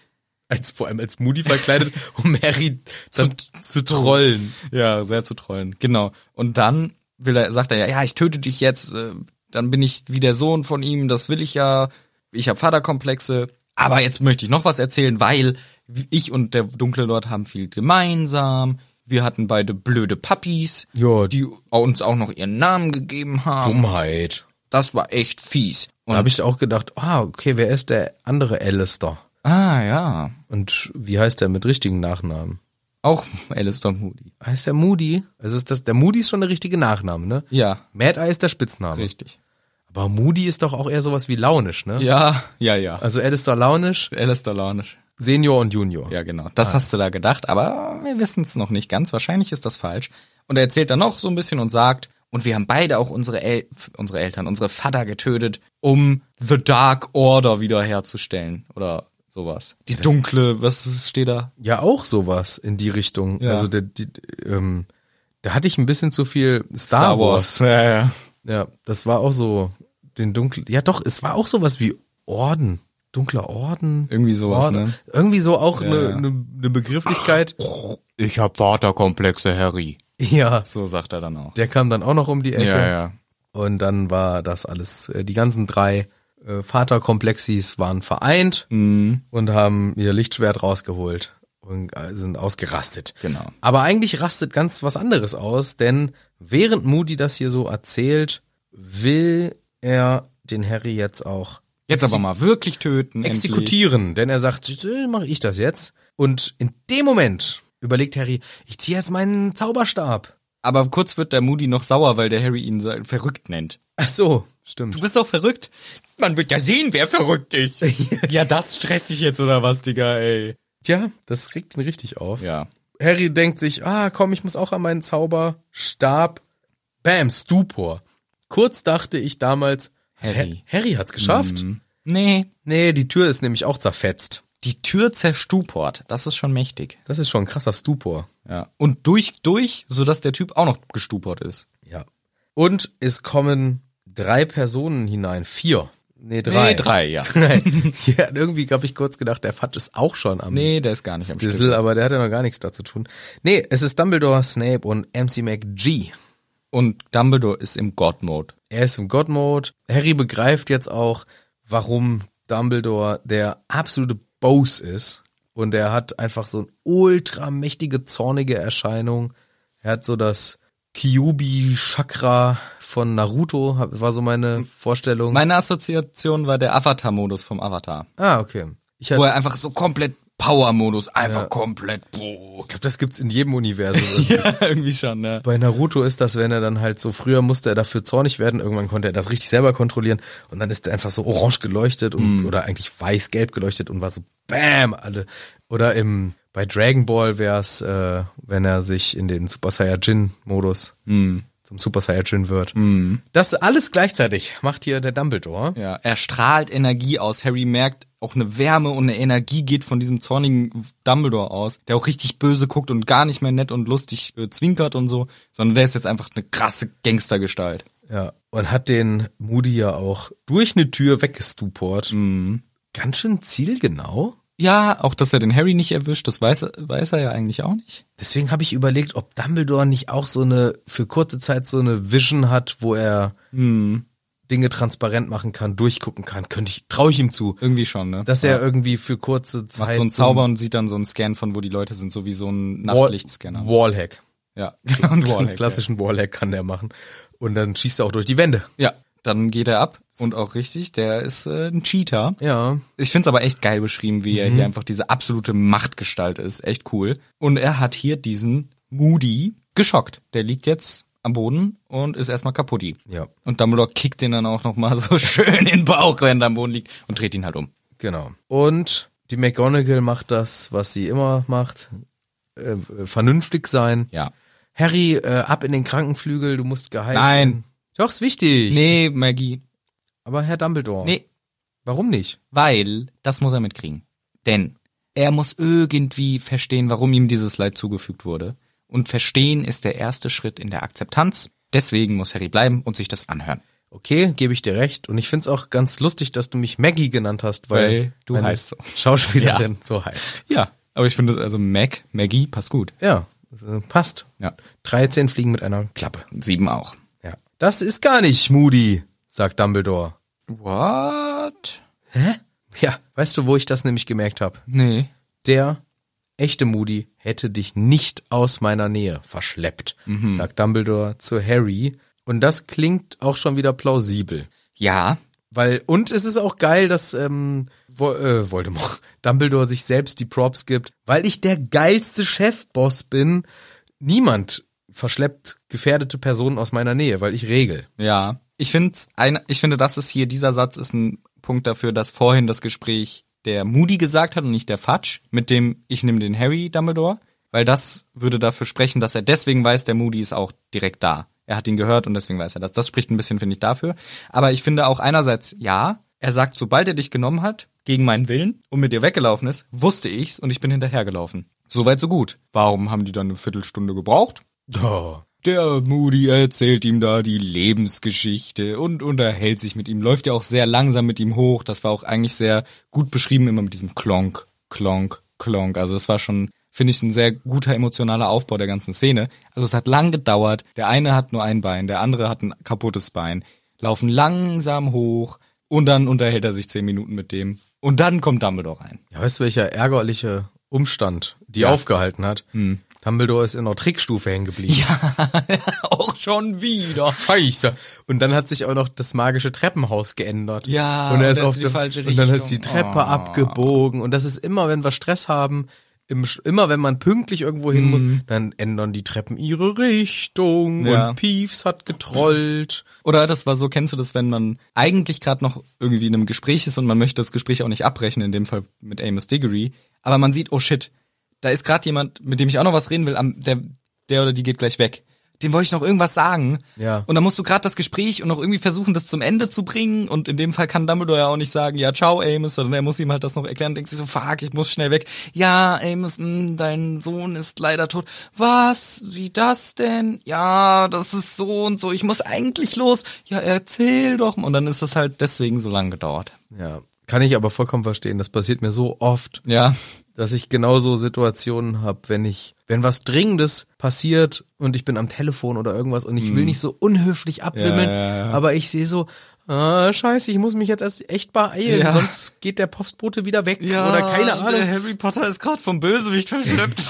[SPEAKER 2] Als, vor allem als Moody verkleidet, um Harry dann zu trollen.
[SPEAKER 1] Ja, sehr zu trollen. Genau. Und dann will er, sagt er ja, ja, ich töte dich jetzt, äh, dann bin ich wie der Sohn von ihm, das will ich ja. Ich habe Vaterkomplexe. Aber jetzt möchte ich noch was erzählen, weil ich und der dunkle Lord haben viel gemeinsam. Wir hatten beide blöde Puppies,
[SPEAKER 2] Ja,
[SPEAKER 1] die uns auch noch ihren Namen gegeben haben.
[SPEAKER 2] Dummheit.
[SPEAKER 1] Das war echt fies.
[SPEAKER 2] Da habe ich auch gedacht, ah, okay, wer ist der andere Alistair?
[SPEAKER 1] ah ja,
[SPEAKER 2] Und wie heißt der mit richtigen Nachnamen?
[SPEAKER 1] auch Alistair Moody.
[SPEAKER 2] Heißt der Moody? Also ist das, der Moody ist schon der richtige Nachname, ne?
[SPEAKER 1] Ja,
[SPEAKER 2] Mad Eye ist der Spitzname.
[SPEAKER 1] richtig.
[SPEAKER 2] Aber Moody ist doch auch eher sowas wie launisch, ne?
[SPEAKER 1] Ja, ja, ja.
[SPEAKER 2] Also Alistair launisch,
[SPEAKER 1] Alistair Lanisch.
[SPEAKER 2] Senior und Junior.
[SPEAKER 1] Ja, genau. Das hast du da gedacht, aber wir wissen es noch nicht ganz. Wahrscheinlich ist das falsch. Und er erzählt dann noch so ein bisschen und sagt, und wir haben beide auch unsere, El unsere Eltern, unsere Vater getötet, um The Dark Order wiederherzustellen oder sowas. Die dunkle, was was steht da?
[SPEAKER 2] Ja, auch sowas in die Richtung.
[SPEAKER 1] Ja.
[SPEAKER 2] Also der, die, ähm, da hatte ich ein bisschen zu viel Star, Wars.
[SPEAKER 1] Ja, ja.
[SPEAKER 2] Ja, das war auch so den dunkel. Ja, doch, es war auch sowas wie Orden, dunkler Orden.
[SPEAKER 1] Irgendwie sowas,
[SPEAKER 2] Orden.
[SPEAKER 1] ne?
[SPEAKER 2] Irgendwie so auch eine
[SPEAKER 1] ja.
[SPEAKER 2] ne, ne Begrifflichkeit.
[SPEAKER 4] Ich hab Vaterkomplexe, Harry.
[SPEAKER 2] ja,
[SPEAKER 1] So sagt er dann auch.
[SPEAKER 2] der kam dann auch noch um die Ecke.
[SPEAKER 1] ja.
[SPEAKER 2] Und dann war das alles, äh, die ganzen drei äh, Vaterkomplexis waren vereint
[SPEAKER 1] Mhm.
[SPEAKER 2] und haben ihr Lichtschwert rausgeholt und äh, sind ausgerastet.
[SPEAKER 1] Genau.
[SPEAKER 2] Aber eigentlich rastet ganz was anderes aus, denn während Moody das hier so erzählt, will er den Harry jetzt auch
[SPEAKER 1] Jetzt aber mal wirklich töten. endlich.
[SPEAKER 2] exekutieren, denn er sagt, "Äh, mach ich das jetzt. Und in dem Moment überlegt Harry, ich ziehe jetzt meinen Zauberstab.
[SPEAKER 1] Aber kurz wird der Moody noch sauer, weil der Harry ihn so verrückt nennt.
[SPEAKER 2] Ach so, Stimmt.
[SPEAKER 1] Du bist doch verrückt.
[SPEAKER 4] Man wird ja sehen, wer verrückt ist.
[SPEAKER 1] Ja, das stresst dich jetzt oder was, Digga, ey.
[SPEAKER 2] Tja, das regt ihn richtig auf.
[SPEAKER 1] Ja.
[SPEAKER 2] Harry denkt sich, ah, komm, ich muss auch an meinen Zauberstab. Bam, Stupor. Kurz dachte ich damals,
[SPEAKER 1] Harry. Mhm.
[SPEAKER 2] Ha- Harry hat's geschafft.
[SPEAKER 1] Nee.
[SPEAKER 2] Nee, die Tür ist nämlich auch zerfetzt.
[SPEAKER 1] Die Tür zerstuport. Das ist schon mächtig.
[SPEAKER 2] Das ist schon ein krasser Stupor.
[SPEAKER 1] Ja. Und durch, durch, sodass der Typ auch noch gestuport ist.
[SPEAKER 2] Ja. Und es kommen drei Personen hinein. Vier. Nee, drei.
[SPEAKER 1] Nee, drei, ja.
[SPEAKER 2] Nein. Ja, irgendwie habe ich kurz gedacht, der Fatsch ist auch schon am
[SPEAKER 1] Nee, der ist gar nicht am
[SPEAKER 2] Stissel, aber der hat ja noch gar nichts dazu tun. Nee, es ist Dumbledore, Snape und MC McG.
[SPEAKER 1] Und Dumbledore ist im God-Mode.
[SPEAKER 2] Er ist im God-Mode. Harry begreift jetzt auch, warum Dumbledore der absolute Bose ist. Und er hat einfach so eine ultramächtige, zornige Erscheinung. Er hat so das Kyubi-Chakra von Naruto, hab- war so meine Vorstellung.
[SPEAKER 1] Meine Assoziation war der Avatar-Modus vom Avatar.
[SPEAKER 2] ah, okay. Ich
[SPEAKER 1] Wo
[SPEAKER 2] hab-
[SPEAKER 1] er einfach so komplett Power-Modus, einfach komplett, boah.
[SPEAKER 2] ich glaube, das gibt's in jedem Universum.
[SPEAKER 1] Ja, irgendwie schon, ne?
[SPEAKER 2] Bei Naruto ist das, wenn er dann halt so, früher musste er dafür zornig werden, irgendwann konnte er das richtig selber kontrollieren und dann ist er einfach so orange geleuchtet und, oder eigentlich weiß-gelb geleuchtet und war so BAM alle. Oder im, bei Dragon Ball wär's, äh, wenn er sich in den Super Saiyajin-Modus zum Super Saiyajin wird. Das alles gleichzeitig macht hier der Dumbledore.
[SPEAKER 1] Ja, er strahlt Energie aus. Harry merkt, auch eine Wärme und eine Energie geht von diesem zornigen Dumbledore aus, der auch richtig böse guckt und gar nicht mehr nett und lustig äh, zwinkert und so, sondern der ist jetzt einfach eine krasse Gangstergestalt.
[SPEAKER 2] Ja, und hat den Moody ja auch durch eine Tür weggestuport. Ganz schön zielgenau.
[SPEAKER 1] Ja, auch dass er den Harry nicht erwischt, das weiß, weiß er ja eigentlich auch nicht.
[SPEAKER 2] Deswegen habe ich überlegt, ob Dumbledore nicht auch so eine, für kurze Zeit so eine Vision hat, wo er
[SPEAKER 1] Hm.
[SPEAKER 2] Dinge transparent machen kann, durchgucken kann. Könnte ich, traue ich ihm zu.
[SPEAKER 1] Irgendwie schon, ne?
[SPEAKER 2] Dass er irgendwie für kurze Zeit.
[SPEAKER 1] macht so einen Zauber und sieht dann so einen Scan von wo die Leute sind, so wie so ein
[SPEAKER 2] einen Wall-
[SPEAKER 1] Nachtlichtscanner.
[SPEAKER 2] Wallhack.
[SPEAKER 1] Ja, und Wallhack.
[SPEAKER 2] Einen klassischen Wallhack kann der machen. Und dann schießt er auch durch die Wände.
[SPEAKER 1] Ja. ja, dann geht er ab und auch richtig, der ist äh, ein Cheater.
[SPEAKER 2] Ja.
[SPEAKER 1] Ich find's aber echt geil beschrieben, wie er hier einfach diese absolute Machtgestalt ist. Echt cool. Und er hat hier diesen Moody geschockt. Der liegt jetzt am Boden und ist erstmal kaputti.
[SPEAKER 2] Ja.
[SPEAKER 1] Und Dumbledore kickt den dann auch nochmal so schön in den Bauch, wenn er am Boden liegt und dreht ihn halt um.
[SPEAKER 2] Genau. Und die McGonagall macht das, was sie immer macht. Äh, vernünftig sein.
[SPEAKER 1] Ja.
[SPEAKER 2] Harry, äh, ab in den Krankenflügel, du musst geheilt
[SPEAKER 1] Nein.
[SPEAKER 2] werden. Doch, ist wichtig.
[SPEAKER 1] Nee, Maggie.
[SPEAKER 2] Aber Herr Dumbledore.
[SPEAKER 1] Nee,
[SPEAKER 2] Warum nicht?
[SPEAKER 1] weil das muss er mitkriegen. Denn er muss irgendwie verstehen, warum ihm dieses Leid zugefügt wurde. Und verstehen ist der erste Schritt in der Akzeptanz. Deswegen muss Harry bleiben und sich das anhören.
[SPEAKER 2] Okay, gebe ich dir recht. Und ich find's auch ganz lustig, dass du mich Maggie genannt hast, weil,
[SPEAKER 1] Weil du
[SPEAKER 2] meine
[SPEAKER 1] heißt so.
[SPEAKER 2] Schauspielerin so heißt.
[SPEAKER 1] Ja, aber ich finde, also Mac, Maggie passt gut.
[SPEAKER 2] Ja, äh, passt.
[SPEAKER 1] Ja.
[SPEAKER 2] 13 fliegen mit einer Klappe.
[SPEAKER 1] Sieben auch.
[SPEAKER 2] Ja. Das ist gar nicht Moody, sagt Dumbledore.
[SPEAKER 1] What?
[SPEAKER 2] Ja, weißt du, wo ich das nämlich gemerkt habe?
[SPEAKER 1] Nee.
[SPEAKER 2] Der echte Moody hätte dich nicht aus meiner Nähe verschleppt,
[SPEAKER 1] Mhm.
[SPEAKER 2] sagt Dumbledore zu Harry. Und das klingt auch schon wieder plausibel.
[SPEAKER 1] Ja.
[SPEAKER 2] Weil, und es ist auch geil, dass ähm, Vo äh, Voldemort, Dumbledore sich selbst die Props gibt, weil ich der geilste Chefboss bin. Niemand verschleppt gefährdete Personen aus meiner Nähe, weil ich regel.
[SPEAKER 1] Ja. Ich finde, ein, ich finde, das ist hier, dieser Satz ist ein Punkt dafür, dass vorhin das Gespräch der Moody gesagt hat und nicht der Fudge, mit dem ich nehme den Harry Dumbledore, weil das würde dafür sprechen, dass er deswegen weiß, der Moody ist auch direkt da. Er hat ihn gehört und deswegen weiß er das. Das spricht ein bisschen, finde ich, dafür. Aber ich finde auch einerseits, ja, er sagt, sobald er dich genommen hat, gegen meinen Willen und mit dir weggelaufen ist, wusste ich's und ich bin hinterhergelaufen. Soweit, so gut. Warum haben die dann eine Viertelstunde gebraucht?
[SPEAKER 2] Oh.
[SPEAKER 1] Der Moody erzählt ihm da die Lebensgeschichte und unterhält sich mit ihm, läuft ja auch sehr langsam mit ihm hoch. Das war auch eigentlich sehr gut beschrieben, immer mit diesem Klonk, Klonk, Klonk. Also das war schon, finde ich, ein sehr guter emotionaler Aufbau der ganzen Szene. Also es hat lang gedauert. Der eine hat nur ein Bein, der andere hat ein kaputtes Bein. Laufen langsam hoch und dann unterhält er sich zehn Minuten mit dem. Und dann kommt Dumbledore rein.
[SPEAKER 2] Ja, weißt du, welcher ärgerliche Umstand die aufgehalten hat? Dumbledore ist in der Trickstufe hängen geblieben.
[SPEAKER 1] auch schon wieder.
[SPEAKER 2] Scheiße. Und dann hat sich auch noch das magische Treppenhaus geändert.
[SPEAKER 1] Ja,
[SPEAKER 2] und er ist
[SPEAKER 1] das
[SPEAKER 2] auf
[SPEAKER 1] ist die
[SPEAKER 2] der-
[SPEAKER 1] falsche
[SPEAKER 2] Und dann ist die
[SPEAKER 1] Richtung.
[SPEAKER 2] Treppe abgebogen. Und das ist immer, wenn wir Stress haben, im, Sch- immer wenn man pünktlich irgendwo hin muss, dann ändern die Treppen ihre Richtung
[SPEAKER 1] Ja.
[SPEAKER 2] und Piefs hat getrollt.
[SPEAKER 1] Oder das war so, kennst du das, wenn man eigentlich gerade noch irgendwie in einem Gespräch ist und man möchte das Gespräch auch nicht abbrechen, in dem Fall mit Amos Diggory, aber man sieht, oh shit, da ist gerade jemand, mit dem ich auch noch was reden will, am, der, der oder die geht gleich weg. Dem wollte ich noch irgendwas sagen.
[SPEAKER 2] Ja.
[SPEAKER 1] Und dann musst du gerade das Gespräch und noch irgendwie versuchen, das zum Ende zu bringen. Und in dem Fall kann Dumbledore ja auch nicht sagen, ja, ciao, Amos, sondern er muss ihm halt das noch erklären. Denkt sich so, fuck, ich muss schnell weg. Ja, Amos, mh, dein Sohn ist leider tot. Was? Wie das denn? Ja, das ist so und so. Ich muss eigentlich los. Ja, erzähl doch. mal. Und dann ist das halt deswegen so lang gedauert.
[SPEAKER 2] Ja, kann ich aber vollkommen verstehen. Das passiert mir so oft,
[SPEAKER 1] Ja.
[SPEAKER 2] dass ich genauso Situationen habe, wenn ich, wenn was Dringendes passiert und ich bin am Telefon oder irgendwas und ich will nicht so unhöflich abwimmeln,
[SPEAKER 1] Ja, ja, ja.
[SPEAKER 2] aber ich sehe so, ah, scheiße, ich muss mich jetzt erst echt beeilen,
[SPEAKER 1] Ja.
[SPEAKER 2] sonst geht der Postbote wieder weg oder keine Ahnung.
[SPEAKER 1] Harry Potter ist gerade vom Bösewicht verschleppt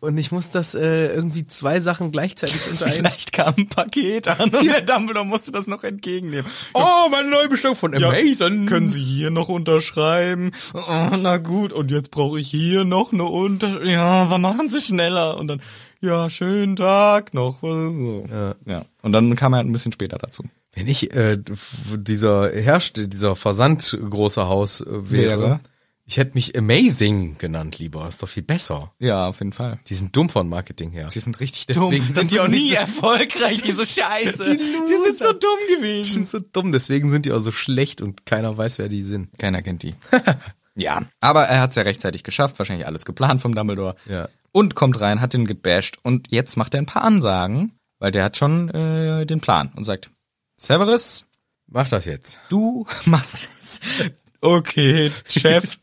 [SPEAKER 2] Und ich muss das äh, irgendwie zwei Sachen gleichzeitig unter einen.
[SPEAKER 1] Vielleicht kam ein Paket an und der Dumbledore musste das noch entgegennehmen.
[SPEAKER 2] Oh, meine Neubestellung von Amazon.
[SPEAKER 1] Können Sie hier noch unterschreiben? Oh, na gut, und jetzt brauche ich hier noch eine Unter... Ja, wann machen Sie schneller? Und dann, ja, schönen Tag noch. Ja. ja. Und dann kam er halt ein bisschen später dazu.
[SPEAKER 2] Wenn ich äh, f- dieser herrscht dieser Versand großer Haus äh, wäre,
[SPEAKER 1] Wäre?
[SPEAKER 2] ich hätte mich Amazing genannt lieber, ist doch viel besser.
[SPEAKER 1] Ja, auf jeden Fall.
[SPEAKER 2] Die sind dumm von Marketing her.
[SPEAKER 1] Die sind richtig
[SPEAKER 2] Deswegen
[SPEAKER 1] dumm.
[SPEAKER 2] sind
[SPEAKER 1] Das
[SPEAKER 2] die
[SPEAKER 1] ist
[SPEAKER 2] auch nicht so-
[SPEAKER 1] erfolgreich, diese Scheiße. Die, sind so dumm
[SPEAKER 2] Die
[SPEAKER 1] gewesen.
[SPEAKER 2] sind so dumm, deswegen sind die auch so schlecht und keiner weiß, wer die sind.
[SPEAKER 1] Keiner kennt die. ja. Aber er hat es ja rechtzeitig geschafft, wahrscheinlich alles geplant vom Dumbledore.
[SPEAKER 2] Ja.
[SPEAKER 1] Und kommt rein, hat ihn gebasht und jetzt macht er ein paar Ansagen, weil der hat schon äh, den Plan und sagt, Severus,
[SPEAKER 2] Mach das jetzt.
[SPEAKER 1] du machst es jetzt. Okay, Chef.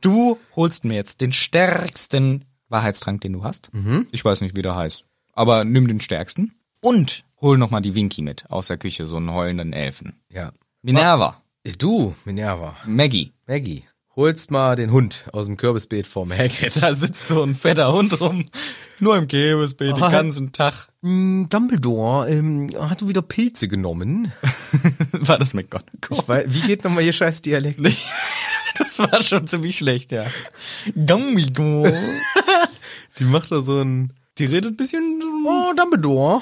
[SPEAKER 1] du holst mir jetzt den stärksten Wahrheitstrank, den du hast. Ich weiß nicht, wie der heißt. Aber nimm den stärksten. Und hol nochmal die Winky mit aus der Küche, so einen heulenden Elfen.
[SPEAKER 2] Ja.
[SPEAKER 1] Minerva,
[SPEAKER 2] Du, Minerva,
[SPEAKER 1] Maggie.
[SPEAKER 2] Maggie, holst mal den Hund aus dem Kürbisbeet vor Hagrid.
[SPEAKER 1] Da sitzt so ein fetter Hund rum. Nur im Käbesbeet
[SPEAKER 2] Ah.
[SPEAKER 1] den ganzen Tag.
[SPEAKER 2] Mm, Dumbledore, ähm, hast du wieder Pilze genommen?
[SPEAKER 1] War das McGonagall?
[SPEAKER 2] Weil, wie geht nochmal ihr scheiß Dialekt?
[SPEAKER 1] Das war schon ziemlich schlecht, ja. Dumbledore.
[SPEAKER 2] Die macht da so ein...
[SPEAKER 1] Die redet ein bisschen
[SPEAKER 2] Oh, Dumbledore,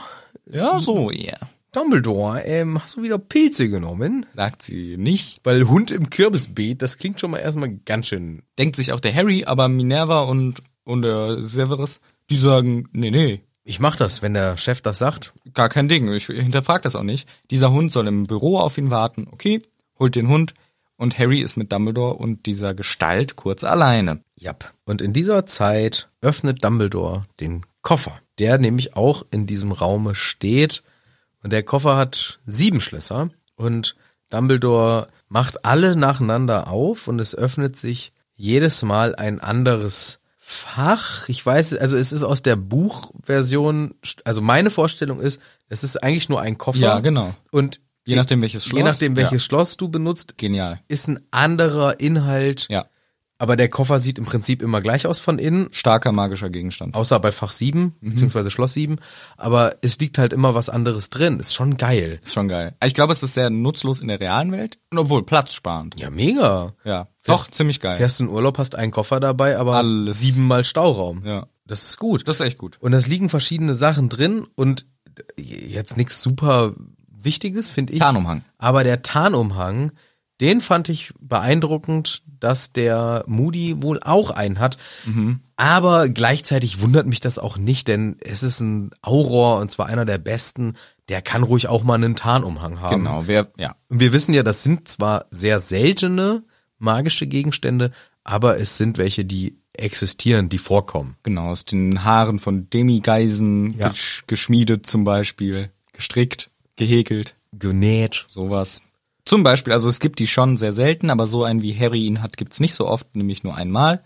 [SPEAKER 1] Ja, so, ja.
[SPEAKER 2] Dumbledore, ähm, hast du wieder Pilze genommen?
[SPEAKER 1] Sagt sie nicht.
[SPEAKER 2] Weil Hund im Kürbisbeet, das klingt schon mal erstmal ganz schön.
[SPEAKER 1] Denkt sich auch der Harry, aber Minerva und, und der Severus, die sagen, nee, nee,
[SPEAKER 2] Ich mach das, wenn der Chef das sagt.
[SPEAKER 1] gar kein Ding. Ich hinterfrag das auch nicht. Dieser Hund soll im Büro auf ihn warten. Okay, holt den Hund. Und Harry ist mit Dumbledore und dieser Gestalt kurz alleine.
[SPEAKER 2] Jap. Und in dieser Zeit öffnet Dumbledore den Koffer, der nämlich auch in diesem Raume steht. Und der Koffer hat sieben Schlösser. Und Dumbledore macht alle nacheinander auf und es öffnet sich jedes Mal ein anderes Fach. Ich weiß, also es ist aus der Buchversion, also meine Vorstellung ist, es ist eigentlich nur ein Koffer.
[SPEAKER 1] Ja, genau.
[SPEAKER 2] Und
[SPEAKER 1] Je nachdem, welches
[SPEAKER 2] Je
[SPEAKER 1] Schloss.
[SPEAKER 2] nachdem, welches
[SPEAKER 1] Ja.
[SPEAKER 2] Schloss du benutzt,
[SPEAKER 1] Genial.
[SPEAKER 2] ist ein anderer Inhalt.
[SPEAKER 1] Ja.
[SPEAKER 2] Aber der Koffer sieht im Prinzip immer gleich aus von innen,
[SPEAKER 1] Starker magischer Gegenstand.
[SPEAKER 2] außer bei Fach 7,
[SPEAKER 1] Mhm.
[SPEAKER 2] beziehungsweise Schloss 7. Aber es liegt halt immer was anderes drin. Ist schon geil.
[SPEAKER 1] Ist schon geil. Ah, Ich glaube, es ist sehr nutzlos in der realen Welt. Und obwohl, platzsparend.
[SPEAKER 2] Ja, mega.
[SPEAKER 1] Ja.
[SPEAKER 2] Fährst-
[SPEAKER 1] Doch, ziemlich geil.
[SPEAKER 2] Fährst in Urlaub, hast einen Koffer dabei, aber
[SPEAKER 1] Alles.
[SPEAKER 2] hast siebenmal Stauraum.
[SPEAKER 1] Ja.
[SPEAKER 2] Das ist gut.
[SPEAKER 1] Das ist echt gut.
[SPEAKER 2] und es liegen verschiedene Sachen drin und jetzt nichts super Wichtiges, finde ich.
[SPEAKER 1] Tarnumhang.
[SPEAKER 2] Aber der Tarnumhang, den fand ich beeindruckend, dass der Moody wohl auch einen hat.
[SPEAKER 1] Mhm.
[SPEAKER 2] Aber gleichzeitig wundert mich das auch nicht, denn es ist ein Auror und zwar einer der besten. Der kann ruhig auch mal einen Tarnumhang haben.
[SPEAKER 1] Genau. Wer, ja.
[SPEAKER 2] Und wir wissen ja, das sind zwar sehr seltene magische Gegenstände, aber es sind welche, die existieren, die vorkommen.
[SPEAKER 1] Genau. Aus den Haaren von Demigeisen
[SPEAKER 2] Ja.
[SPEAKER 1] gesch geschmiedet zum Beispiel. Gestrickt. Gehäkelt.
[SPEAKER 2] Genäht.
[SPEAKER 1] Sowas. Zum Beispiel, also es gibt die schon sehr selten, aber so einen wie Harry ihn hat, gibt's nicht so oft, nämlich nur einmal.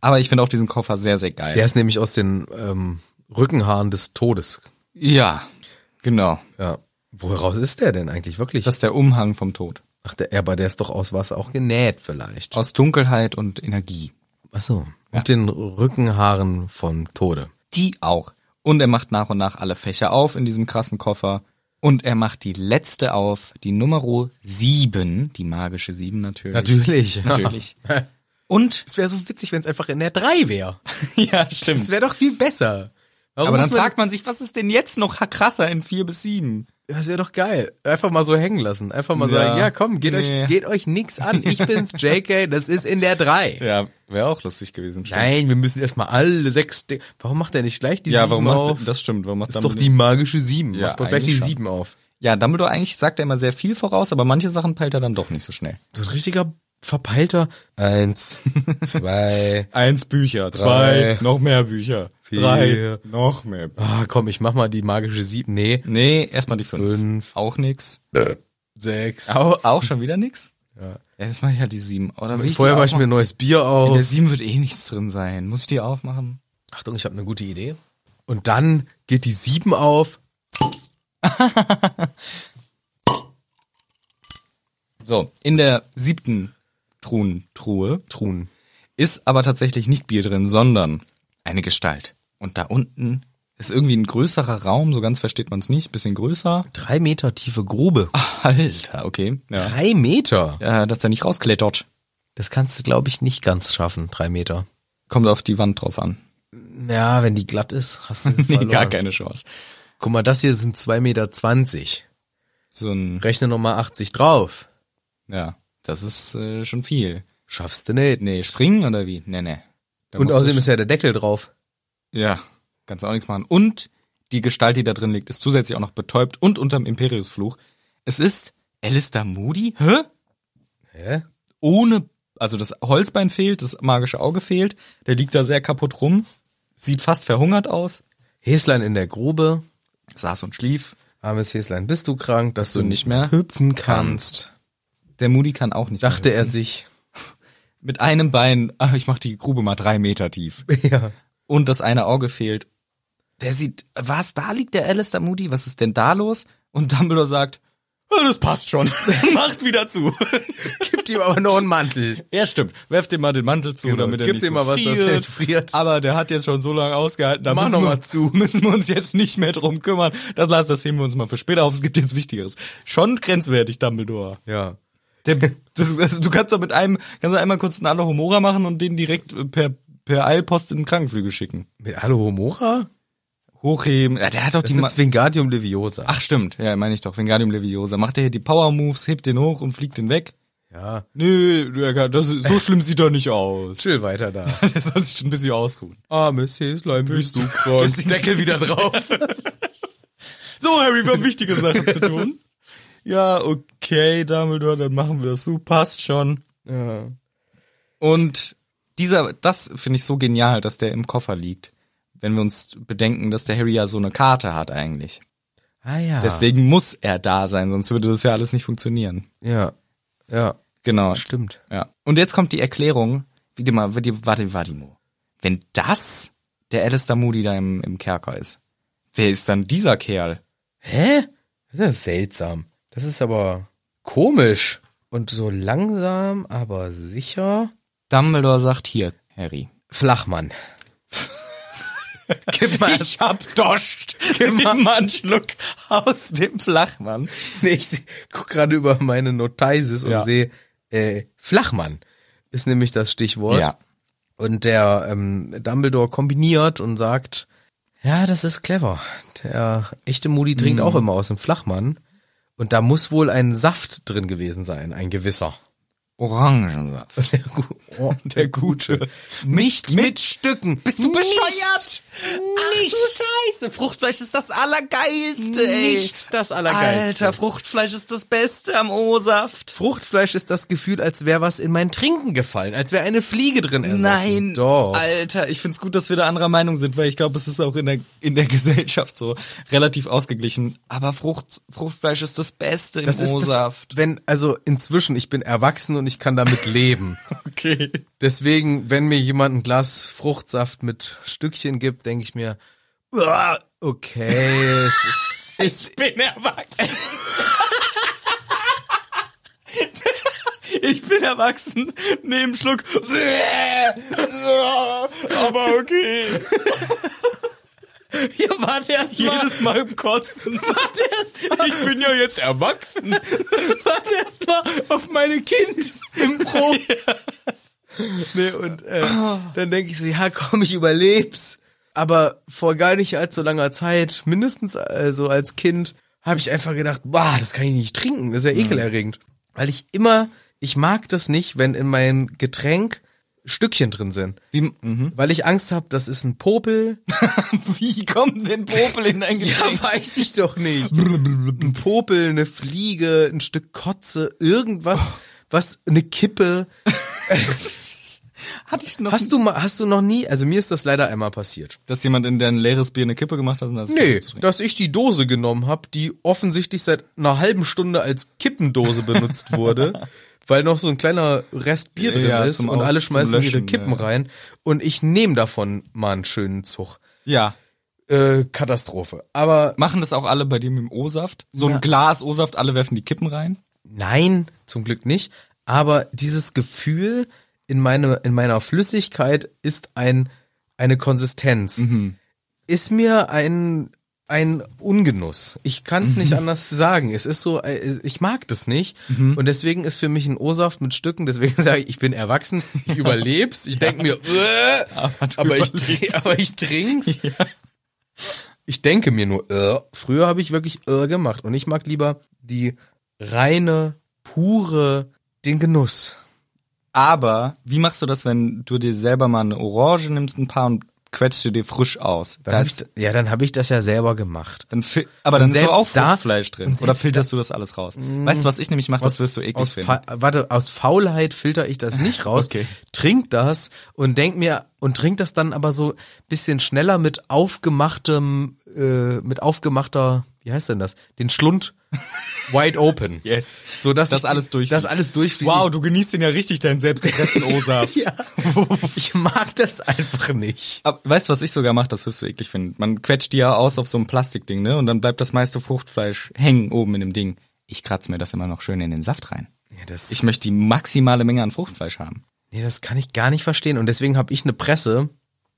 [SPEAKER 1] Aber ich finde auch diesen Koffer sehr, sehr geil.
[SPEAKER 2] Der ist nämlich aus den ähm, Rückenhaaren des Todes.
[SPEAKER 1] Ja. Genau.
[SPEAKER 2] Ja. Woraus ist der denn eigentlich wirklich?
[SPEAKER 1] Das ist der Umhang vom Tod.
[SPEAKER 2] Ach, der, ja, aber der ist doch aus was auch genäht vielleicht.
[SPEAKER 1] Aus Dunkelheit und Energie.
[SPEAKER 2] Ach so. Und den Rückenhaaren vom Tode.
[SPEAKER 1] die auch. Und er macht nach und nach alle Fächer auf in diesem krassen Koffer. Und er macht die letzte auf, die Numero 7, die magische 7 natürlich.
[SPEAKER 2] Natürlich.
[SPEAKER 1] Natürlich. Und?
[SPEAKER 2] Es wäre so witzig, wenn es einfach in der 3 wäre.
[SPEAKER 1] Ja, stimmt.
[SPEAKER 2] Es wäre doch viel besser. Warum
[SPEAKER 1] Aber dann
[SPEAKER 2] muss man-
[SPEAKER 1] fragt man sich, was ist denn jetzt noch krasser in 4 bis 7?
[SPEAKER 2] Das wäre doch geil. Einfach mal so hängen lassen. Einfach mal
[SPEAKER 1] Ja.
[SPEAKER 2] sagen, ja komm, geht
[SPEAKER 1] Nee.
[SPEAKER 2] euch, geht euch nix an. Ich bin's, JK, das ist in der 3.
[SPEAKER 1] Ja, wäre auch lustig gewesen. stimmt.
[SPEAKER 2] Nein, wir müssen erstmal alle sechs. Di- Warum macht er nicht gleich die
[SPEAKER 1] Ja,
[SPEAKER 2] sieben
[SPEAKER 1] warum
[SPEAKER 2] auf?
[SPEAKER 1] macht das stimmt, warum macht
[SPEAKER 2] ist doch
[SPEAKER 1] Dumbledore-
[SPEAKER 2] die magische sieben.
[SPEAKER 1] Ja,
[SPEAKER 2] macht doch gleich die
[SPEAKER 1] eigentlich schon.
[SPEAKER 2] sieben auf.
[SPEAKER 1] Ja, Dumbledore eigentlich sagt er immer sehr viel voraus, aber manche Sachen peilt er dann doch nicht so schnell.
[SPEAKER 2] So ein richtiger verpeilter. Eins, zwei.
[SPEAKER 1] Eins Bücher,
[SPEAKER 2] Drei.
[SPEAKER 1] noch mehr Bücher,
[SPEAKER 2] Vier.
[SPEAKER 1] noch mehr.
[SPEAKER 2] Ah, komm, ich mach mal die magische sieben. Nee,
[SPEAKER 1] Nee, erstmal die fünf.
[SPEAKER 2] Fünf.
[SPEAKER 1] Auch nix.
[SPEAKER 2] sechs.
[SPEAKER 1] Auch, auch schon wieder nix?
[SPEAKER 2] Ja.
[SPEAKER 1] Ja, jetzt mache ich halt die sieben. Oder will ich
[SPEAKER 2] Vorher
[SPEAKER 1] die
[SPEAKER 2] war ich mir ein
[SPEAKER 1] aufmachen?
[SPEAKER 2] neues Bier
[SPEAKER 1] In der
[SPEAKER 2] auf.
[SPEAKER 1] sieben wird eh nichts drin sein. Muss ich die aufmachen?
[SPEAKER 2] Achtung, ich habe eine gute Idee. Und dann geht die sieben auf.
[SPEAKER 1] So, in der siebten Truhen, Truhe
[SPEAKER 2] Truhen.
[SPEAKER 1] ist aber tatsächlich nicht Bier drin, sondern eine Gestalt. Und da unten ist irgendwie ein größerer Raum, so ganz versteht man es nicht, bisschen größer.
[SPEAKER 2] Drei Meter tiefe Grube.
[SPEAKER 1] Alter, okay. Ja.
[SPEAKER 2] Drei Meter.
[SPEAKER 1] Äh, dass er nicht rausklettert.
[SPEAKER 2] Das kannst du, glaube ich, nicht ganz schaffen. Drei Meter.
[SPEAKER 1] Kommt auf die Wand drauf an.
[SPEAKER 2] Ja, wenn die glatt ist, hast du
[SPEAKER 1] Nee,
[SPEAKER 2] verloren.
[SPEAKER 1] gar keine Chance.
[SPEAKER 2] Guck mal, das hier sind 2,20 Meter.
[SPEAKER 1] So ein,
[SPEAKER 2] Rechne nochmal 80 drauf.
[SPEAKER 1] ja, das ist äh, schon viel.
[SPEAKER 2] Schaffst du nicht.
[SPEAKER 1] Nee, springen oder wie? Nee, nee. Da
[SPEAKER 2] Und
[SPEAKER 1] musst du
[SPEAKER 2] außerdem ist ja der Deckel drauf.
[SPEAKER 1] Ja, kannst du auch nichts machen. Und die Gestalt, die da drin liegt, ist zusätzlich auch noch betäubt und unterm Imperiusfluch. Es ist Alistair Moody? Hä?
[SPEAKER 2] Hä?
[SPEAKER 1] Ohne, also das Holzbein fehlt, das magische Auge fehlt. Der liegt da sehr kaputt rum. Sieht fast verhungert aus.
[SPEAKER 2] Häslein in der Grube.
[SPEAKER 1] Saß und schlief.
[SPEAKER 2] Armes Häslein, bist du krank, dass,
[SPEAKER 1] du nicht mehr
[SPEAKER 2] hüpfen kannst?
[SPEAKER 1] Der Moody kann auch nicht.
[SPEAKER 2] Dachte
[SPEAKER 1] mehr.
[SPEAKER 2] er sich.
[SPEAKER 1] Mit einem Bein, ah, ich mach die Grube mal drei Meter tief.
[SPEAKER 2] ja.
[SPEAKER 1] Und das eine Auge fehlt. Der sieht, was, da liegt der Alistair Moody? Was ist denn da los? Und Dumbledore sagt, "Ja, das passt schon. Macht wieder zu.
[SPEAKER 2] Gib ihm aber noch einen Mantel.
[SPEAKER 1] Ja, stimmt. Werft ihm mal den Mantel zu,
[SPEAKER 2] Genau,
[SPEAKER 1] damit er
[SPEAKER 2] gib
[SPEAKER 1] nicht so
[SPEAKER 2] dem mal was, dass er
[SPEAKER 1] friert.
[SPEAKER 2] nicht friert.
[SPEAKER 1] Aber der hat jetzt schon so lange ausgehalten, da
[SPEAKER 2] Mach
[SPEAKER 1] müssen
[SPEAKER 2] noch
[SPEAKER 1] wir,
[SPEAKER 2] mal zu.
[SPEAKER 1] müssen wir uns jetzt nicht mehr drum kümmern. Das lass, das heben wir uns mal für später auf, es gibt jetzt Wichtigeres. Schon grenzwertig, Dumbledore.
[SPEAKER 2] Ja.
[SPEAKER 1] Der, das, das, du kannst doch mit einem, kannst du einmal kurz einen Alohomora Humora machen und den direkt per, per Eilpost in den Krankenflügel schicken.
[SPEAKER 2] Mit Alohomora?
[SPEAKER 1] Hochheben, ja, der hat doch
[SPEAKER 2] Das
[SPEAKER 1] die... Ma
[SPEAKER 2] ist Vingadium Leviosa.
[SPEAKER 1] Ach stimmt, ja, meine ich doch, Vingadium Leviosa. Macht er hier die Power-Moves, hebt den hoch und fliegt den weg?
[SPEAKER 2] ja.
[SPEAKER 1] Nö, der kann- das, ist- so schlimm sieht er nicht aus.
[SPEAKER 2] Chill weiter da.
[SPEAKER 1] Der soll sich schon ein bisschen ausruhen.
[SPEAKER 2] Armes Häslein, bist du krank? Deckel wieder drauf.
[SPEAKER 1] So, Harry, wir haben wichtige Sachen zu tun. Ja, okay, Dumbledore, dann machen wir das so. Passt schon.
[SPEAKER 2] ja.
[SPEAKER 1] Und dieser, das finde ich so genial, dass der im Koffer liegt. Wenn wir uns bedenken, dass der Harry ja so eine Karte hat eigentlich.
[SPEAKER 2] Ah ja.
[SPEAKER 1] Deswegen muss er da sein, sonst würde das ja alles nicht funktionieren.
[SPEAKER 2] Ja. Ja.
[SPEAKER 1] Genau.
[SPEAKER 2] Stimmt.
[SPEAKER 1] Ja. Und jetzt kommt die Erklärung, wie die mal, wie die, warte, warte, Mo. Wenn das der Alistair Moody da im, im Kerker ist, wer ist dann dieser Kerl?
[SPEAKER 2] Hä? Das ist seltsam. Das ist aber komisch. Und so langsam, aber sicher.
[SPEAKER 1] Dumbledore sagt hier, Harry,
[SPEAKER 2] Flachmann. Gib mal
[SPEAKER 1] Ich hab doscht. Gib mal einen Schluck aus dem Flachmann.
[SPEAKER 2] Nee, ich seh- guck gerade über meine Notizes und
[SPEAKER 1] Ja.
[SPEAKER 2] sehe, äh, Flachmann ist nämlich das Stichwort.
[SPEAKER 1] Ja.
[SPEAKER 2] Und der ähm, Dumbledore kombiniert und sagt, ja, das ist clever. Der echte Moody trinkt auch immer aus dem Flachmann. Und da muss wohl ein Saft drin gewesen sein, ein gewisser.
[SPEAKER 1] Orangensaft.
[SPEAKER 2] Der, Gu oh, der Gute. Nicht mit, Stücken. Bist du
[SPEAKER 1] bescheuert? Nicht. Ach du Scheiße, Fruchtfleisch ist das Allergeilste,
[SPEAKER 2] Nicht das Allergeilste.
[SPEAKER 1] Fruchtfleisch ist das Beste am O-Saft.
[SPEAKER 2] Fruchtfleisch ist das Gefühl, als wäre was in mein Trinken gefallen, als wäre eine Fliege drin ersoffen.
[SPEAKER 1] Nein,
[SPEAKER 2] Doch.
[SPEAKER 1] Alter, ich find's gut, dass wir da anderer Meinung sind, weil ich glaube, es ist auch in der, in der Gesellschaft so relativ ausgeglichen. Aber Frucht, Fruchtfleisch ist das Beste im
[SPEAKER 2] das ist das,
[SPEAKER 1] O-Saft.
[SPEAKER 2] wenn, also inzwischen, ich bin erwachsen und ich kann damit leben.
[SPEAKER 1] Okay.
[SPEAKER 2] Deswegen, wenn mir jemand ein Glas Fruchtsaft mit Stückchen gibt, denke ich mir, "Uah, okay, es, es,
[SPEAKER 4] Bin erwachsen.
[SPEAKER 1] Ich bin erwachsen, nehme einen Schluck.
[SPEAKER 4] Aber okay.
[SPEAKER 1] Ihr wart erst mal. jedes Mal im Kotzen. Wart erst mal,
[SPEAKER 4] Ich bin ja jetzt erwachsen.
[SPEAKER 1] wart erst mal auf meine Kind im Pro.
[SPEAKER 2] Nee, und äh, dann denke ich so, ja komm, ich überleb's. Aber vor gar nicht allzu langer Zeit, mindestens äh, so als Kind, habe ich einfach gedacht, bah, das kann ich nicht trinken, das ist ja ekelerregend. Weil ich immer, ich mag das nicht, wenn in mein Getränk Stückchen drin sind.
[SPEAKER 1] Wie, mhm.
[SPEAKER 2] Weil ich Angst habe, das ist ein Popel.
[SPEAKER 1] Wie kommt denn Popel in dein Getränk?
[SPEAKER 2] weiß ich doch nicht. ein Popel, eine Fliege, ein Stück Kotze, irgendwas, was, eine Kippe.
[SPEAKER 1] Hatte ich noch,
[SPEAKER 2] Hast du mal, hast du noch nie, also mir ist das leider einmal passiert.
[SPEAKER 1] dass jemand in dein leeres Bier eine Kippe gemacht hat? Und das
[SPEAKER 2] Nee, dass ich die Dose genommen habe, die offensichtlich seit einer halben Stunde als Kippendose benutzt wurde, weil noch so ein kleiner Rest Bier drin
[SPEAKER 1] Ja,
[SPEAKER 2] ist
[SPEAKER 1] zum
[SPEAKER 2] und alle
[SPEAKER 1] Aus- zum
[SPEAKER 2] schmeißen ihre
[SPEAKER 1] Löschen,
[SPEAKER 2] Kippen
[SPEAKER 1] ja.
[SPEAKER 2] rein und ich nehme davon mal einen schönen Zug.
[SPEAKER 1] Ja.
[SPEAKER 2] Äh, Katastrophe. Aber
[SPEAKER 1] Machen das auch alle bei dir mit dem O-Saft? So ein
[SPEAKER 2] Na.
[SPEAKER 1] Glas O-Saft, alle werfen die Kippen rein?
[SPEAKER 2] nein, zum Glück nicht. Aber dieses Gefühl in, meine, in meiner Flüssigkeit ist ein, eine Konsistenz.
[SPEAKER 1] Mhm.
[SPEAKER 2] Ist mir ein, ein Ungenuss. Ich kann es
[SPEAKER 1] Mhm.
[SPEAKER 2] nicht anders sagen. Es ist so, äh, ich mag das nicht. Und deswegen ist für mich ein O-Saft mit Stücken, deswegen sage ich, ich bin erwachsen, ich überleb's. Ich denk mir, äh,
[SPEAKER 1] Aber du
[SPEAKER 2] aber, ich, trink- aber ich trink's. Ich denke mir nur, äh, früher habe ich wirklich äh gemacht. Und ich mag lieber die reine, pure, den Genuss.
[SPEAKER 1] Aber wie machst du das, wenn du dir selber mal eine Orange nimmst, ein paar und quetschst du dir frisch aus?
[SPEAKER 2] Dann hab
[SPEAKER 1] Das,
[SPEAKER 2] ich, ja, dann habe ich das ja selber gemacht.
[SPEAKER 1] dann fil- aber dann
[SPEAKER 2] Und
[SPEAKER 1] ist doch
[SPEAKER 2] selbst
[SPEAKER 1] auch
[SPEAKER 2] da-
[SPEAKER 1] Fruchtfleisch drin.
[SPEAKER 2] und
[SPEAKER 1] Oder
[SPEAKER 2] selbst Mm.
[SPEAKER 1] filterst du das alles raus? Weißt du, was ich nämlich mache? Das wirst du eklig
[SPEAKER 2] aus
[SPEAKER 1] finden.
[SPEAKER 2] Fa warte, aus Faulheit filter ich das nicht raus,
[SPEAKER 1] Okay.
[SPEAKER 2] trink das und denk mir und trink das dann aber so bisschen schneller mit aufgemachtem, äh, mit aufgemachter, wie heißt denn das? Den Schlund wide open.
[SPEAKER 1] Yes.
[SPEAKER 2] So dass
[SPEAKER 1] Das
[SPEAKER 2] ich-
[SPEAKER 1] alles durchfließt.
[SPEAKER 2] Das alles durchfließt.
[SPEAKER 1] Wow, du genießt den ja richtig, deinen selbstgepressten O-Saft.
[SPEAKER 2] ja. Ich mag das einfach nicht.
[SPEAKER 1] Aber weißt du, was ich sogar mache? Das wirst du eklig finden. Man quetscht die ja aus auf so einem Plastikding, ne? Und dann bleibt das meiste Fruchtfleisch hängen oben in dem Ding. Ich kratze mir das immer noch schön in den Saft rein.
[SPEAKER 2] Ja, das,
[SPEAKER 1] Ich möchte die maximale Menge an Fruchtfleisch haben.
[SPEAKER 2] nee, das kann ich gar nicht verstehen. Und deswegen habe ich eine Presse,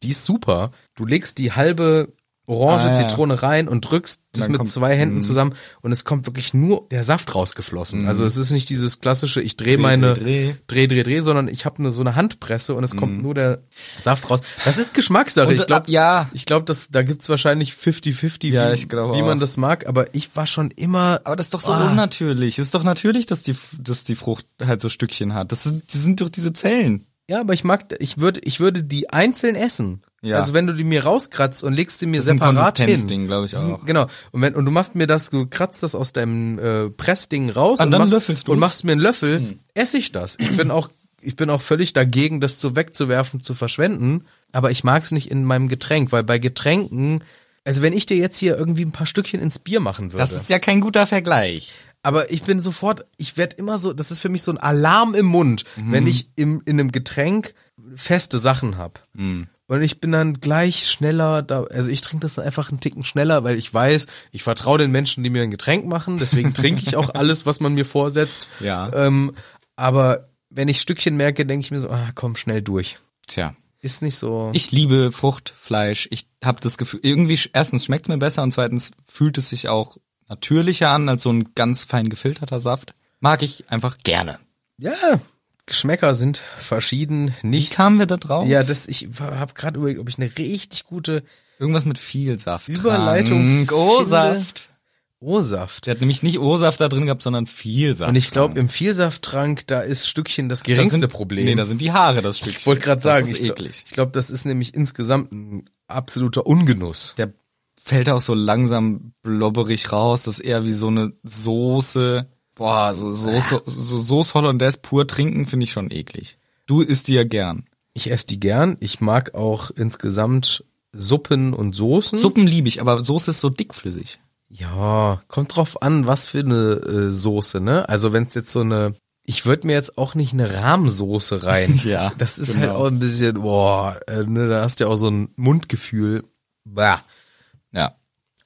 [SPEAKER 2] die ist super. Du legst die halbe Orange
[SPEAKER 1] Ah, ja.
[SPEAKER 2] Zitrone rein und drückst das
[SPEAKER 1] dann
[SPEAKER 2] mit
[SPEAKER 1] kommt- Mhm.
[SPEAKER 2] zwei Händen zusammen und es kommt wirklich nur der Saft rausgeflossen. Also es ist nicht dieses klassische, ich drehe meine
[SPEAKER 1] dreh, Mhm.
[SPEAKER 2] dreh, dreh, dreh, sondern ich habe eine, so eine Handpresse und es kommt nur der Saft raus. Das ist Geschmackssache.
[SPEAKER 1] Und,
[SPEAKER 2] ich glaube,
[SPEAKER 1] äh, ja.
[SPEAKER 2] ich glaube, dass da gibt's wahrscheinlich 50-50,
[SPEAKER 1] Ja,
[SPEAKER 2] wie,
[SPEAKER 1] ich glaube
[SPEAKER 2] wie man
[SPEAKER 1] auch.
[SPEAKER 2] das mag. Aber ich war schon immer.
[SPEAKER 1] Aber das ist doch so
[SPEAKER 2] Ah.
[SPEAKER 1] unnatürlich. Ist doch natürlich, dass die, dass die Frucht halt so Stückchen hat. Das sind, die sind doch diese Zellen.
[SPEAKER 2] Ja, aber ich mag, ich würde, ich würde die einzeln essen.
[SPEAKER 1] Ja.
[SPEAKER 2] Also wenn du die mir rauskratzt und legst die mir
[SPEAKER 1] ist ein
[SPEAKER 2] separat hin.
[SPEAKER 1] Konsistenzding, glaub ich
[SPEAKER 2] Das ist ein-
[SPEAKER 1] auch.
[SPEAKER 2] Genau. Und wenn, und du machst mir das, du kratzt das aus deinem, äh, Pressding raus
[SPEAKER 1] Und Ah, dann
[SPEAKER 2] machst,
[SPEAKER 1] löffelst du's? Hm.
[SPEAKER 2] und machst mir einen Löffel, esse ich das. Ich bin auch, ich bin auch völlig dagegen, das so wegzuwerfen, zu verschwenden. Aber ich mag's nicht in meinem Getränk, weil bei Getränken, also wenn ich dir jetzt hier irgendwie ein paar Stückchen ins Bier machen würde.
[SPEAKER 1] Das ist ja kein guter Vergleich.
[SPEAKER 2] Aber ich bin sofort, ich werde immer so, das ist für mich so ein Alarm im Mund,
[SPEAKER 1] Mhm.
[SPEAKER 2] wenn ich im, in einem Getränk feste Sachen hab.
[SPEAKER 1] Mhm.
[SPEAKER 2] Und ich bin dann gleich schneller da, also ich trinke das dann einfach einen Ticken schneller, weil ich weiß, ich vertraue den Menschen, die mir ein Getränk machen, deswegen trinke ich auch alles, was man mir vorsetzt.
[SPEAKER 1] Ja.
[SPEAKER 2] Ähm, aber wenn ich Stückchen merke, denke ich mir so, ah, komm schnell durch.
[SPEAKER 1] Tja.
[SPEAKER 2] Ist nicht so.
[SPEAKER 1] Ich liebe Fruchtfleisch. Ich habe das Gefühl, irgendwie, sch- erstens schmeckt mir besser und zweitens fühlt es sich auch natürlicher an als so ein ganz fein gefilterter Saft. Mag ich einfach gerne.
[SPEAKER 2] ja, Geschmäcker sind verschieden,
[SPEAKER 1] Wie
[SPEAKER 2] nicht.
[SPEAKER 1] kamen wir da drauf?
[SPEAKER 2] ja, das, ich habe gerade überlegt, ob ich eine richtig gute
[SPEAKER 1] Irgendwas mit viel Saft.
[SPEAKER 2] Überleitung
[SPEAKER 1] Trank. Oh, O-Saft.
[SPEAKER 2] O-Saft.
[SPEAKER 1] Der hat nämlich nicht O-Saft da drin gehabt, sondern viel Saft.
[SPEAKER 2] Und ich glaube, im Vielsafttrank, da ist Stückchen das
[SPEAKER 1] das
[SPEAKER 2] geringste
[SPEAKER 1] sind,
[SPEAKER 2] Problem.
[SPEAKER 1] Nee, da sind die Haare das Stückchen.
[SPEAKER 2] ich wollte gerade sagen,
[SPEAKER 1] das ist
[SPEAKER 2] ich glaube,
[SPEAKER 1] eklig.
[SPEAKER 2] glaub, das ist nämlich insgesamt ein absoluter Ungenuss.
[SPEAKER 1] Der fällt auch so langsam blobberig raus. Das ist eher wie so eine Soße. Boah, so
[SPEAKER 2] Ah.
[SPEAKER 1] Soße, so Soße Hollandaise pur trinken finde ich schon eklig. Du isst die ja gern.
[SPEAKER 2] Ich esse die gern. Ich mag auch insgesamt Suppen und Soßen.
[SPEAKER 1] Suppen liebe ich, aber Soße ist so dickflüssig.
[SPEAKER 2] Ja, kommt drauf an, was für eine äh, Soße, ne? Also wenn es jetzt so eine, ich würde mir jetzt auch nicht eine Rahmsoße rein.
[SPEAKER 1] Ja,
[SPEAKER 2] Das ist halt
[SPEAKER 1] genau.
[SPEAKER 2] auch ein bisschen, boah, äh, ne, da hast du ja auch so ein Mundgefühl. Bah.
[SPEAKER 1] Ja.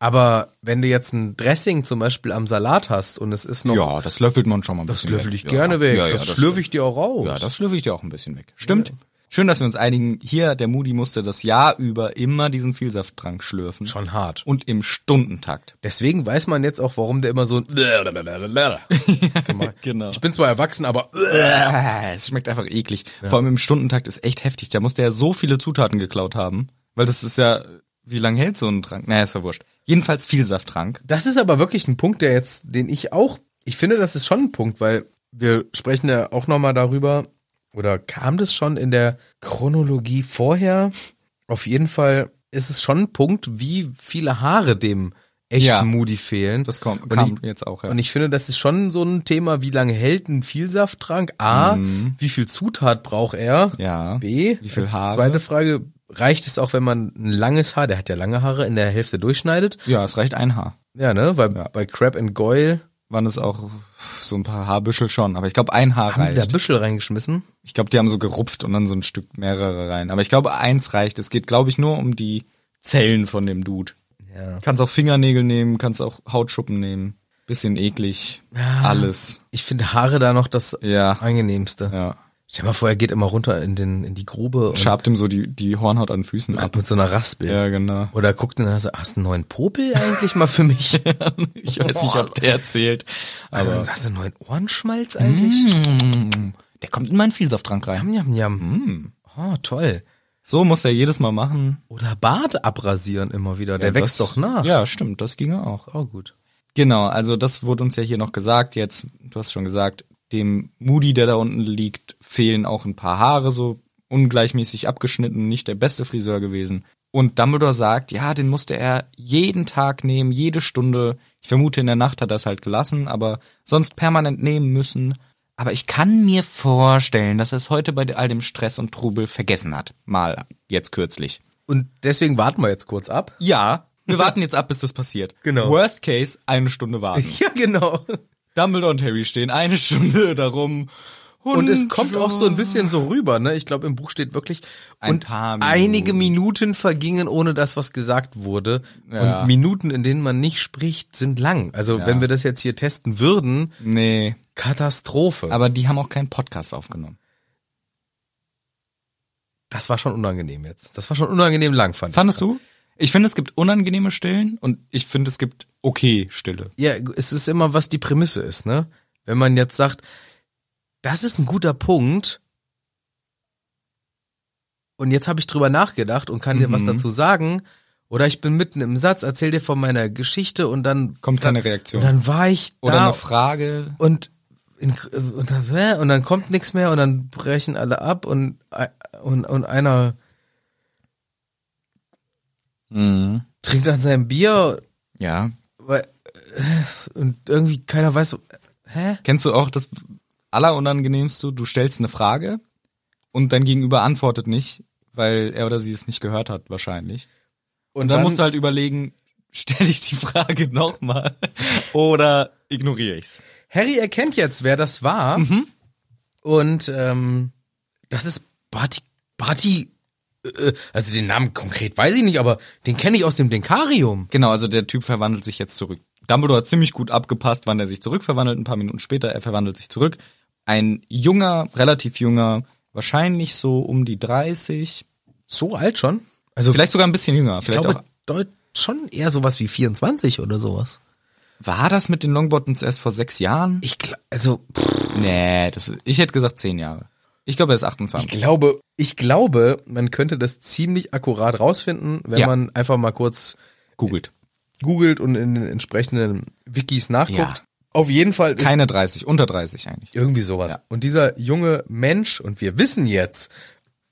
[SPEAKER 2] Aber wenn du jetzt ein Dressing zum Beispiel am Salat hast und es ist noch,
[SPEAKER 1] Ja, das löffelt man schon mal ein
[SPEAKER 2] das
[SPEAKER 1] bisschen
[SPEAKER 2] löffel
[SPEAKER 1] weg.
[SPEAKER 2] ich gerne
[SPEAKER 1] ja.
[SPEAKER 2] weg,
[SPEAKER 1] Ja, ja,
[SPEAKER 2] das, schlürfe
[SPEAKER 1] stimmt.
[SPEAKER 2] ich dir auch raus.
[SPEAKER 1] Ja, das schlürfe ich dir auch ein bisschen weg. Stimmt. Schön, dass wir uns einigen. Hier, der Moody musste das Jahr über immer diesen Vielsafttrank schlürfen.
[SPEAKER 2] Schon hart.
[SPEAKER 1] Und im Stundentakt.
[SPEAKER 2] Deswegen weiß man jetzt auch, warum der immer so ein gemacht-
[SPEAKER 1] genau.
[SPEAKER 2] Ich bin zwar erwachsen, aber
[SPEAKER 1] Äh, Es schmeckt einfach eklig. Vor allem im Stundentakt ist echt heftig. Da muss der ja so viele Zutaten geklaut haben. Weil das ist ja, wie lange hält so ein Trank? Naja, ist ja wurscht. Jedenfalls Vielsafttrank.
[SPEAKER 2] Das ist aber wirklich ein Punkt, der jetzt, den ich auch, ich finde, das ist schon ein Punkt, weil wir sprechen ja auch nochmal darüber, oder kam das schon in der Chronologie vorher? Auf jeden Fall ist es schon ein Punkt, wie viele Haare dem echten
[SPEAKER 1] Ja.
[SPEAKER 2] Moody fehlen.
[SPEAKER 1] Das kommt,
[SPEAKER 2] und ich,
[SPEAKER 1] kam jetzt auch, ja.
[SPEAKER 2] Und ich finde, das ist schon so ein Thema, wie lange hält ein Vielsafttrank? A, wie viel Zutat braucht er?
[SPEAKER 1] Mhm. ja.
[SPEAKER 2] B.
[SPEAKER 1] Wie viel
[SPEAKER 2] als
[SPEAKER 1] Haare?
[SPEAKER 2] Zweite Frage. Reicht es auch, wenn man ein langes Haar, der hat ja lange Haare, in der Hälfte durchschneidet?
[SPEAKER 1] Ja, es reicht ein Haar.
[SPEAKER 2] Ja, ne? Weil bei Crab and Goyle
[SPEAKER 1] Waren es auch so ein paar Haarbüschel schon. Aber ich glaube, ein Haar
[SPEAKER 2] haben die da
[SPEAKER 1] reicht.
[SPEAKER 2] Büschel reingeschmissen.
[SPEAKER 1] Ich glaube, die haben so gerupft und dann so ein Stück mehrere rein. Aber ich glaube, eins reicht. Es geht, glaube ich, nur um die Zellen von dem Dude.
[SPEAKER 2] Ja.
[SPEAKER 1] Kannst auch Fingernägel nehmen, kannst auch Hautschuppen nehmen. Bisschen eklig. Alles.
[SPEAKER 2] Ich finde Haare da noch das
[SPEAKER 1] Ja.
[SPEAKER 2] angenehmste.
[SPEAKER 1] Ja.
[SPEAKER 2] Stell dir mal vor, er geht immer runter in, den, in die Grube und
[SPEAKER 1] Schabt ihm so die, die Hornhaut an den Füßen ab.
[SPEAKER 2] ab mit so einer Raspel.
[SPEAKER 1] Ja, genau.
[SPEAKER 2] Oder guckt in der Nase, hast du einen neuen Popel eigentlich mal für mich?
[SPEAKER 1] Ich weiß nicht, ob der erzählt.
[SPEAKER 2] also, hast du einen neuen Ohrenschmalz
[SPEAKER 1] Mm.
[SPEAKER 2] eigentlich?
[SPEAKER 1] Der kommt in meinen Vielsafttrank rein.
[SPEAKER 2] Yam, yam, yam.
[SPEAKER 1] Hm.
[SPEAKER 2] Oh, toll.
[SPEAKER 1] So muss er jedes Mal machen.
[SPEAKER 2] Oder Bart abrasieren immer wieder. Der
[SPEAKER 1] Ja,
[SPEAKER 2] wächst
[SPEAKER 1] das-
[SPEAKER 2] doch nach.
[SPEAKER 1] Ja, stimmt, das ginge auch.
[SPEAKER 2] Ist auch gut.
[SPEAKER 1] Genau, also das wurde uns ja hier noch gesagt. Jetzt, du hast schon gesagt, dem Moody, der da unten liegt, fehlen auch ein paar Haare, so ungleichmäßig abgeschnitten, nicht der beste Friseur gewesen. Und Dumbledore sagt, ja, den musste er jeden Tag nehmen, jede Stunde. Ich vermute, in der Nacht hat er es halt gelassen, aber sonst permanent nehmen müssen. Aber ich kann mir vorstellen, dass er es heute bei all dem Stress und Trubel vergessen hat. Mal jetzt kürzlich.
[SPEAKER 2] Und deswegen warten wir jetzt kurz ab.
[SPEAKER 1] Ja, wir warten jetzt ab, bis das passiert.
[SPEAKER 2] Genau.
[SPEAKER 1] Worst case, eine Stunde warten.
[SPEAKER 2] Ja, genau.
[SPEAKER 1] Dumbledore und Harry stehen eine Stunde darum.
[SPEAKER 2] Und es kommt auch so ein bisschen so rüber, ne? Ich glaube, im Buch steht wirklich
[SPEAKER 1] Ein
[SPEAKER 2] und
[SPEAKER 1] paar Minuten.
[SPEAKER 2] einige Minuten vergingen ohne dass was gesagt wurde.
[SPEAKER 1] Ja.
[SPEAKER 2] Und Minuten, in denen man nicht spricht, sind lang. Also wenn wir das jetzt hier testen würden,
[SPEAKER 1] Nee,
[SPEAKER 2] Katastrophe.
[SPEAKER 1] aber die haben auch keinen Podcast aufgenommen.
[SPEAKER 2] das war schon unangenehm jetzt. Das war schon unangenehm lang, fand,
[SPEAKER 1] Fandest du? Ich finde, es gibt unangenehme Stillen und ich finde, es gibt okay Stille.
[SPEAKER 2] ich. Ja, es ist immer, was die Prämisse ist, ne? Wenn man jetzt sagt, das ist ein guter Punkt. Und jetzt habe ich drüber nachgedacht und kann
[SPEAKER 1] Mhm.
[SPEAKER 2] dir was dazu sagen. Oder ich bin mitten im Satz, erzähl dir von meiner Geschichte und dann
[SPEAKER 1] Kommt keine
[SPEAKER 2] Und
[SPEAKER 1] Reaktion.
[SPEAKER 2] dann war ich
[SPEAKER 1] Oder
[SPEAKER 2] da
[SPEAKER 1] eine Frage.
[SPEAKER 2] und in, und, dann, hä? und dann kommt nichts mehr und dann brechen alle ab und ei- und, und einer
[SPEAKER 1] Mhm.
[SPEAKER 2] trinkt an seinem Bier
[SPEAKER 1] Ja.
[SPEAKER 2] weil, äh, und irgendwie keiner weiß, hä?
[SPEAKER 1] Kennst du auch das allerunangenehmste? Du stellst eine Frage und dein Gegenüber antwortet nicht, weil er oder sie es nicht gehört hat, wahrscheinlich. Und dann, musst du halt überlegen, stelle ich die Frage nochmal oder ignoriere ich's?
[SPEAKER 2] Harry erkennt jetzt, wer das war und ähm, das ist Barty Barty äh, also den Namen konkret weiß ich nicht, aber den kenne ich aus dem Denkarium.
[SPEAKER 1] Genau, also der Typ verwandelt sich jetzt zurück. Dumbledore hat ziemlich gut abgepasst, wann er sich zurückverwandelt. Ein paar Minuten später, er verwandelt sich zurück. Ein junger, relativ junger, wahrscheinlich so um die 30,
[SPEAKER 2] So alt schon? Also
[SPEAKER 1] vielleicht sogar ein bisschen jünger. Vielleicht
[SPEAKER 2] ich glaube
[SPEAKER 1] auch.
[SPEAKER 2] deut schon eher sowas wie 24 oder sowas.
[SPEAKER 1] War das mit den Longbottons erst vor sechs Jahren?
[SPEAKER 2] Ich gl- also pff,
[SPEAKER 1] Nee, das, ich hätte gesagt zehn Jahre. Ich glaube, er ist
[SPEAKER 2] ich
[SPEAKER 1] 28.
[SPEAKER 2] glaube, ich glaube, man könnte das ziemlich akkurat rausfinden, wenn
[SPEAKER 1] Ja.
[SPEAKER 2] man einfach mal kurz
[SPEAKER 1] Googelt.
[SPEAKER 2] googelt und in den entsprechenden Wikis nachguckt.
[SPEAKER 1] Ja.
[SPEAKER 2] Auf jeden Fall ist
[SPEAKER 1] Keine 30, unter 30 eigentlich.
[SPEAKER 2] irgendwie sowas. Und dieser junge Mensch und wir wissen jetzt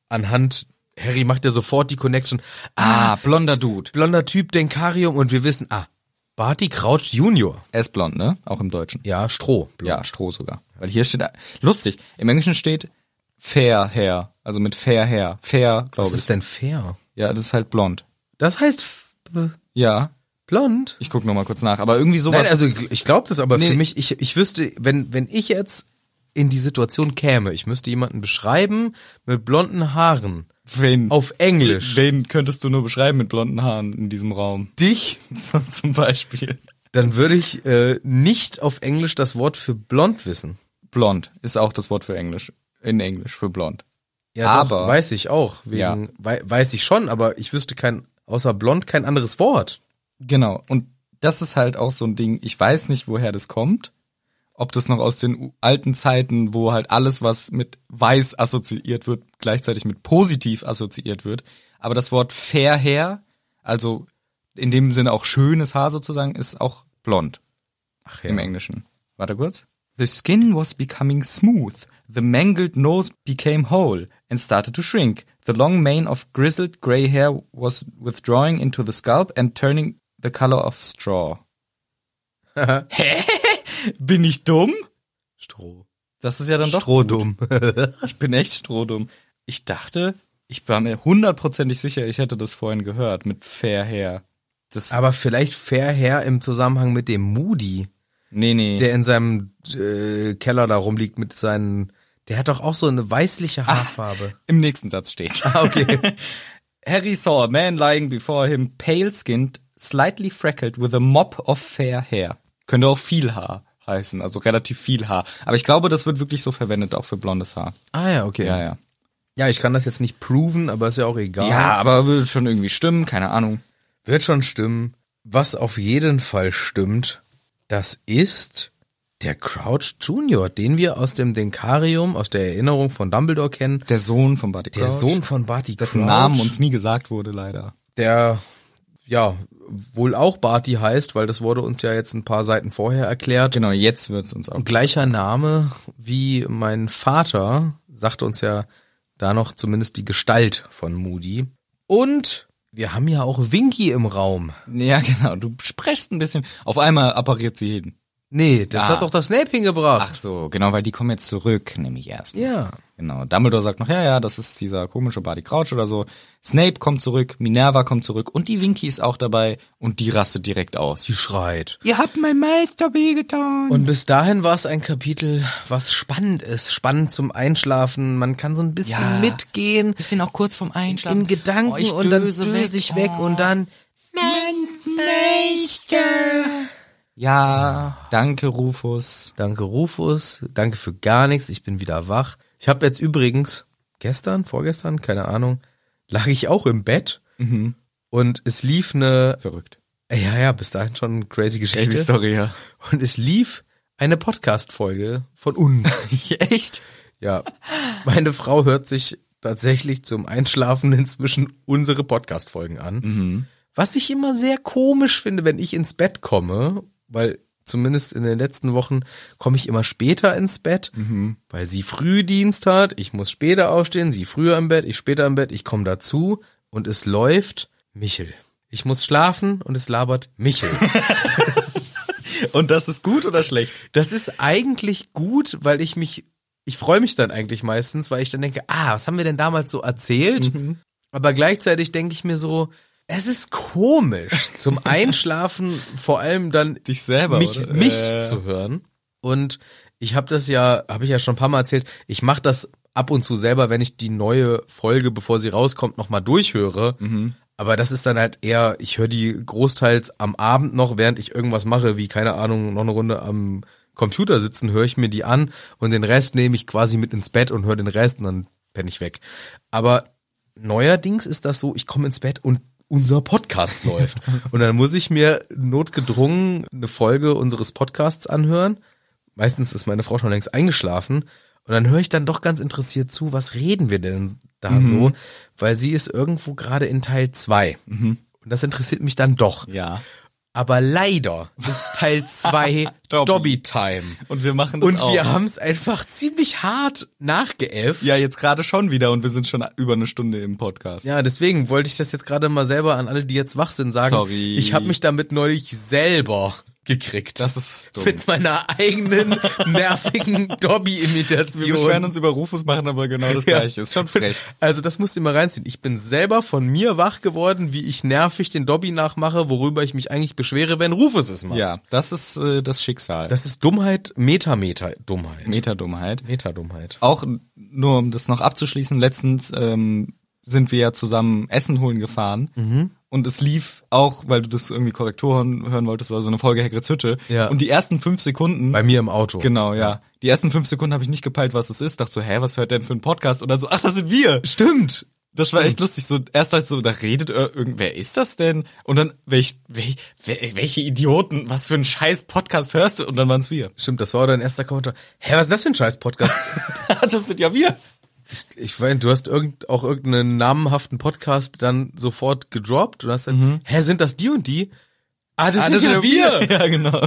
[SPEAKER 2] anhand Harry macht ja sofort die Connection. Ah,
[SPEAKER 1] Ah, blonder Dude.
[SPEAKER 2] blonder Typ Denkarium und wir wissen, ah, Barty Crouch Junior.
[SPEAKER 1] Er ist blond, ne? Auch im Deutschen.
[SPEAKER 2] Ja, Stroh.
[SPEAKER 1] Ja, Stroh sogar. Weil hier steht, lustig, im Englischen steht fair hair, also mit fair hair. Fair, glaube
[SPEAKER 2] Was
[SPEAKER 1] ich.
[SPEAKER 2] ist denn fair?
[SPEAKER 1] Ja, das ist halt blond.
[SPEAKER 2] Das heißt f- b-
[SPEAKER 1] Ja,
[SPEAKER 2] blond.
[SPEAKER 1] ich guck noch mal kurz nach, aber irgendwie sowas.
[SPEAKER 2] Nein, also ich ich glaube das, aber
[SPEAKER 1] Nee.
[SPEAKER 2] für mich, ich, ich wüsste, wenn, wenn ich jetzt in die Situation käme, ich müsste jemanden beschreiben mit blonden Haaren
[SPEAKER 1] wen,
[SPEAKER 2] auf Englisch.
[SPEAKER 1] wen könntest du nur beschreiben mit blonden Haaren in diesem Raum?
[SPEAKER 2] Dich,
[SPEAKER 1] So, Zum Beispiel.
[SPEAKER 2] dann würde ich äh, nicht auf Englisch das Wort für blond wissen.
[SPEAKER 1] Blond ist auch das Wort für Englisch. In Englisch für blond.
[SPEAKER 2] Ja, doch,
[SPEAKER 1] aber
[SPEAKER 2] weiß ich auch. Wegen,
[SPEAKER 1] Ja.
[SPEAKER 2] wei weiß ich schon, aber ich wüsste kein, außer blond kein anderes Wort.
[SPEAKER 1] Genau. Und das ist halt auch so ein Ding. Ich weiß nicht, woher das kommt. Ob das noch aus den u- alten Zeiten, wo halt alles, was mit weiß assoziiert wird, gleichzeitig mit positiv assoziiert wird. Aber das Wort fair hair, also in dem Sinne auch schönes Haar sozusagen, ist auch blond
[SPEAKER 2] Ach
[SPEAKER 1] im Englischen. Warte kurz. The skin was becoming smooth. The mangled nose became whole and started to shrink. The long mane of grizzled gray hair was withdrawing into the scalp and turning the color of straw. Hä? Bin ich dumm?
[SPEAKER 2] Stroh.
[SPEAKER 1] Das ist ja dann doch.
[SPEAKER 2] Strohdumm.
[SPEAKER 1] Ich bin echt strohdumm. Ich dachte, ich war mir hundertprozentig sicher, ich hätte das vorhin gehört mit fair hair. Das,
[SPEAKER 2] aber vielleicht fair her im Zusammenhang mit dem Moody,
[SPEAKER 1] nee, nee.
[SPEAKER 2] der in seinem äh, Keller da rumliegt mit seinen. Der hat doch auch so eine
[SPEAKER 1] Ah.
[SPEAKER 2] weißliche Haarfarbe.
[SPEAKER 1] Im nächsten Satz steht. Ah, okay. Harry saw a man lying before him, pale-skinned, slightly freckled, with a mop of fair hair. Könnte auch viel Haar heißen, also relativ viel Haar. Aber ich glaube, das wird wirklich so verwendet, auch für blondes Haar.
[SPEAKER 2] Ah, ja, okay.
[SPEAKER 1] Ja, ja.
[SPEAKER 2] Ja, ich kann das jetzt nicht proven, aber ist ja auch egal.
[SPEAKER 1] Ja, aber würde schon irgendwie stimmen, keine Ahnung.
[SPEAKER 2] Wird schon stimmen. Was auf jeden Fall stimmt, das ist der Crouch Junior, den wir aus dem Denkarium, aus der Erinnerung von Dumbledore kennen.
[SPEAKER 1] Der Sohn von Buddy
[SPEAKER 2] Der Sohn von Barty
[SPEAKER 1] dessen Namen uns nie gesagt wurde, leider.
[SPEAKER 2] der ja wohl auch Barty heißt, weil das wurde uns ja jetzt ein paar Seiten vorher erklärt.
[SPEAKER 1] Genau, jetzt wird's uns auch.
[SPEAKER 2] Gleicher Name wie mein Vater, sagte uns ja da noch zumindest die Gestalt von Moody. Und wir haben ja auch Winky im Raum.
[SPEAKER 1] Ja, genau, du sprichst ein bisschen. Auf einmal appariert sie hin.
[SPEAKER 2] Nee, das
[SPEAKER 1] Ah.
[SPEAKER 2] hat doch das Snape hingebracht.
[SPEAKER 1] Ach so, genau, weil die kommen jetzt zurück, nämlich erst.
[SPEAKER 2] Ja.
[SPEAKER 1] Genau. Dumbledore sagt noch, ja, ja, das ist dieser komische Barty Crouch oder so. Snape kommt zurück, Minerva kommt zurück und die Winky ist auch dabei und die rastet direkt aus.
[SPEAKER 2] Die schreit.
[SPEAKER 1] Ihr habt mein Meister wehgetan.
[SPEAKER 2] Und bis dahin war es ein Kapitel, was spannend ist. Spannend zum Einschlafen. Man kann so ein bisschen
[SPEAKER 1] Ja.
[SPEAKER 2] mitgehen.
[SPEAKER 1] bisschen auch kurz vorm Einschlafen. Oh,
[SPEAKER 2] In Gedanken und dann döse ich weg und dann
[SPEAKER 1] Ja, danke Rufus.
[SPEAKER 2] Danke Rufus, danke für gar nichts, ich bin wieder wach. Ich habe jetzt übrigens gestern, vorgestern, keine Ahnung, lag ich auch im Bett und es lief eine,
[SPEAKER 1] Mhm. Verrückt.
[SPEAKER 2] ja, ja, bis dahin schon eine crazy Geschichte.
[SPEAKER 1] Story, ja.
[SPEAKER 2] und es lief eine Podcast-Folge von uns.
[SPEAKER 1] Echt?
[SPEAKER 2] ja, meine Frau hört sich tatsächlich zum Einschlafen inzwischen unsere Podcast-Folgen an. Was ich immer sehr komisch finde, wenn ich ins Bett komme, weil zumindest in den letzten Wochen komme ich immer später ins Bett, weil sie Frühdienst hat, ich muss später aufstehen, sie früher im Bett, ich später im Bett, ich komme dazu und es läuft Michel. Ich muss schlafen und es labert Michel.
[SPEAKER 1] Und das ist gut oder schlecht?
[SPEAKER 2] Das ist eigentlich gut, weil ich mich, ich freue mich dann eigentlich meistens, weil ich dann denke, ah, was haben wir denn damals so erzählt? Aber gleichzeitig denke ich mir so, es ist komisch, zum Einschlafen vor allem dann
[SPEAKER 1] Dich selber,
[SPEAKER 2] mich,
[SPEAKER 1] oder?
[SPEAKER 2] mich
[SPEAKER 1] Äh.
[SPEAKER 2] zu hören. Und ich habe das ja, habe ich ja schon ein paar Mal erzählt, ich mache das ab und zu selber, wenn ich die neue Folge, bevor sie rauskommt, nochmal durchhöre.
[SPEAKER 1] Mhm.
[SPEAKER 2] Aber das ist dann halt eher, ich höre die großteils am Abend noch, während ich irgendwas mache, wie, keine Ahnung, noch eine Runde am Computer sitzen, höre ich mir die an und den Rest nehme ich quasi mit ins Bett und höre den Rest und dann penne ich weg. Aber neuerdings ist das so, ich komme ins Bett und unser Podcast läuft. Und dann muss ich mir notgedrungen eine Folge unseres Podcasts anhören. Meistens ist meine Frau schon längst eingeschlafen. Und dann höre ich dann doch ganz interessiert zu, was reden wir denn da
[SPEAKER 1] Mhm.
[SPEAKER 2] so? Weil sie ist irgendwo gerade in Teil zwei Und das interessiert mich dann doch.
[SPEAKER 1] Mhm. Ja.
[SPEAKER 2] Aber leider ist Teil zwei
[SPEAKER 1] Dobby.
[SPEAKER 2] Dobby-Time.
[SPEAKER 1] Und wir machen das
[SPEAKER 2] Und
[SPEAKER 1] auch.
[SPEAKER 2] wir haben es einfach ziemlich hart nachgeäfft.
[SPEAKER 1] ja, jetzt gerade schon wieder und wir sind schon über eine Stunde im Podcast.
[SPEAKER 2] Ja, deswegen wollte ich das jetzt gerade mal selber an alle, die jetzt wach sind, sagen.
[SPEAKER 1] Sorry.
[SPEAKER 2] Ich habe mich damit neulich selber gekriegt.
[SPEAKER 1] Das ist dumm.
[SPEAKER 2] mit meiner eigenen nervigen Dobby-Imitation.
[SPEAKER 1] Wir beschweren uns über Rufus, machen aber genau das
[SPEAKER 2] Ja.
[SPEAKER 1] Gleiche. Ist schon frech.
[SPEAKER 2] Also das musst du mal reinziehen. Ich bin selber von mir wach geworden, wie ich nervig den Dobby nachmache, worüber ich mich eigentlich beschwere, wenn Rufus es macht.
[SPEAKER 1] Ja, das ist äh, das Schicksal.
[SPEAKER 2] Das ist Dummheit, Meta-Meta-Dummheit.
[SPEAKER 1] Metadummheit.
[SPEAKER 2] Meta-Dummheit.
[SPEAKER 1] Auch nur um das noch abzuschließen, letztens ähm, sind wir ja zusammen Essen holen gefahren.
[SPEAKER 2] Mhm.
[SPEAKER 1] Und es lief auch, weil du das irgendwie Korrektoren hören wolltest, war so eine Folge Hagrids Hütte.
[SPEAKER 2] Ja.
[SPEAKER 1] Und die ersten fünf Sekunden.
[SPEAKER 2] Bei mir im Auto.
[SPEAKER 1] Genau, ja. Die ersten fünf Sekunden habe ich nicht gepeilt, was es ist. Dachte so, hä, was hört der denn für ein Podcast? Und dann so, ach, das sind wir.
[SPEAKER 2] Stimmt.
[SPEAKER 1] Das war echt lustig. So erst dachte ich so, da redet ir- irgend, wer ist das denn? Und dann welch, welch, wel- welche Idioten, was für ein Scheiß Podcast hörst du? Und dann waren es wir.
[SPEAKER 2] Stimmt, das war dein erster Kommentar. Hä, was ist das für ein scheiß Podcast?
[SPEAKER 1] das sind ja wir.
[SPEAKER 2] ich weiß, du hast irgend, auch irgendeinen namenhaften Podcast dann sofort gedroppt und hast dann, hä, sind das die und die? Mhm. Ah, das sind ja wir.
[SPEAKER 1] Ja, genau.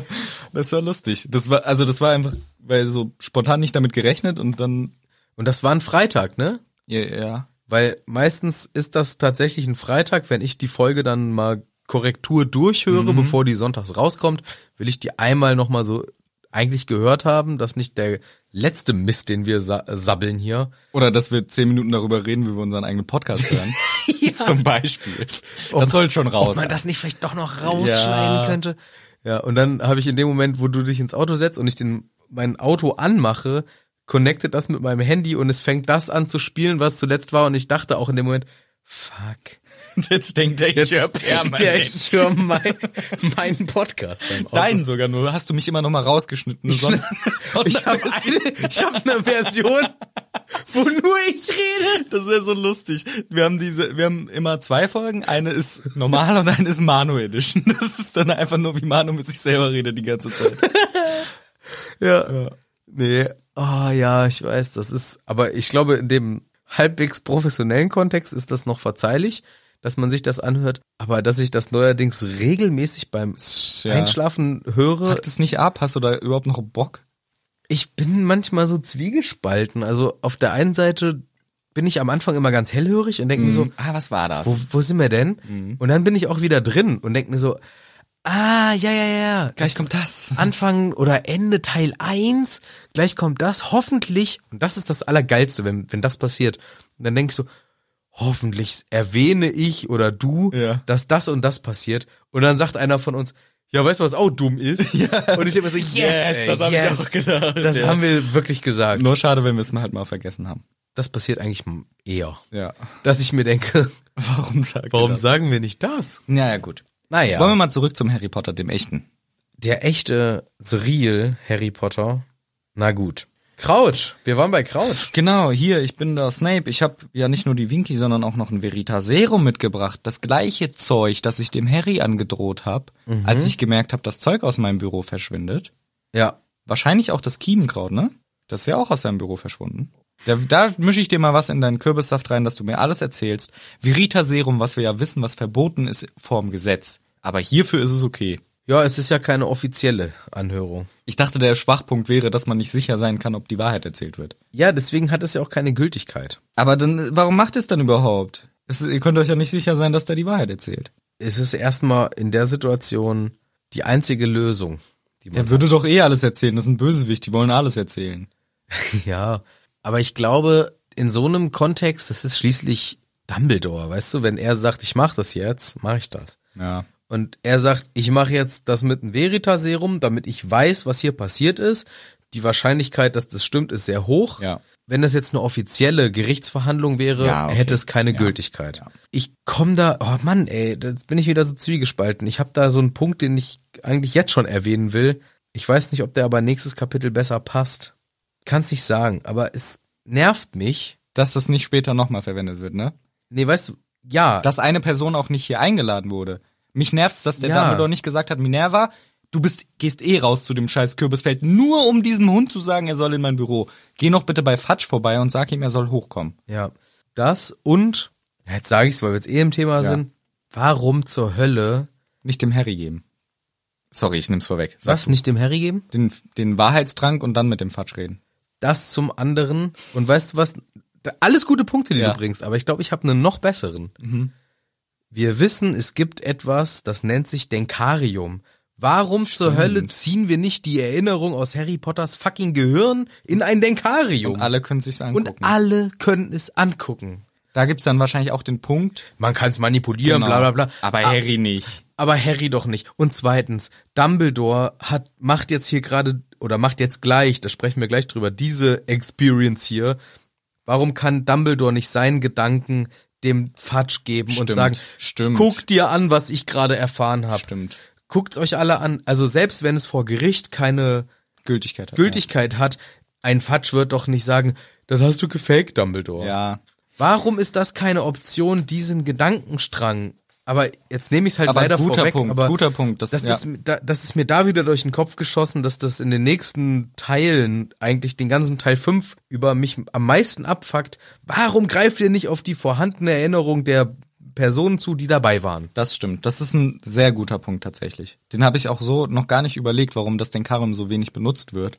[SPEAKER 1] Das war lustig. Das war also das war einfach, weil so spontan nicht damit gerechnet und dann
[SPEAKER 2] Und das war ein Freitag, ne?
[SPEAKER 1] ja, ja.
[SPEAKER 2] Weil meistens ist das tatsächlich ein Freitag, wenn ich die Folge dann mal Korrektur durchhöre, bevor die sonntags rauskommt, will ich die einmal nochmal so eigentlich gehört haben, dass nicht der letzte Mist, den wir sa äh, sabbeln hier.
[SPEAKER 1] Oder dass wir zehn Minuten darüber reden, wie wir unseren eigenen Podcast hören. Zum Beispiel.
[SPEAKER 2] Oh
[SPEAKER 1] Das soll schon raus.
[SPEAKER 2] das nicht vielleicht doch noch
[SPEAKER 1] rausschneiden
[SPEAKER 2] könnte. Ja, und dann habe ich in dem Moment, wo du dich ins Auto setzt und ich den, mein Auto anmache, connectet das mit meinem Handy und es fängt das an zu spielen, was zuletzt war und ich dachte auch in dem Moment, fuck.
[SPEAKER 1] jetzt denkt der
[SPEAKER 2] Jetzt
[SPEAKER 1] Chirp
[SPEAKER 2] denkt der, ich höre mein, meinen Podcast beim Auto.
[SPEAKER 1] Deinen sogar nur. Hast du mich immer noch mal rausgeschnitten. Eine Sonder-
[SPEAKER 2] Ich habe eine, ich hab eine Version, wo nur ich rede.
[SPEAKER 1] Das wäre so lustig. Wir haben diese, wir haben immer zwei Folgen. Eine ist normal und eine ist Manu Edition. Das ist dann einfach nur, wie Manu mit sich selber redet die ganze Zeit.
[SPEAKER 2] Ja. Nee. Ah ja, ich weiß, das ist, aber ich glaube, in dem halbwegs professionellen Kontext ist das noch verzeihlich, dass man sich das anhört. Aber dass ich das neuerdings regelmäßig beim
[SPEAKER 1] Ja.
[SPEAKER 2] Einschlafen höre,
[SPEAKER 1] Packt es nicht ab? Hast du da überhaupt noch Bock?
[SPEAKER 2] ich bin manchmal so zwiegespalten. Also auf der einen Seite bin ich am Anfang immer ganz hellhörig und denke mir so,
[SPEAKER 1] ah, was war das? Mhm.
[SPEAKER 2] wo, wo sind wir denn? Und dann bin ich auch wieder drin und denke mir so, ah, ja, ja, ja,
[SPEAKER 1] Gleich kommt das.
[SPEAKER 2] Anfang oder Ende Teil 1, gleich kommt das, hoffentlich, und das ist das Allergeilste, wenn, wenn das passiert. Und dann denke ich so, hoffentlich erwähne ich oder du,
[SPEAKER 1] Ja.
[SPEAKER 2] dass das und das passiert. Und dann sagt einer von uns, ja, weißt du, was auch dumm ist? Und ich immer so, yes,
[SPEAKER 1] Yes,
[SPEAKER 2] ey,
[SPEAKER 1] das hab ich
[SPEAKER 2] yes.
[SPEAKER 1] auch gedacht,
[SPEAKER 2] Das
[SPEAKER 1] ja.
[SPEAKER 2] haben wir wirklich gesagt.
[SPEAKER 1] Nur schade, wenn wir es halt mal vergessen haben.
[SPEAKER 2] Das passiert eigentlich eher,
[SPEAKER 1] Ja.
[SPEAKER 2] dass ich mir denke,
[SPEAKER 1] Warum sagt
[SPEAKER 2] warum
[SPEAKER 1] ihr das?
[SPEAKER 2] sagen wir nicht das?
[SPEAKER 1] Naja, gut.
[SPEAKER 2] Naja.
[SPEAKER 1] Wollen wir mal zurück zum Harry Potter, dem echten.
[SPEAKER 2] Der echte Surreal Harry Potter. Na gut. Kraut. Wir waren bei Kraut.
[SPEAKER 1] Genau, hier, ich bin da Snape. Ich habe ja nicht nur die Winky, sondern auch noch ein Veritaserum mitgebracht. Das gleiche Zeug, das ich dem Harry angedroht habe, als ich gemerkt habe, das Zeug aus meinem Büro verschwindet.
[SPEAKER 2] Ja.
[SPEAKER 1] Wahrscheinlich auch das Kiemenkraut, ne? Das ist ja auch aus deinem Büro verschwunden. Da, da mische ich dir mal was in deinen Kürbissaft rein, dass du mir alles erzählst. Veritaserum, was wir ja wissen, was verboten ist vorm Gesetz. Aber hierfür ist es okay.
[SPEAKER 2] Ja, es ist ja keine offizielle Anhörung.
[SPEAKER 1] Ich dachte, der Schwachpunkt wäre, dass man nicht sicher sein kann, ob die Wahrheit erzählt wird.
[SPEAKER 2] Ja, deswegen hat es ja auch keine Gültigkeit.
[SPEAKER 1] Aber dann, warum macht es dann überhaupt? Es, ihr könnt euch ja nicht sicher sein, dass der die Wahrheit erzählt.
[SPEAKER 2] Es ist erstmal in der Situation die einzige Lösung, die man
[SPEAKER 1] Der würde doch eh alles erzählen. Das ist ein Bösewicht. Die wollen alles erzählen.
[SPEAKER 2] Ja, aber ich glaube, in so einem Kontext, das ist schließlich Dumbledore, weißt du, wenn er sagt, ich mache das jetzt, mache ich das.
[SPEAKER 1] Ja.
[SPEAKER 2] Und er sagt, ich mache jetzt das mit einem Veritaserum, damit ich weiß, was hier passiert ist. Die Wahrscheinlichkeit, dass das stimmt, ist sehr hoch.
[SPEAKER 1] Ja.
[SPEAKER 2] Wenn das jetzt eine offizielle Gerichtsverhandlung wäre,
[SPEAKER 1] Ja, okay.
[SPEAKER 2] hätte es keine
[SPEAKER 1] Ja.
[SPEAKER 2] Gültigkeit. Ich komme da, oh Mann, ey, da bin ich wieder so zwiegespalten. Ich habe da so einen Punkt, den ich eigentlich jetzt schon erwähnen will. Ich weiß nicht, ob der aber nächstes Kapitel besser passt. Kann's nicht sagen, aber es nervt mich.
[SPEAKER 1] Dass das nicht später nochmal verwendet wird, ne?
[SPEAKER 2] Nee, weißt du, ja,
[SPEAKER 1] Dass eine Person auch nicht hier eingeladen wurde. Mich nervt's, dass der
[SPEAKER 2] Ja.
[SPEAKER 1] Dumbledore nicht gesagt hat, Minerva, du bist, gehst eh raus zu dem scheiß Kürbisfeld, nur um diesem Hund zu sagen, er soll in mein Büro. Geh noch bitte bei Fatsch vorbei und sag ihm, er soll hochkommen.
[SPEAKER 2] Ja, das und, ja, jetzt sage ich es, weil wir jetzt eh im Thema
[SPEAKER 1] Ja.
[SPEAKER 2] sind, warum zur Hölle
[SPEAKER 1] Nicht dem Harry geben. Sorry, ich nimm's vorweg. Sag
[SPEAKER 2] was nicht dem Harry geben?
[SPEAKER 1] Den, den Wahrheitstrank und dann mit dem Fatsch reden.
[SPEAKER 2] Das zum anderen. Und weißt du was, da- alles gute Punkte, die
[SPEAKER 1] Ja. Mhm.
[SPEAKER 2] du bringst, aber ich glaube, ich habe einen noch besseren. Wir wissen, es gibt etwas, das nennt sich Denkarium. Warum zur Hölle ziehen wir nicht die Erinnerung aus Harry Potters fucking Gehirn in ein Denkarium?
[SPEAKER 1] Und alle können sich's angucken.
[SPEAKER 2] Und alle können es angucken.
[SPEAKER 1] Da gibt's dann wahrscheinlich auch den Punkt.
[SPEAKER 2] Man kann es manipulieren,
[SPEAKER 1] Genau.
[SPEAKER 2] bla bla bla.
[SPEAKER 1] Aber
[SPEAKER 2] Ah,
[SPEAKER 1] Harry nicht.
[SPEAKER 2] aber Harry doch nicht. Und zweitens, Dumbledore hat, macht jetzt hier gerade, oder macht jetzt gleich, da sprechen wir gleich drüber, diese Experience hier. Warum kann Dumbledore nicht seinen Gedanken dem Fatsch geben und
[SPEAKER 1] Stimmt,
[SPEAKER 2] sagen,
[SPEAKER 1] stimmt.
[SPEAKER 2] guck dir an, was ich gerade erfahren habe.
[SPEAKER 1] Stimmt.
[SPEAKER 2] Guckt's euch alle an. Also selbst wenn es vor Gericht keine
[SPEAKER 1] Gültigkeit hat.
[SPEAKER 2] Gültigkeit hat, ein Fatsch wird doch nicht sagen, das hast du gefaked, Dumbledore.
[SPEAKER 1] Ja.
[SPEAKER 2] Warum ist das keine Option, diesen Gedankenstrang? Aber jetzt nehme ich es halt
[SPEAKER 1] Aber
[SPEAKER 2] leider
[SPEAKER 1] guter
[SPEAKER 2] vorweg.
[SPEAKER 1] Punkt,
[SPEAKER 2] aber
[SPEAKER 1] guter Punkt, das-
[SPEAKER 2] Das,
[SPEAKER 1] ja.
[SPEAKER 2] ist, da- das ist mir da wieder durch den Kopf geschossen, dass das in den nächsten Teilen, eigentlich den ganzen Teil 5, über mich am meisten abfuckt. Warum greift ihr nicht auf die vorhandene Erinnerung der Personen zu, die dabei waren?
[SPEAKER 1] Das stimmt. Das ist ein sehr guter Punkt tatsächlich. Den habe ich auch so noch gar nicht überlegt, warum das den Karim so wenig benutzt wird.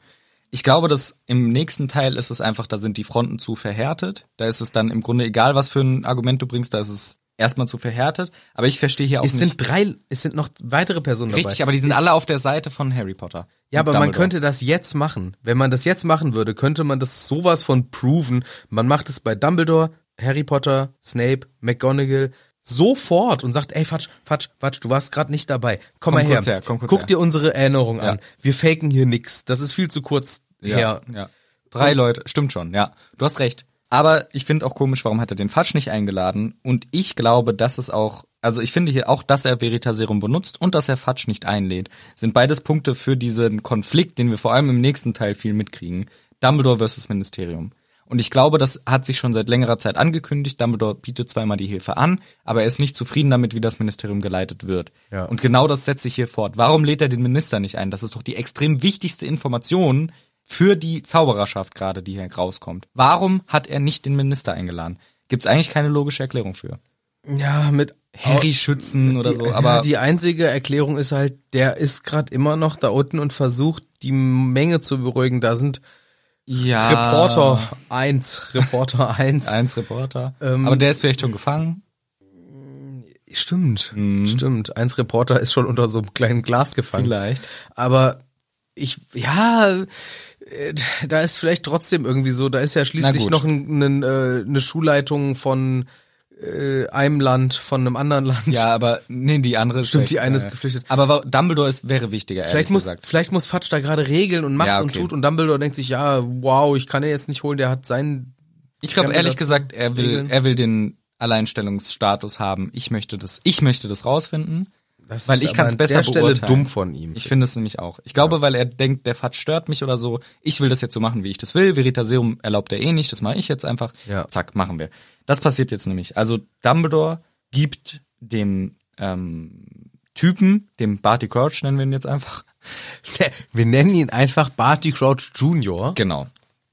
[SPEAKER 1] Ich glaube, dass im nächsten Teil ist es einfach, da sind die Fronten zu verhärtet. Da ist es dann im Grunde egal, was für ein Argument du bringst, da ist es erstmal zu verhärtet. Aber ich verstehe hier auch
[SPEAKER 2] Es
[SPEAKER 1] nicht.
[SPEAKER 2] sind drei, es sind noch weitere Personen dabei.
[SPEAKER 1] Richtig, aber die sind
[SPEAKER 2] es,
[SPEAKER 1] alle auf der Seite von Harry Potter.
[SPEAKER 2] Ja,
[SPEAKER 1] Und
[SPEAKER 2] aber man
[SPEAKER 1] Dumbledore.
[SPEAKER 2] könnte das jetzt machen. Wenn man das jetzt machen würde, könnte man das sowas von proven. Man macht es bei Dumbledore, Harry Potter, Snape, McGonagall sofort und sagt, ey, Fatsch, Fatsch, Fatsch, du warst gerade nicht dabei.
[SPEAKER 1] Komm
[SPEAKER 2] Komm, mal her.
[SPEAKER 1] kurz her, komm kurz
[SPEAKER 2] Guck
[SPEAKER 1] her."
[SPEAKER 2] dir unsere Erinnerung
[SPEAKER 1] Ja.
[SPEAKER 2] an. Wir faken hier nix. Das ist viel zu kurz
[SPEAKER 1] Ja,
[SPEAKER 2] her.
[SPEAKER 1] ja. Drei Leute, stimmt schon, ja. Du hast recht. Aber ich finde auch komisch, warum hat er den Fatsch nicht eingeladen? Und ich glaube, dass es auch, also ich finde hier auch, dass er Veritaserum benutzt und dass er Fatsch nicht einlädt, sind beides Punkte für diesen Konflikt, den wir vor allem im nächsten Teil viel mitkriegen. Dumbledore versus Ministerium. Und ich glaube, das hat sich schon seit längerer Zeit angekündigt. Dumbledore bietet zweimal die Hilfe an, aber er ist nicht zufrieden damit, wie das Ministerium geleitet wird.
[SPEAKER 2] Ja.
[SPEAKER 1] Und genau das setzt sich hier fort. Warum lädt er den Minister nicht ein? Das ist doch die extrem wichtigste Information für die Zaubererschaft gerade, die hier rauskommt. Warum hat er nicht den Minister eingeladen? Gibt es eigentlich keine logische Erklärung für.
[SPEAKER 2] Ja, mit
[SPEAKER 1] Harry schützen oder
[SPEAKER 2] Oh, die,
[SPEAKER 1] so, aber
[SPEAKER 2] ja, die einzige Erklärung ist halt, der ist gerade immer noch da unten und versucht, die Menge zu beruhigen. Da sind
[SPEAKER 1] ja,
[SPEAKER 2] Reporter 1, Reporter 1.
[SPEAKER 1] Eins Reporter.
[SPEAKER 2] Ähm,
[SPEAKER 1] aber der ist vielleicht schon gefangen.
[SPEAKER 2] Stimmt, stimmt. Eins Reporter ist schon unter so einem kleinen Glas gefangen.
[SPEAKER 1] Mhm. Vielleicht.
[SPEAKER 2] Aber ich, ja, äh, da ist vielleicht trotzdem irgendwie so, da ist ja
[SPEAKER 1] Na
[SPEAKER 2] schließlich
[SPEAKER 1] gut.
[SPEAKER 2] noch ein, ein, äh, eine Schulleitung von äh, einem Land, von einem anderen Land.
[SPEAKER 1] Ja, aber nee, die andere ist
[SPEAKER 2] Stimmt,
[SPEAKER 1] weg.
[SPEAKER 2] die eine ist
[SPEAKER 1] Äh,
[SPEAKER 2] geflüchtet.
[SPEAKER 1] Aber wa- Dumbledore ist, wäre wichtiger,
[SPEAKER 2] Vielleicht
[SPEAKER 1] ehrlich
[SPEAKER 2] muss,
[SPEAKER 1] gesagt.
[SPEAKER 2] vielleicht muss Fatsch da gerade regeln und macht
[SPEAKER 1] Ja,
[SPEAKER 2] und
[SPEAKER 1] okay.
[SPEAKER 2] tut und Dumbledore denkt sich, ja, wow, ich kann er jetzt nicht holen, der hat seinen,
[SPEAKER 1] Ich glaube
[SPEAKER 2] Kann man
[SPEAKER 1] ehrlich
[SPEAKER 2] das
[SPEAKER 1] gesagt, er will,
[SPEAKER 2] regeln?
[SPEAKER 1] er will den Alleinstellungsstatus haben. Ich möchte das, ich möchte das rausfinden.
[SPEAKER 2] das
[SPEAKER 1] Weil
[SPEAKER 2] ist
[SPEAKER 1] ich
[SPEAKER 2] aber
[SPEAKER 1] kann's
[SPEAKER 2] an
[SPEAKER 1] besser
[SPEAKER 2] der Stelle
[SPEAKER 1] beurteilen.
[SPEAKER 2] dumm von ihm.
[SPEAKER 1] Ich finde es nämlich auch. Ich glaube, weil er denkt, der Fatsch stört mich oder so. Ich will das jetzt so machen, wie ich das will. Veritaserum erlaubt er eh nicht. Das mache ich jetzt einfach.
[SPEAKER 2] Ja.
[SPEAKER 1] Zack, machen wir. Das passiert jetzt nämlich. Also Dumbledore gibt dem ähm, Typen, dem Barty Crouch nennen wir ihn jetzt einfach,
[SPEAKER 2] Wir nennen ihn einfach Barty Crouch Junior.
[SPEAKER 1] Genau.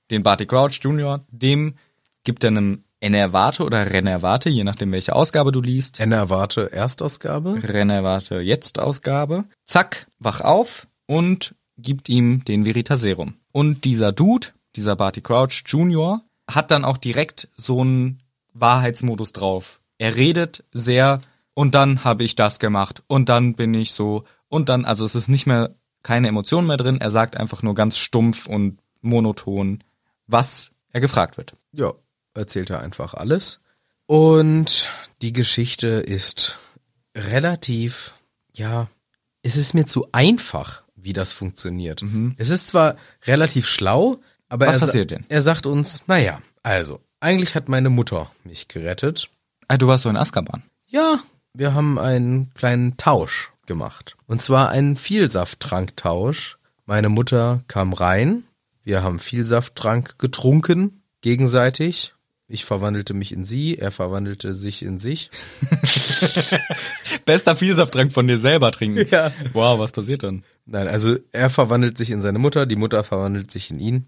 [SPEAKER 1] Den Barty Crouch Jr., dem gibt er einem Enervate oder Renervate, je nachdem welche Ausgabe du liest.
[SPEAKER 2] Anna erwarte Erstausgabe.
[SPEAKER 1] Renervate jetzt Ausgabe. Zack, wach auf und gibt ihm den Veritaserum. Und dieser Dude, dieser Barty Crouch Jr., hat dann auch direkt so einen Wahrheitsmodus drauf. Er redet sehr und dann habe ich das gemacht und dann bin ich so und dann, also es ist nicht mehr keine Emotion mehr drin, er sagt einfach nur ganz stumpf und monoton, was er gefragt wird.
[SPEAKER 2] Ja, erzählt er einfach alles. Und die Geschichte ist relativ, ja, es ist mir zu einfach, wie das funktioniert. Es ist zwar relativ schlau, aber
[SPEAKER 1] Mhm. Was
[SPEAKER 2] er, sa-
[SPEAKER 1] passiert denn?
[SPEAKER 2] er sagt uns, naja, also, eigentlich hat meine Mutter mich gerettet.
[SPEAKER 1] Ah, du warst so in Azkaban.
[SPEAKER 2] Ja, wir haben einen kleinen Tausch gemacht. Und zwar einen Vielsafttranktausch. Meine Mutter kam rein. Wir haben Vielsafttrank getrunken, gegenseitig. Ich verwandelte mich in sie, er verwandelte sich in sich.
[SPEAKER 1] Bester Vielsafttrank von dir selber trinken.
[SPEAKER 2] Ja.
[SPEAKER 1] Wow, was passiert dann?
[SPEAKER 2] Nein, also er verwandelt sich in seine Mutter, die Mutter verwandelt sich in ihn.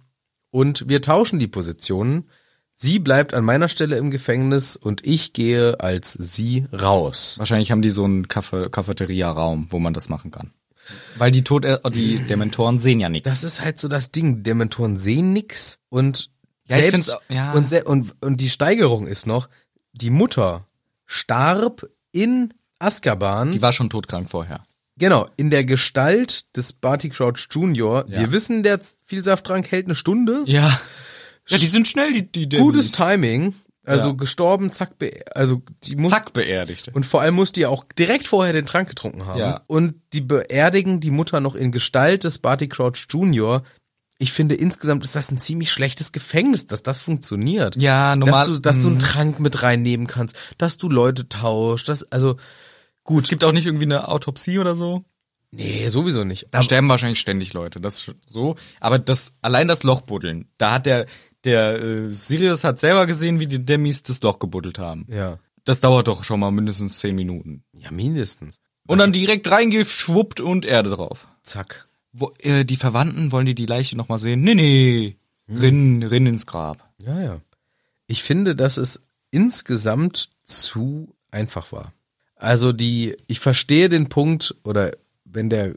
[SPEAKER 2] Und wir tauschen die Positionen. Sie bleibt an meiner Stelle im Gefängnis und ich gehe als sie raus.
[SPEAKER 1] Wahrscheinlich haben die so einen Kaffee, Cafeteria-Raum, wo man das machen kann. Weil die Tod äh, die Dementoren sehen ja nichts.
[SPEAKER 2] Das ist halt so das Ding. Dementoren sehen nix und
[SPEAKER 1] Ja, ich find's
[SPEAKER 2] selbst
[SPEAKER 1] auch- ja.
[SPEAKER 2] und, se und und die Steigerung ist noch: Die Mutter starb in Azkaban.
[SPEAKER 1] Die war schon todkrank vorher.
[SPEAKER 2] genau in der Gestalt des Barty Crouch Junior.
[SPEAKER 1] Ja.
[SPEAKER 2] Wir wissen, der Vielsafttrank hält eine Stunde.
[SPEAKER 1] Ja. Ja, die sind schnell, die, die
[SPEAKER 2] Gutes
[SPEAKER 1] Gutes Teil.
[SPEAKER 2] Timing. Also
[SPEAKER 1] Ja.
[SPEAKER 2] gestorben, zack, be also die muss
[SPEAKER 1] Zack, Beerdigte.
[SPEAKER 2] Und vor allem musste ja auch direkt vorher den Trank getrunken haben.
[SPEAKER 1] Ja.
[SPEAKER 2] Und die beerdigen die Mutter noch in Gestalt des Barty Crouch Jr. ich finde insgesamt ist das ein ziemlich schlechtes Gefängnis, dass das funktioniert.
[SPEAKER 1] Ja, normal-
[SPEAKER 2] Dass du, dass du einen
[SPEAKER 1] Mhm.
[SPEAKER 2] Trank mit reinnehmen kannst, dass du Leute tauscht, dass, also,
[SPEAKER 1] Gut. Es gibt auch nicht irgendwie eine Autopsie oder so.
[SPEAKER 2] nee, sowieso nicht.
[SPEAKER 1] Da sterben wahrscheinlich ständig Leute, das ist so. Aber das allein das Loch buddeln, da hat der der äh, Sirius hat selber gesehen, wie die Demis das Loch gebuddelt haben.
[SPEAKER 2] ja.
[SPEAKER 1] Das dauert doch schon mal mindestens zehn Minuten.
[SPEAKER 2] Ja, mindestens.
[SPEAKER 1] Und dann direkt reingeschwuppt und Erde drauf.
[SPEAKER 2] Zack.
[SPEAKER 1] Wo, äh, die Verwandten wollen die die Leiche noch mal sehen. Nee, nee. Rinn, rinn ins Grab.
[SPEAKER 2] Ja, ja. Ich finde, dass es insgesamt zu einfach war. Also die, ich verstehe den Punkt, oder wenn der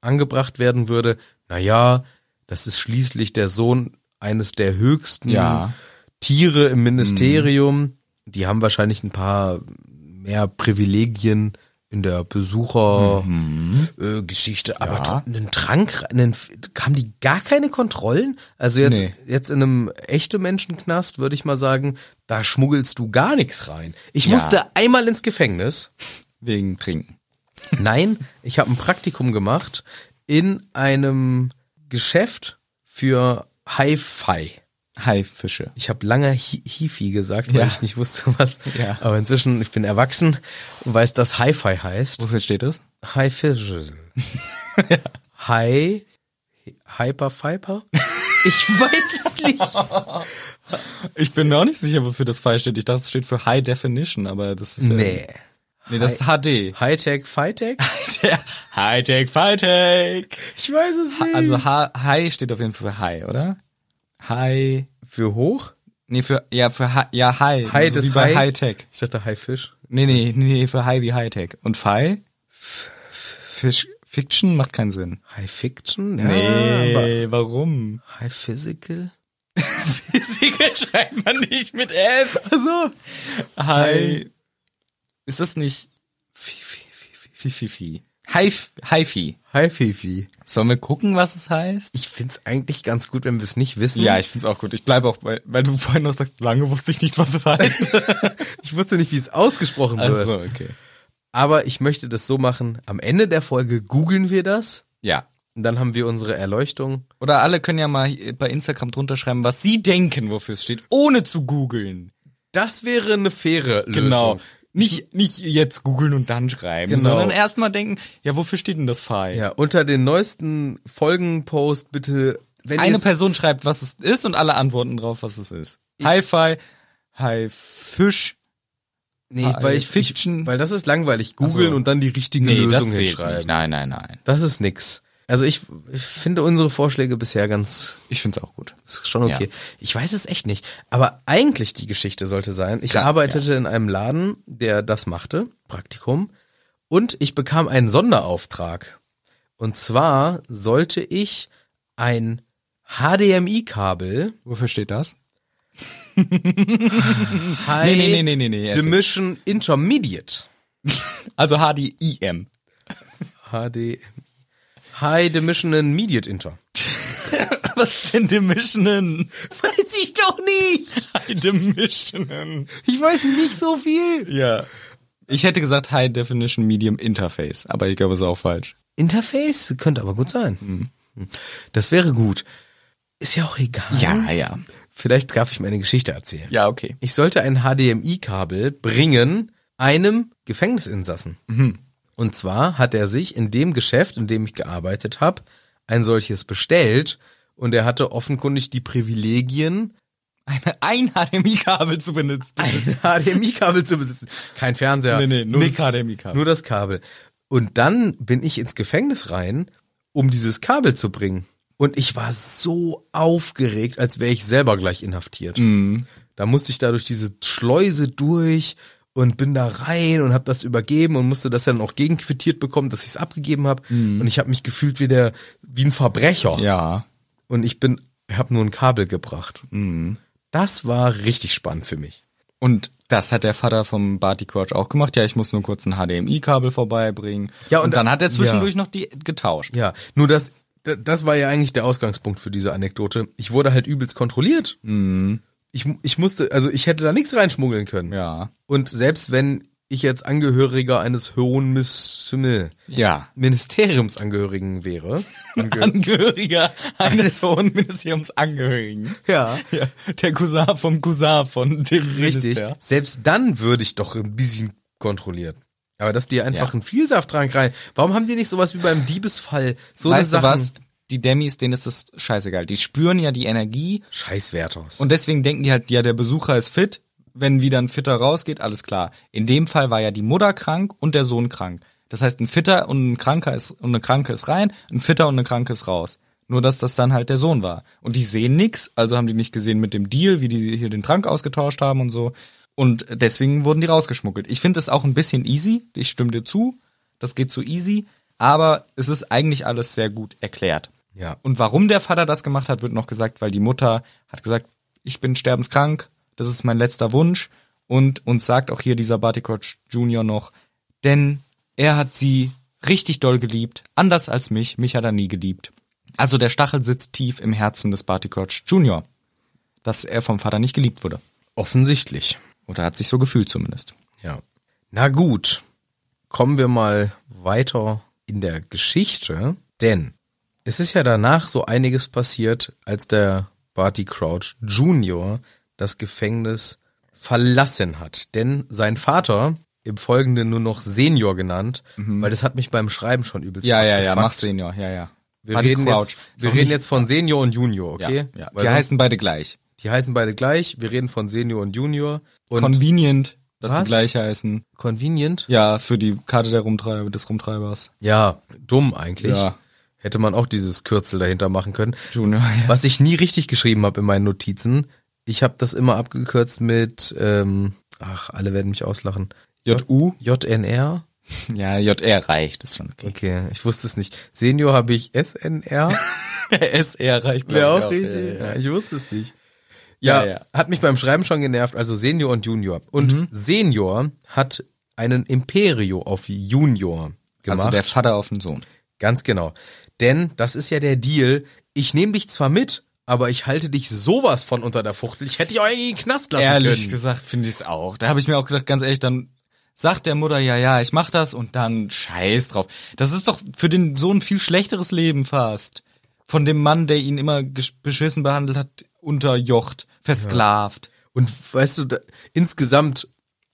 [SPEAKER 2] angebracht werden würde, na ja, das ist schließlich der Sohn eines der höchsten
[SPEAKER 1] Ja.
[SPEAKER 2] Tiere im Ministerium.
[SPEAKER 1] Mhm.
[SPEAKER 2] Die haben wahrscheinlich ein paar mehr Privilegien in der Besuchergeschichte, aber
[SPEAKER 1] Mhm. Ja.
[SPEAKER 2] tr- einen Trank, einen, haben die gar keine Kontrollen? Also jetzt,
[SPEAKER 1] Nee.
[SPEAKER 2] jetzt in einem echten Menschenknast würde ich mal sagen, da schmuggelst du gar nichts rein. Ich
[SPEAKER 1] Ja.
[SPEAKER 2] musste einmal ins Gefängnis.
[SPEAKER 1] Wegen Trinken.
[SPEAKER 2] Nein, ich habe ein Praktikum gemacht in einem Geschäft für Hi-Fi.
[SPEAKER 1] Haifische.
[SPEAKER 2] Ich habe lange Hi- Hi-Fi gesagt, weil
[SPEAKER 1] Ja.
[SPEAKER 2] ich nicht wusste, was.
[SPEAKER 1] Ja.
[SPEAKER 2] Aber inzwischen, ich bin erwachsen und weiß, dass Hi-Fi heißt.
[SPEAKER 1] Wofür steht das?
[SPEAKER 2] Hi-Fi. Hi. Hyper Fiper? Ich weiß es nicht.
[SPEAKER 1] Ich bin mir auch nicht sicher, wofür das Pfeil steht. Ich dachte, es steht für High Definition, aber das ist ja- Nee, das ist HD.
[SPEAKER 2] Hightech, Fightech?
[SPEAKER 1] Hightech, Fightech.
[SPEAKER 2] Ich weiß es nicht.
[SPEAKER 1] Also H High steht auf jeden Fall für High, oder? High.
[SPEAKER 2] für hoch?
[SPEAKER 1] Nee, für ja für Hi, ja High.
[SPEAKER 2] High
[SPEAKER 1] so
[SPEAKER 2] ist
[SPEAKER 1] also wie bei
[SPEAKER 2] High.
[SPEAKER 1] Hightech.
[SPEAKER 2] Ich dachte High Fish.
[SPEAKER 1] Nee, nee, nee, nee, für High wie Hightech. Und Phi? Fisch, Fiction macht keinen Sinn.
[SPEAKER 2] High Fiction?
[SPEAKER 1] Ah, warum?
[SPEAKER 2] High Physical?
[SPEAKER 1] Siegel schreibt man nicht mit F. Also High. Ist das nicht Fifi? Hi, Hi-Fi.
[SPEAKER 2] High Fifi.
[SPEAKER 1] Sollen wir gucken, was es heißt?
[SPEAKER 2] Ich find's eigentlich ganz gut, wenn wir es nicht wissen.
[SPEAKER 1] Ja, ich find's auch gut. Ich bleibe auch bei, weil du vorhin noch sagst, lange wusste ich nicht, was es heißt.
[SPEAKER 2] ich wusste nicht, wie es ausgesprochen wird.
[SPEAKER 1] Also, okay.
[SPEAKER 2] Aber ich möchte das so machen. Am Ende der Folge googeln wir das
[SPEAKER 1] Ja.
[SPEAKER 2] und dann haben wir unsere Erleuchtung.
[SPEAKER 1] Oder alle können ja mal bei Instagram drunter schreiben, was sie denken, wofür es steht, ohne zu googeln. Genau.
[SPEAKER 2] Das wäre eine faire Lösung.
[SPEAKER 1] Nicht, nicht jetzt googeln und dann schreiben,
[SPEAKER 2] Genau.
[SPEAKER 1] sondern erstmal denken, ja, wofür steht denn das Pfeil?
[SPEAKER 2] Ja, unter den neuesten Folgenpost bitte, wenn
[SPEAKER 1] Eine
[SPEAKER 2] ihr's-
[SPEAKER 1] Person schreibt, was es ist und alle antworten drauf, was es ist. Hi-Fi, Hi-Fisch.
[SPEAKER 2] nee,
[SPEAKER 1] Ah,
[SPEAKER 2] weil ich,
[SPEAKER 1] Fiction-
[SPEAKER 2] ich weil das ist langweilig googeln
[SPEAKER 1] Ach so.
[SPEAKER 2] und dann die richtige Lösung hinschreiben.
[SPEAKER 1] Nein, nein, nein.
[SPEAKER 2] Das ist nix. Also ich, ich finde unsere Vorschläge bisher ganz
[SPEAKER 1] Ich find's auch gut.
[SPEAKER 2] ist schon okay.
[SPEAKER 1] Ja.
[SPEAKER 2] Ich weiß es echt nicht. Aber eigentlich die Geschichte sollte sein, ich
[SPEAKER 1] Ja,
[SPEAKER 2] arbeitete in einem Laden, der das machte, Praktikum, und ich bekam einen Sonderauftrag. Und zwar sollte ich ein HDMI-Kabel,
[SPEAKER 1] Wofür steht das?
[SPEAKER 2] High
[SPEAKER 1] nee, nee, nee, nee, erzähl.
[SPEAKER 2] Dimension Intermediate,
[SPEAKER 1] Also HDIM.
[SPEAKER 2] HDMI, High Dimension Mediate Inter.
[SPEAKER 1] Was ist denn Dimissionen?
[SPEAKER 2] Weiß ich doch nicht.
[SPEAKER 1] Dimissionen.
[SPEAKER 2] Ich weiß nicht so viel.
[SPEAKER 1] Ja. Ich hätte gesagt High Definition Medium Interface, aber ich glaube, es ist auch falsch.
[SPEAKER 2] Interface könnte aber gut sein. Das wäre gut. Ist ja auch egal.
[SPEAKER 1] Hm. Ah, ja.
[SPEAKER 2] Vielleicht darf ich meine Geschichte erzählen.
[SPEAKER 1] Ja, okay.
[SPEAKER 2] Ich sollte ein HDMI-Kabel bringen einem Gefängnisinsassen. Und zwar hat er sich in dem Geschäft, in dem ich gearbeitet habe, ein solches bestellt und er hatte offenkundig die Privilegien,
[SPEAKER 1] Ein HDMI-Kabel zu benutzen.
[SPEAKER 2] ein HDMI-Kabel zu besitzen. Kein Fernseher.
[SPEAKER 1] Nee, nee, nur das
[SPEAKER 2] nix,
[SPEAKER 1] HDMI-Kabel.
[SPEAKER 2] Nur das Kabel. Und dann bin ich ins Gefängnis rein, um dieses Kabel zu bringen. Und ich war so aufgeregt, als wäre ich selber gleich inhaftiert.
[SPEAKER 1] Mhm.
[SPEAKER 2] Da musste ich da durch diese Schleuse durch und bin da rein und habe das übergeben und musste das dann auch gegenquittiert bekommen, dass ich es abgegeben habe. Und ich habe mich gefühlt wie der wie ein Verbrecher.
[SPEAKER 1] Mhm. Ja.
[SPEAKER 2] Und ich bin, habe nur ein Kabel gebracht.
[SPEAKER 1] Mhm.
[SPEAKER 2] Das war richtig spannend für mich.
[SPEAKER 1] Und das hat der Vater vom Barty Crouch auch gemacht. Ja, ich muss nur kurz ein HDMI-Kabel vorbeibringen.
[SPEAKER 2] Ja,
[SPEAKER 1] und,
[SPEAKER 2] und-
[SPEAKER 1] dann hat er zwischendurch
[SPEAKER 2] ja.
[SPEAKER 1] noch die getauscht.
[SPEAKER 2] Ja, nur das, da- das war ja eigentlich der Ausgangspunkt für diese Anekdote. Ich wurde halt übelst kontrolliert. Ich, mu- ich musste, also ich hätte da nichts reinschmuggeln können.
[SPEAKER 1] Mhm. Ja.
[SPEAKER 2] Und selbst wenn ich jetzt Angehöriger eines hohen Miss
[SPEAKER 1] Ja.
[SPEAKER 2] Ministeriumsangehörigen wäre. Angehö-
[SPEAKER 1] Angehöriger eines hohen Ministeriumsangehörigen.
[SPEAKER 2] ja,
[SPEAKER 1] Ja, der Cousin vom Cousin von dem
[SPEAKER 2] richtig.
[SPEAKER 1] Minister.
[SPEAKER 2] Selbst dann würde ich doch ein bisschen kontrolliert. Aber dass die einfach
[SPEAKER 1] Ja.
[SPEAKER 2] einen Vielsafttrank rein. Warum haben die nicht sowas wie beim Diebesfall? So
[SPEAKER 1] weißt
[SPEAKER 2] eine
[SPEAKER 1] du
[SPEAKER 2] Sache.
[SPEAKER 1] was? Die Demis, denen ist das scheißegal. Die spüren ja die Energie
[SPEAKER 2] Scheiß Werthers.
[SPEAKER 1] und deswegen denken die halt, ja, der Besucher ist fit. Wenn wieder ein Fitter rausgeht, alles klar. In dem Fall war ja die Mutter krank und der Sohn krank. Das heißt, ein Fitter und ein Kranker ist und eine Kranke ist rein, ein Fitter und eine Kranke ist raus. Nur dass das dann halt der Sohn war. Und die sehen nix, also haben die nicht gesehen mit dem Deal, wie die hier den Trank ausgetauscht haben und so. Und deswegen wurden die rausgeschmuggelt. Ich finde das auch ein bisschen easy. Ich stimme dir zu. Das geht zu easy. Aber es ist eigentlich alles sehr gut erklärt.
[SPEAKER 2] Ja.
[SPEAKER 1] Und warum der Vater das gemacht hat, wird noch gesagt, weil die Mutter hat gesagt, ich bin sterbenskrank, das ist mein letzter Wunsch. Und uns sagt auch hier dieser Barty Crouch Jr. noch, denn er hat sie richtig doll geliebt, anders als mich, mich hat er nie geliebt. Also der Stachel sitzt tief im Herzen des Barty Crouch Jr., dass er vom Vater nicht geliebt wurde.
[SPEAKER 2] Offensichtlich.
[SPEAKER 1] Oder hat sich so gefühlt zumindest.
[SPEAKER 2] Ja. Na gut, kommen wir mal weiter in der Geschichte, denn es ist ja danach so einiges passiert, als der Barty Crouch Jr. das Gefängnis verlassen hat, denn sein Vater im Folgenden nur noch Senior genannt, weil das hat mich beim Schreiben schon übelst abgefuckt.
[SPEAKER 1] Senior, Mhm. ja, ja.
[SPEAKER 2] Wir reden, jetzt, wir reden jetzt von Senior und Junior, okay?
[SPEAKER 1] Ja, ja. Die
[SPEAKER 2] Weil sonst-
[SPEAKER 1] heißen beide gleich.
[SPEAKER 2] die heißen beide gleich, wir reden von Senior und Junior und
[SPEAKER 1] Convenient, dass die
[SPEAKER 2] Was?
[SPEAKER 1] gleich heißen.
[SPEAKER 2] convenient.
[SPEAKER 1] Ja, für die Karte der Rumtreiber, des Rumtreibers.
[SPEAKER 2] Ja, dumm eigentlich.
[SPEAKER 1] Ja.
[SPEAKER 2] Hätte man auch dieses Kürzel dahinter machen können.
[SPEAKER 1] Junior, ja.
[SPEAKER 2] Was ich nie richtig geschrieben habe in meinen Notizen, ich habe das immer abgekürzt mit, ähm, ach, alle werden mich auslachen.
[SPEAKER 1] JU?
[SPEAKER 2] JNR?
[SPEAKER 1] Ja, JR reicht, ist schon okay.
[SPEAKER 2] Okay, ich wusste es nicht. Senior habe ich SNR?
[SPEAKER 1] SR reicht, glaub
[SPEAKER 2] Wäre
[SPEAKER 1] ich,
[SPEAKER 2] auch richtig. Ja, ich wusste es nicht. Ja,
[SPEAKER 1] Ja, ja. Mhm.
[SPEAKER 2] hat mich beim Schreiben schon genervt. Also Senior und Junior. Und Senior hat einen Imperio auf Junior gemacht.
[SPEAKER 1] Also der Vater auf den Sohn.
[SPEAKER 2] Ganz genau. Denn das ist ja der Deal. Ich nehme dich zwar mit, aber ich halte dich sowas von unter der Fuchtel. Ich hätte dich auch irgendwie in den Knast lassen
[SPEAKER 1] Ehrlich
[SPEAKER 2] können.
[SPEAKER 1] gesagt finde ich es auch. Da habe ich mir auch gedacht, ganz ehrlich, dann sagt der Mutter, ja, ja, ich mach das und dann scheiß drauf. Das ist doch für den Sohn ein viel schlechteres Leben fast. Von dem Mann, der ihn immer gesch- beschissen behandelt hat, unterjocht, versklavt.
[SPEAKER 2] Und weißt du, da, insgesamt,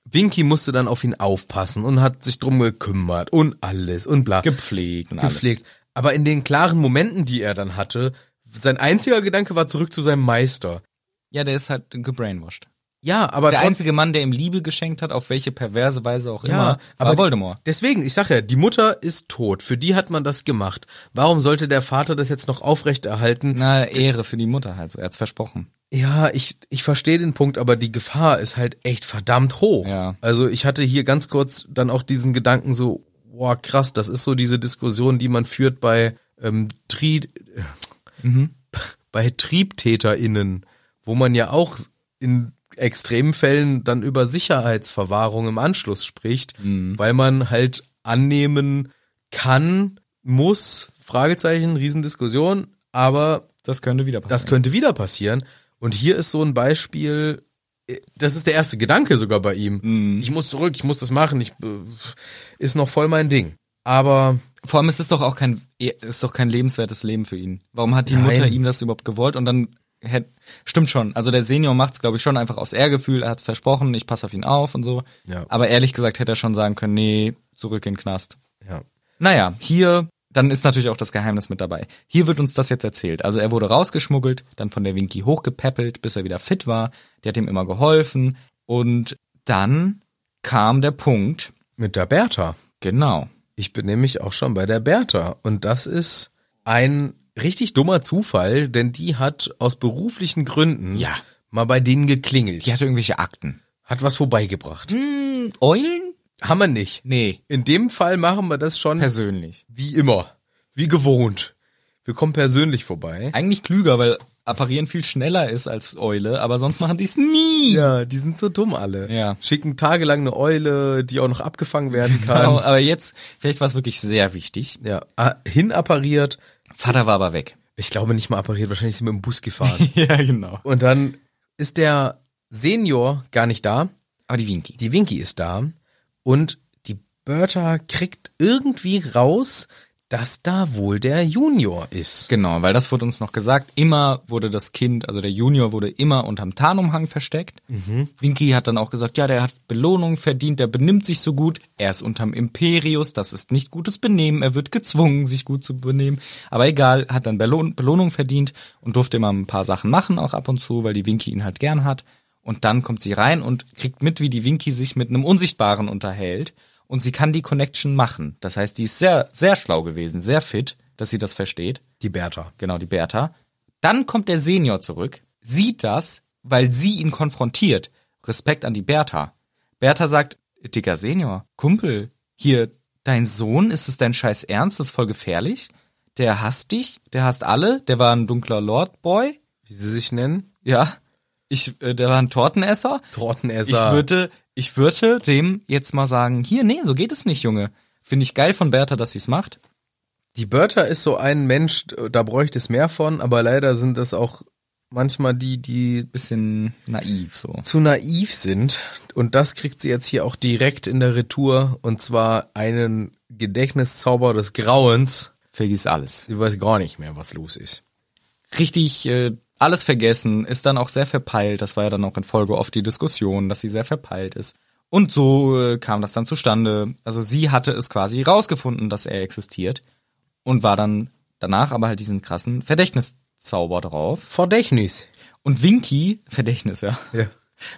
[SPEAKER 2] Winky musste dann auf ihn aufpassen und hat sich drum gekümmert und alles und bla.
[SPEAKER 1] Gepflegt und
[SPEAKER 2] gepflegt. Aber in den klaren Momenten, die er dann hatte, sein einziger Gedanke war zurück zu seinem Meister.
[SPEAKER 1] Alles. Ja, der ist halt gebrainwashed.
[SPEAKER 2] Ja, aber
[SPEAKER 1] Der
[SPEAKER 2] trotz-
[SPEAKER 1] einzige Mann, der ihm Liebe geschenkt hat, auf welche perverse Weise auch immer,
[SPEAKER 2] ja,
[SPEAKER 1] war
[SPEAKER 2] aber
[SPEAKER 1] aber Voldemort.
[SPEAKER 2] Deswegen, ich sag ja, die Mutter ist tot. Für die hat man das gemacht. Warum sollte der Vater das jetzt noch aufrechterhalten?
[SPEAKER 1] Na, Ehre für die Mutter halt so. Er hat's versprochen.
[SPEAKER 2] Ja, ich, ich verstehe den Punkt, aber die Gefahr ist halt echt verdammt hoch.
[SPEAKER 1] Ja.
[SPEAKER 2] Also ich hatte hier ganz kurz dann auch diesen Gedanken so, boah, krass, das ist so diese Diskussion, die man führt bei ähm, Tri äh, bei TriebtäterInnen, wo man ja auch in extremen Fällen dann über Sicherheitsverwahrung im Anschluss spricht, weil man halt annehmen kann, muss, Fragezeichen, Riesendiskussion, aber
[SPEAKER 1] Das könnte wieder passieren.
[SPEAKER 2] das könnte wieder passieren. Und hier ist so ein Beispiel, äh, das ist der erste Gedanke sogar bei
[SPEAKER 1] Mhm.
[SPEAKER 2] ihm. Ich muss zurück, ich muss das machen, ich äh, ist noch voll mein Ding. Aber
[SPEAKER 1] Vor allem ist es doch auch kein, ist doch kein lebenswertes Leben für ihn. Warum hat die
[SPEAKER 2] Nein.
[SPEAKER 1] Mutter ihm das überhaupt gewollt? Und dann hätte, stimmt schon. Also der Senior macht's, glaube ich, schon einfach aus Ehrgefühl. Er hat's versprochen, ich passe auf ihn auf und so.
[SPEAKER 2] Ja.
[SPEAKER 1] Aber ehrlich gesagt hätte er schon sagen können, nee, zurück in den Knast.
[SPEAKER 2] ja,
[SPEAKER 1] Naja, hier, dann ist natürlich auch das Geheimnis mit dabei. Hier wird uns das jetzt erzählt. Also er wurde rausgeschmuggelt, dann von der Winky hochgepäppelt, bis er wieder fit war. Die hat ihm immer geholfen. Und dann kam der Punkt,
[SPEAKER 2] mit der Bertha.
[SPEAKER 1] genau,
[SPEAKER 2] Ich bin nämlich auch schon bei der Bertha. Und das ist ein richtig dummer Zufall, denn die hat aus beruflichen Gründen
[SPEAKER 1] Ja.
[SPEAKER 2] mal bei denen geklingelt.
[SPEAKER 1] die hatte irgendwelche Akten.
[SPEAKER 2] Hat was vorbeigebracht.
[SPEAKER 1] Hm, Eulen?
[SPEAKER 2] Haben wir nicht.
[SPEAKER 1] Nee.
[SPEAKER 2] In dem Fall machen wir das schon
[SPEAKER 1] Persönlich.
[SPEAKER 2] wie immer. Wie gewohnt. Wir kommen persönlich vorbei.
[SPEAKER 1] Eigentlich klüger, weil apparieren viel schneller ist als Eule, aber sonst machen die es nie.
[SPEAKER 2] Ja, die sind so dumm alle.
[SPEAKER 1] Ja.
[SPEAKER 2] Schicken tagelang eine Eule, die auch noch abgefangen werden kann.
[SPEAKER 1] Genau, aber jetzt, vielleicht war es wirklich sehr wichtig.
[SPEAKER 2] Ja, ah, hinappariert.
[SPEAKER 1] Vater war aber weg.
[SPEAKER 2] Ich glaube nicht mal appariert, wahrscheinlich ist sie mit dem Bus gefahren.
[SPEAKER 1] ja, genau.
[SPEAKER 2] Und dann ist der Senior gar nicht da,
[SPEAKER 1] Aber die Winky.
[SPEAKER 2] die Winky ist da Und die Bertha kriegt irgendwie raus, dass da wohl der Junior ist.
[SPEAKER 1] Genau, weil das wurde uns noch gesagt. Immer wurde das Kind, also der Junior wurde immer unterm Tarnumhang versteckt. Winky hat dann auch gesagt, ja, der hat Belohnung verdient, der benimmt sich so gut. Er ist unterm Imperius, das ist nicht gutes Benehmen. Er wird gezwungen, sich gut zu benehmen. Aber egal, hat dann Belohn Belohnung verdient und durfte immer ein paar Sachen machen, auch ab und zu, weil die Winky ihn halt gern hat. Und dann kommt sie rein und kriegt mit, wie die Winky sich mit einem Unsichtbaren unterhält. Und sie kann die Connection machen. Das heißt, die ist sehr, sehr schlau gewesen, sehr fit, dass sie das versteht.
[SPEAKER 2] Die Bertha.
[SPEAKER 1] Genau, die Bertha. Dann kommt der Senior zurück, sieht das, weil sie ihn konfrontiert. Respekt an die Bertha. Bertha sagt, dicker Senior, Kumpel, hier, dein Sohn, ist es dein scheiß Ernst, das ist voll gefährlich? Der hasst dich, der hasst alle, der war ein dunkler Lordboy,
[SPEAKER 2] Wie sie sich nennen?
[SPEAKER 1] ja, ich, äh, der war ein Tortenesser.
[SPEAKER 2] Tortenesser.
[SPEAKER 1] Ich würde, ich würde dem jetzt mal sagen, hier, nee, so geht es nicht, Junge. Finde ich geil von Bertha, dass sie es macht.
[SPEAKER 2] Die Börter ist so ein Mensch, da bräuchte es mehr von, aber leider sind das auch manchmal die, die
[SPEAKER 1] Bisschen naiv so.
[SPEAKER 2] zu naiv sind. Und das kriegt sie jetzt hier auch direkt in der Retour. Und zwar einen Gedächtniszauber des Grauens.
[SPEAKER 1] Vergiss alles.
[SPEAKER 2] Sie weiß gar nicht mehr, was los ist.
[SPEAKER 1] richtig äh, alles vergessen, ist dann auch sehr verpeilt. Das war ja dann auch in Folge oft die Diskussion, dass sie sehr verpeilt ist. Und so äh, kam das dann zustande. Also sie hatte es quasi rausgefunden, dass er existiert und war dann danach aber halt diesen krassen Verdächtniszauber drauf.
[SPEAKER 2] Verdächtnis.
[SPEAKER 1] Und Winky, Verdächtnis, ja.
[SPEAKER 2] Ja.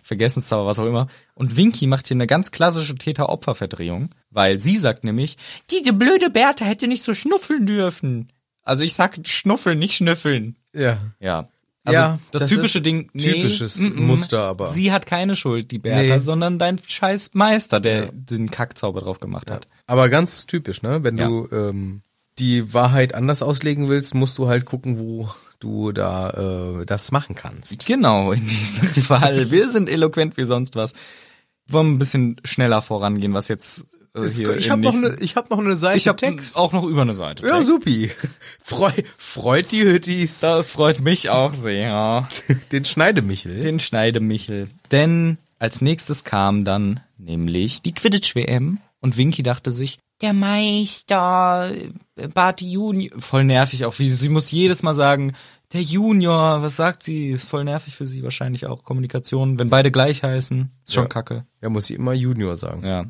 [SPEAKER 1] Vergessenszauber, was auch immer. Und Winky macht hier eine ganz klassische Täter-Opfer-Verdrehung, weil sie sagt nämlich, diese blöde Bertha hätte nicht so schnuffeln dürfen. Also ich sag schnuffeln, nicht schnüffeln.
[SPEAKER 2] Ja.
[SPEAKER 1] Ja. Also
[SPEAKER 2] Ja,
[SPEAKER 1] das,
[SPEAKER 2] das
[SPEAKER 1] typische
[SPEAKER 2] ist
[SPEAKER 1] Ding. Nee,
[SPEAKER 2] typisches
[SPEAKER 1] mm-mm,
[SPEAKER 2] Muster aber.
[SPEAKER 1] Sie hat keine Schuld, die Bertha,
[SPEAKER 2] Nee.
[SPEAKER 1] sondern dein scheiß Meister, der den Kackzauber drauf gemacht hat.
[SPEAKER 2] Aber ganz typisch, ne? Wenn du ähm, die Wahrheit anders auslegen willst, musst du halt gucken, wo du da äh, das machen kannst.
[SPEAKER 1] Genau, in diesem Fall. Wir sind eloquent wie sonst was. Wollen ein bisschen schneller vorangehen, was jetzt äh,
[SPEAKER 2] Also
[SPEAKER 1] hier im nächsten-
[SPEAKER 2] ich hab noch eine Seite
[SPEAKER 1] ich hab auch noch über eine Seite.
[SPEAKER 2] Ja,
[SPEAKER 1] Text.
[SPEAKER 2] supi. Freu, freut die Hüttis.
[SPEAKER 1] Das freut mich auch sehr.
[SPEAKER 2] Den Schneidemichel.
[SPEAKER 1] Den Schneidemichel. Denn als nächstes kam dann nämlich die Quidditch-WM und Winky dachte sich, der Meister, äh, Barty Junior, voll nervig auch, wie sie muss jedes Mal sagen, der Junior, was sagt sie? Ist voll nervig für sie wahrscheinlich auch, Kommunikation, wenn beide gleich heißen, ist schon
[SPEAKER 2] Ja.
[SPEAKER 1] kacke.
[SPEAKER 2] Ja, muss ich immer Junior sagen.
[SPEAKER 1] Ja.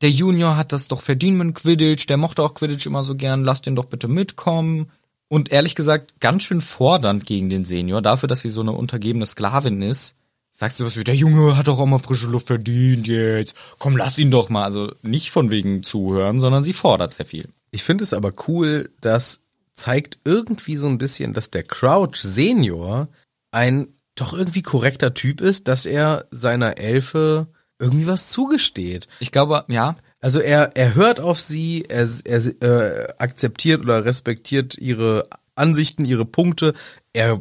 [SPEAKER 1] Der Junior hat das doch verdient mit Quidditch, der mochte auch Quidditch immer so gern, lass den doch bitte mitkommen. Und ehrlich gesagt, ganz schön fordernd gegen den Senior, dafür, dass sie so eine untergebene Sklavin ist. Sagst du was wie, der Junge hat doch auch mal frische Luft verdient jetzt, komm, lass ihn doch mal. Also nicht von wegen zuhören, sondern sie fordert sehr viel.
[SPEAKER 2] Ich finde es aber cool, das zeigt irgendwie so ein bisschen, dass der Crouch Senior ein doch irgendwie korrekter Typ ist, dass er seiner Elfe irgendwie was zugesteht.
[SPEAKER 1] Ich glaube, ja,
[SPEAKER 2] Also er, er hört auf sie, er, er äh, akzeptiert oder respektiert ihre Ansichten, ihre Punkte. Er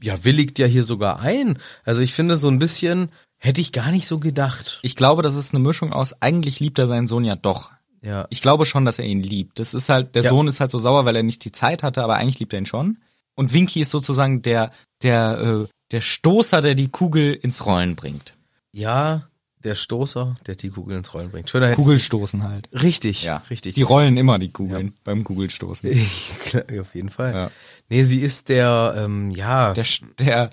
[SPEAKER 2] ja, willigt ja hier sogar ein. Also ich finde so ein bisschen, hätte ich gar nicht so gedacht.
[SPEAKER 1] ich glaube, das ist eine Mischung aus, eigentlich liebt er seinen Sohn ja doch.
[SPEAKER 2] Ja.
[SPEAKER 1] Ich glaube schon, dass er ihn liebt. Das ist halt, der
[SPEAKER 2] Ja.
[SPEAKER 1] Sohn ist halt so sauer, weil er nicht die Zeit hatte, aber eigentlich liebt er ihn schon. Und Winky ist sozusagen der, der, äh, der Stoßer, der die Kugel ins Rollen bringt.
[SPEAKER 2] Ja, der Stoßer, der die Kugel ins Rollen bringt. Schöner
[SPEAKER 1] Kugelstoßen halt.
[SPEAKER 2] Richtig,
[SPEAKER 1] Ja, richtig.
[SPEAKER 2] richtig.
[SPEAKER 1] Die rollen immer die Kugeln beim Kugelstoßen.
[SPEAKER 2] Klar, auf jeden Fall.
[SPEAKER 1] Ja.
[SPEAKER 2] Nee, sie ist der, ähm, ja,
[SPEAKER 1] Der, Sch- der,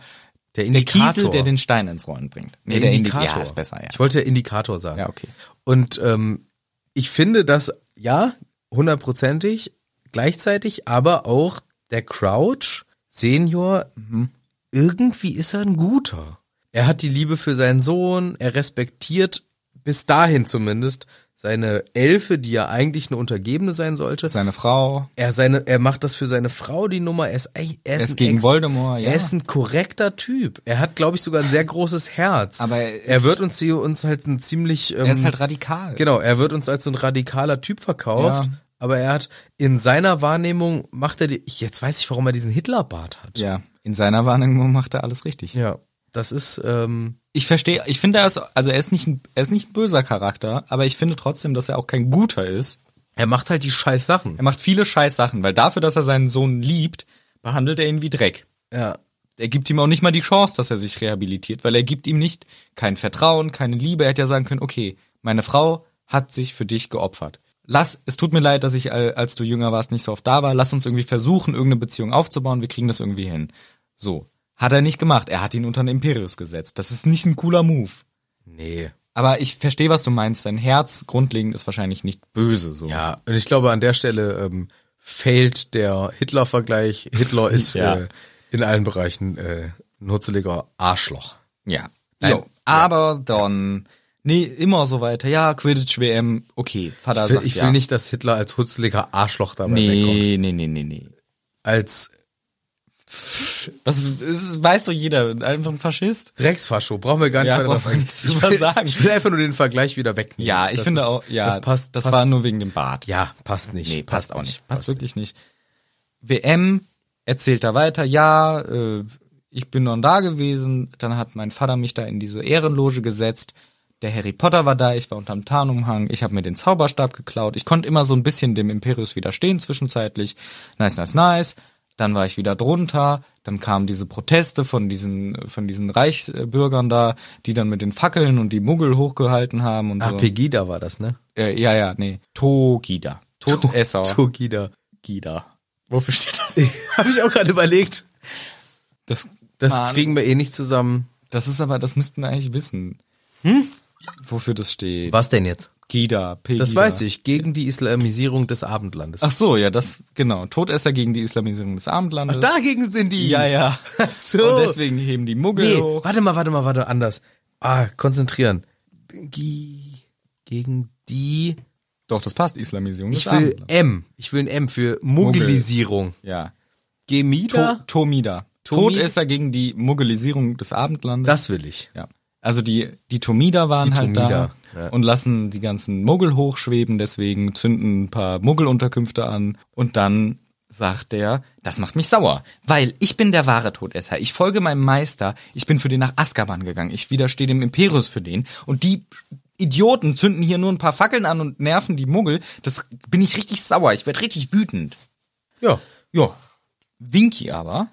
[SPEAKER 2] der
[SPEAKER 1] der Kiesel, der den Stein ins Rollen bringt. Nee, der Indikator. ja, ist besser, ja.
[SPEAKER 2] Ich wollte Indikator sagen.
[SPEAKER 1] Ja, okay.
[SPEAKER 2] Und ähm, ich finde das, ja, hundertprozentig, gleichzeitig, aber auch der Crouch, Senior,
[SPEAKER 1] Mhm.
[SPEAKER 2] irgendwie ist er ein guter. Er hat die Liebe für seinen Sohn, er respektiert bis dahin zumindest seine Elfe, die ja eigentlich eine Untergebene sein sollte.
[SPEAKER 1] Seine Frau.
[SPEAKER 2] Er, seine, er macht das für seine Frau die Nummer. Er ist, eigentlich- er ist,
[SPEAKER 1] Er ist
[SPEAKER 2] ein
[SPEAKER 1] gegen
[SPEAKER 2] ex-
[SPEAKER 1] Voldemort, ja.
[SPEAKER 2] Er ist ein korrekter Typ. Er hat, glaube ich, sogar ein sehr großes Herz.
[SPEAKER 1] Aber er
[SPEAKER 2] er,
[SPEAKER 1] ist-
[SPEAKER 2] wird uns, hier- uns halt ein ziemlich. Ähm,
[SPEAKER 1] Er ist halt radikal.
[SPEAKER 2] Genau, er wird uns als so ein radikaler Typ verkauft.
[SPEAKER 1] Ja.
[SPEAKER 2] Aber er hat in seiner Wahrnehmung macht er die. Jetzt weiß ich, warum er diesen Hitlerbart hat.
[SPEAKER 1] Ja. In seiner Wahrnehmung macht er alles richtig.
[SPEAKER 2] ja das ist. Ähm,
[SPEAKER 1] ich verstehe, ich finde, er ist, also er ist nicht ein, er ist nicht ein böser Charakter, aber ich finde trotzdem, dass er auch kein guter ist.
[SPEAKER 2] er macht halt die scheiß Sachen.
[SPEAKER 1] Er macht viele scheiß Sachen, weil dafür, dass er seinen Sohn liebt, behandelt er ihn wie Dreck.
[SPEAKER 2] Ja.
[SPEAKER 1] Er gibt ihm auch nicht mal die Chance, dass er sich rehabilitiert, weil er gibt ihm nicht kein Vertrauen, keine Liebe. Er hätte ja sagen können, okay, meine Frau hat sich für dich geopfert. Lass, es tut mir leid, dass ich, äh, als du jünger warst, nicht so oft da war. Lass uns irgendwie versuchen, irgendeine Beziehung aufzubauen. Wir kriegen das irgendwie hin. So. Hat er nicht gemacht. Er hat ihn unter den Imperius gesetzt. Das ist nicht ein cooler Move.
[SPEAKER 2] Nee.
[SPEAKER 1] Aber ich verstehe, was du meinst. Dein Herz grundlegend ist wahrscheinlich nicht böse, so.
[SPEAKER 2] Ja, und ich glaube, an der Stelle ähm, fehlt der Hitler-Vergleich. Hitler ist
[SPEAKER 1] Ja.
[SPEAKER 2] äh, in allen Bereichen äh, ein hutzeliger Arschloch.
[SPEAKER 1] Ja.
[SPEAKER 2] Nein.
[SPEAKER 1] Jo. Aber dann, nee, immer so weiter. Ja, Quidditch-WM, okay. Vater
[SPEAKER 2] Ich will,
[SPEAKER 1] sagt
[SPEAKER 2] ich will
[SPEAKER 1] ja.
[SPEAKER 2] nicht, dass Hitler als hutzeliger Arschloch dabei wegkommt.
[SPEAKER 1] Nee, nee, nee, nee, nee.
[SPEAKER 2] Als
[SPEAKER 1] Das ist, weiß doch jeder. Einfach ein Faschist.
[SPEAKER 2] Drecksfascho brauchen wir gar nicht
[SPEAKER 1] Ja,
[SPEAKER 2] weiter
[SPEAKER 1] brauchen
[SPEAKER 2] drauf
[SPEAKER 1] wir
[SPEAKER 2] eingehen.
[SPEAKER 1] nichts
[SPEAKER 2] Ich
[SPEAKER 1] drüber
[SPEAKER 2] will,
[SPEAKER 1] sagen.
[SPEAKER 2] ich will einfach nur den Vergleich wieder wegnehmen.
[SPEAKER 1] Ja, ich
[SPEAKER 2] Das
[SPEAKER 1] finde
[SPEAKER 2] ist-
[SPEAKER 1] auch, ja,
[SPEAKER 2] Das passt,
[SPEAKER 1] das
[SPEAKER 2] passt,
[SPEAKER 1] war nur wegen dem Bart.
[SPEAKER 2] ja, passt nicht.
[SPEAKER 1] Nee, passt, auch nicht. Passt wirklich nicht. WM erzählt da weiter, ja, äh, ich bin dann da gewesen, dann hat mein Vater mich da in diese Ehrenloge gesetzt. Der Harry Potter war da, ich war unterm Tarnumhang, ich habe mir den Zauberstab geklaut. Ich konnte immer so ein bisschen dem Imperius widerstehen zwischenzeitlich. Nice, nice, nice. Dann war ich wieder drunter, dann kamen diese Proteste von diesen von diesen Reichsbürgern da, die dann mit den Fackeln und die Muggel hochgehalten haben und
[SPEAKER 2] Ach,
[SPEAKER 1] so.
[SPEAKER 2] Pegida war das, ne?
[SPEAKER 1] Äh, ja, ja, nee. Togida. Todesser.
[SPEAKER 2] Togida.
[SPEAKER 1] Gida. Wofür steht das?
[SPEAKER 2] Habe ich auch gerade überlegt.
[SPEAKER 1] Das,
[SPEAKER 2] Das
[SPEAKER 1] Mann.
[SPEAKER 2] kriegen wir eh nicht zusammen.
[SPEAKER 1] das ist aber, das müssten wir eigentlich wissen.
[SPEAKER 2] Hm?
[SPEAKER 1] Wofür das steht.
[SPEAKER 2] Was denn jetzt?
[SPEAKER 1] Gida, Pegida.
[SPEAKER 2] Das weiß ich. Gegen die Islamisierung des Abendlandes.
[SPEAKER 1] Ach so, ja, das, genau. Todesser gegen die Islamisierung des Abendlandes.
[SPEAKER 2] dagegen sind die.
[SPEAKER 1] Ja, ja.
[SPEAKER 2] Ach so.
[SPEAKER 1] Und deswegen heben die Muggel
[SPEAKER 2] Nee,
[SPEAKER 1] hoch.
[SPEAKER 2] warte mal, warte mal, warte, anders. Ah, konzentrieren. Gi- Gegen die.
[SPEAKER 1] Doch, das passt, Islamisierung
[SPEAKER 2] Ich
[SPEAKER 1] des
[SPEAKER 2] will
[SPEAKER 1] Abendlandes.
[SPEAKER 2] M. Ich will ein M für Mobilisierung.
[SPEAKER 1] Ja. To
[SPEAKER 2] Gemida.
[SPEAKER 1] Tomida.
[SPEAKER 2] Tomi-
[SPEAKER 1] Todesser gegen die Muggelisierung des Abendlandes.
[SPEAKER 2] Das will ich.
[SPEAKER 1] Ja. Also die, die Tomida waren
[SPEAKER 2] Die
[SPEAKER 1] halt
[SPEAKER 2] Tomida,
[SPEAKER 1] da
[SPEAKER 2] ja.
[SPEAKER 1] und lassen die ganzen Muggel hochschweben, deswegen zünden ein paar Muggelunterkünfte an und dann sagt der, das macht mich sauer, weil ich bin der wahre Todesser, ich folge meinem Meister, ich bin für den nach Azkaban gegangen, ich widerstehe dem Imperius für den und die Idioten zünden hier nur ein paar Fackeln an und nerven die Muggel, das bin ich richtig sauer, ich werd richtig wütend.
[SPEAKER 2] Ja.
[SPEAKER 1] Ja. Winky aber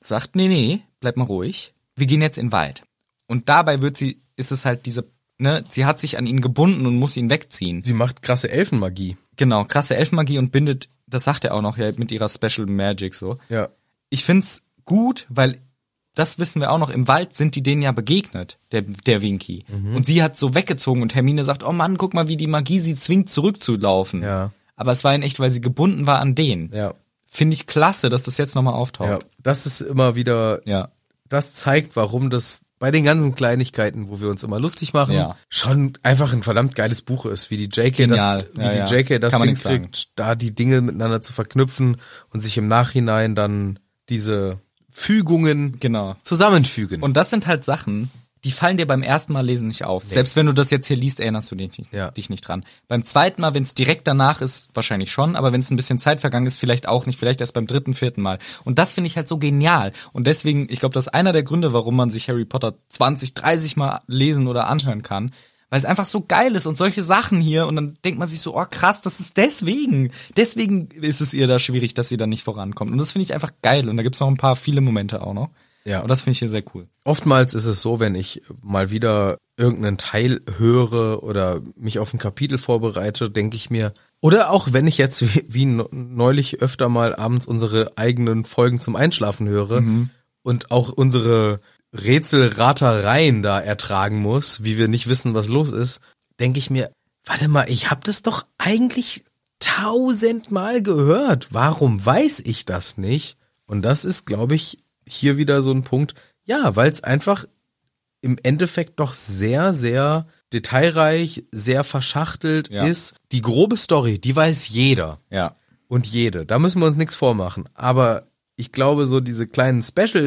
[SPEAKER 1] sagt, nee, nee, bleib mal ruhig. Wir gehen jetzt in den Wald. Und dabei wird sie, ist es halt diese, ne, sie hat sich an ihn gebunden und muss ihn wegziehen.
[SPEAKER 2] Sie macht krasse Elfenmagie.
[SPEAKER 1] Genau, krasse Elfenmagie und bindet, das sagt er auch noch, ja, mit ihrer Special Magic so.
[SPEAKER 2] Ja.
[SPEAKER 1] Ich find's gut, weil das wissen wir auch noch, im Wald sind die denen ja begegnet, der, der Winky.
[SPEAKER 2] Mhm.
[SPEAKER 1] Und sie hat so weggezogen und Hermine sagt, oh Mann, guck mal, wie die Magie sie zwingt, zurückzulaufen.
[SPEAKER 2] Ja.
[SPEAKER 1] Aber es war in echt, weil sie gebunden war an den.
[SPEAKER 2] Ja.
[SPEAKER 1] Finde ich klasse, dass das jetzt nochmal
[SPEAKER 2] Ja.
[SPEAKER 1] auftaucht.
[SPEAKER 2] Das ist immer wieder
[SPEAKER 1] Ja.
[SPEAKER 2] das zeigt, warum das bei den ganzen Kleinigkeiten, wo wir uns immer lustig machen,
[SPEAKER 1] Ja.
[SPEAKER 2] schon einfach ein verdammt geiles Buch ist, wie die JK
[SPEAKER 1] Genial.
[SPEAKER 2] das, wie
[SPEAKER 1] Ja,
[SPEAKER 2] die
[SPEAKER 1] ja.
[SPEAKER 2] JK das
[SPEAKER 1] Kann man nichts
[SPEAKER 2] hinkriegt, da die Dinge miteinander zu verknüpfen und sich im Nachhinein dann diese Fügungen
[SPEAKER 1] Genau.
[SPEAKER 2] zusammenfügen.
[SPEAKER 1] Und das sind halt Sachen, die fallen dir beim ersten Mal lesen nicht auf. Selbst wenn du das jetzt hier liest, erinnerst du dich nicht,
[SPEAKER 2] Ja.
[SPEAKER 1] dich nicht dran. Beim zweiten Mal, wenn es direkt danach ist, wahrscheinlich schon, aber wenn es ein bisschen Zeit vergangen ist, vielleicht auch nicht, vielleicht erst beim dritten, vierten Mal. Und das finde ich halt so genial. Und deswegen, ich glaube, das ist einer der Gründe, warum man sich Harry Potter 20, 30 Mal lesen oder anhören kann. Weil es einfach so geil ist und solche Sachen hier und dann denkt man sich so, oh krass, das ist deswegen. Deswegen ist es ihr da schwierig, dass sie da nicht vorankommt. Und das finde ich einfach geil. Und da gibt's noch ein paar viele Momente auch noch.
[SPEAKER 2] Ja.
[SPEAKER 1] Und das finde ich hier sehr cool.
[SPEAKER 2] Oftmals ist es so, wenn ich mal wieder irgendeinen Teil höre oder mich auf ein Kapitel vorbereite, denke ich mir, oder auch wenn ich jetzt wie, wie neulich öfter mal abends unsere eigenen Folgen zum Einschlafen höre und auch unsere Rätselratereien da ertragen muss, wie wir nicht wissen, was los ist, denke ich mir, warte mal, ich habe das doch eigentlich tausendmal gehört. Warum weiß ich das nicht? Und das ist, glaube ich, hier wieder so ein Punkt. Ja, weil es einfach im Endeffekt doch sehr, sehr detailreich, sehr verschachtelt
[SPEAKER 1] Ja.
[SPEAKER 2] ist. Die grobe Story, die weiß jeder
[SPEAKER 1] Ja.
[SPEAKER 2] und jede. Da müssen wir uns nichts vormachen. Aber ich glaube, so diese kleinen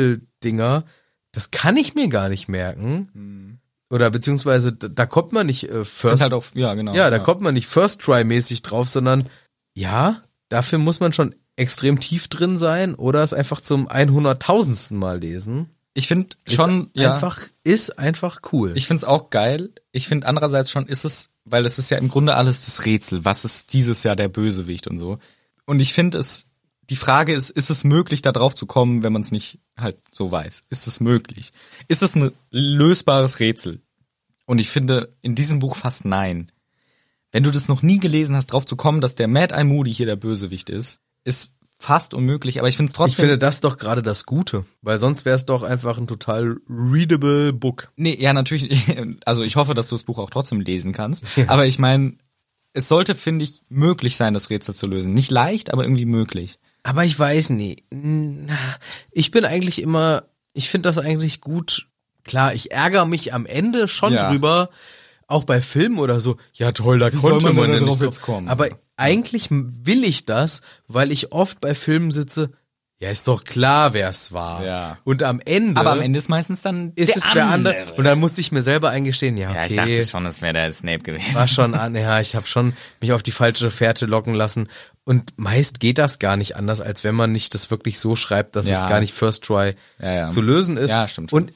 [SPEAKER 2] Special-Dinger, das kann ich mir gar nicht merken. Oder beziehungsweise, da, da kommt man nicht äh,
[SPEAKER 1] Sind
[SPEAKER 2] first
[SPEAKER 1] halt auf, ja, genau.
[SPEAKER 2] ja, da kommt man nicht First Try mäßig drauf, sondern ja, dafür muss man schon extrem tief drin sein oder es einfach zum 100.000. Mal lesen.
[SPEAKER 1] Ich finde
[SPEAKER 2] Ist
[SPEAKER 1] schon, ja,
[SPEAKER 2] einfach ist einfach cool.
[SPEAKER 1] ich finde es auch geil. Ich finde andererseits schon, ist es, weil es ist ja im Grunde alles das Rätsel. Was ist dieses Jahr der Bösewicht und so? Und ich finde es, die Frage ist, ist es möglich, da drauf zu kommen, wenn man es nicht halt so weiß? Ist es möglich? Ist es ein lösbares Rätsel? Und ich finde in diesem Buch fast nein. Wenn du das noch nie gelesen hast, drauf zu kommen, dass der Mad Eye Moody hier der Bösewicht ist, ist fast unmöglich, aber ich finde es trotzdem.
[SPEAKER 2] Ich finde das doch gerade das Gute, weil sonst wäre es doch einfach ein total readable Book.
[SPEAKER 1] Nee, ja, natürlich. Also ich hoffe, dass du das Buch auch trotzdem lesen kannst. Aber ich meine, es sollte, finde ich, möglich sein, das Rätsel zu lösen. Nicht leicht, aber irgendwie möglich.
[SPEAKER 2] Aber ich weiß nie. Ich bin eigentlich immer, ich finde das eigentlich gut. Klar, ich ärgere mich am Ende schon
[SPEAKER 1] Ja.
[SPEAKER 2] drüber, auch bei Filmen oder so. Ja, toll, da
[SPEAKER 1] soll
[SPEAKER 2] konnte
[SPEAKER 1] man
[SPEAKER 2] man
[SPEAKER 1] denn
[SPEAKER 2] ja
[SPEAKER 1] da
[SPEAKER 2] nicht
[SPEAKER 1] drauf
[SPEAKER 2] drauf.
[SPEAKER 1] jetzt kommen?
[SPEAKER 2] Aber
[SPEAKER 1] Ja.
[SPEAKER 2] eigentlich will ich das, weil ich oft bei Filmen sitze. Ja, ist doch klar, wer es war.
[SPEAKER 1] Ja.
[SPEAKER 2] Und am Ende,
[SPEAKER 1] Aber am Ende ist meistens dann
[SPEAKER 2] ist
[SPEAKER 1] der
[SPEAKER 2] es wer andere.
[SPEAKER 1] andere.
[SPEAKER 2] Und dann musste ich mir selber eingestehen, ja, okay.
[SPEAKER 4] Ja, ich dachte schon, es wäre der Snape gewesen.
[SPEAKER 2] War schon an, ja, ich habe schon mich auf die falsche Fährte locken lassen. Und meist geht das gar nicht anders, als wenn man nicht das wirklich so schreibt, dass
[SPEAKER 1] Ja.
[SPEAKER 2] es gar nicht First Try
[SPEAKER 1] Ja, ja.
[SPEAKER 2] zu lösen ist.
[SPEAKER 1] Ja, stimmt.
[SPEAKER 2] Und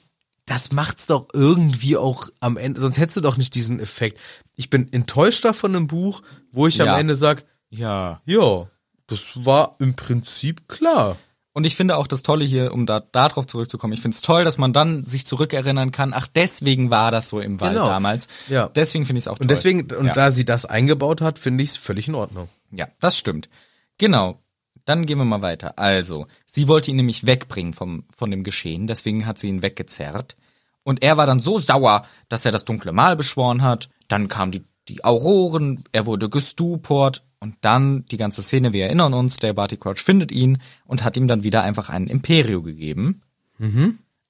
[SPEAKER 2] das macht's doch irgendwie auch am Ende, sonst hättest du doch nicht diesen Effekt. Ich bin enttäuschter von einem Buch, wo ich
[SPEAKER 1] Ja.
[SPEAKER 2] am Ende sag,
[SPEAKER 1] Ja.
[SPEAKER 2] ja, das war im Prinzip klar.
[SPEAKER 1] Und ich finde auch das Tolle hier, um da darauf zurückzukommen, ich finde es toll, dass man dann sich zurückerinnern kann, ach, deswegen war das so im Wald
[SPEAKER 2] Genau.
[SPEAKER 1] damals.
[SPEAKER 2] Ja.
[SPEAKER 1] Deswegen finde ich es auch toll.
[SPEAKER 2] Und deswegen, und
[SPEAKER 1] ja.
[SPEAKER 2] da sie das eingebaut hat, finde ich's völlig in Ordnung.
[SPEAKER 1] Ja, das stimmt. Genau. Dann gehen wir mal weiter. Also, sie wollte ihn nämlich wegbringen vom, von dem Geschehen, deswegen hat sie ihn weggezerrt. Und er war dann so sauer, dass er das dunkle Mal beschworen hat. Dann kamen die, die Auroren, er wurde gestuport und dann die ganze Szene, wir erinnern uns, der Barty Crouch findet ihn und hat ihm dann wieder einfach einen Imperio gegeben.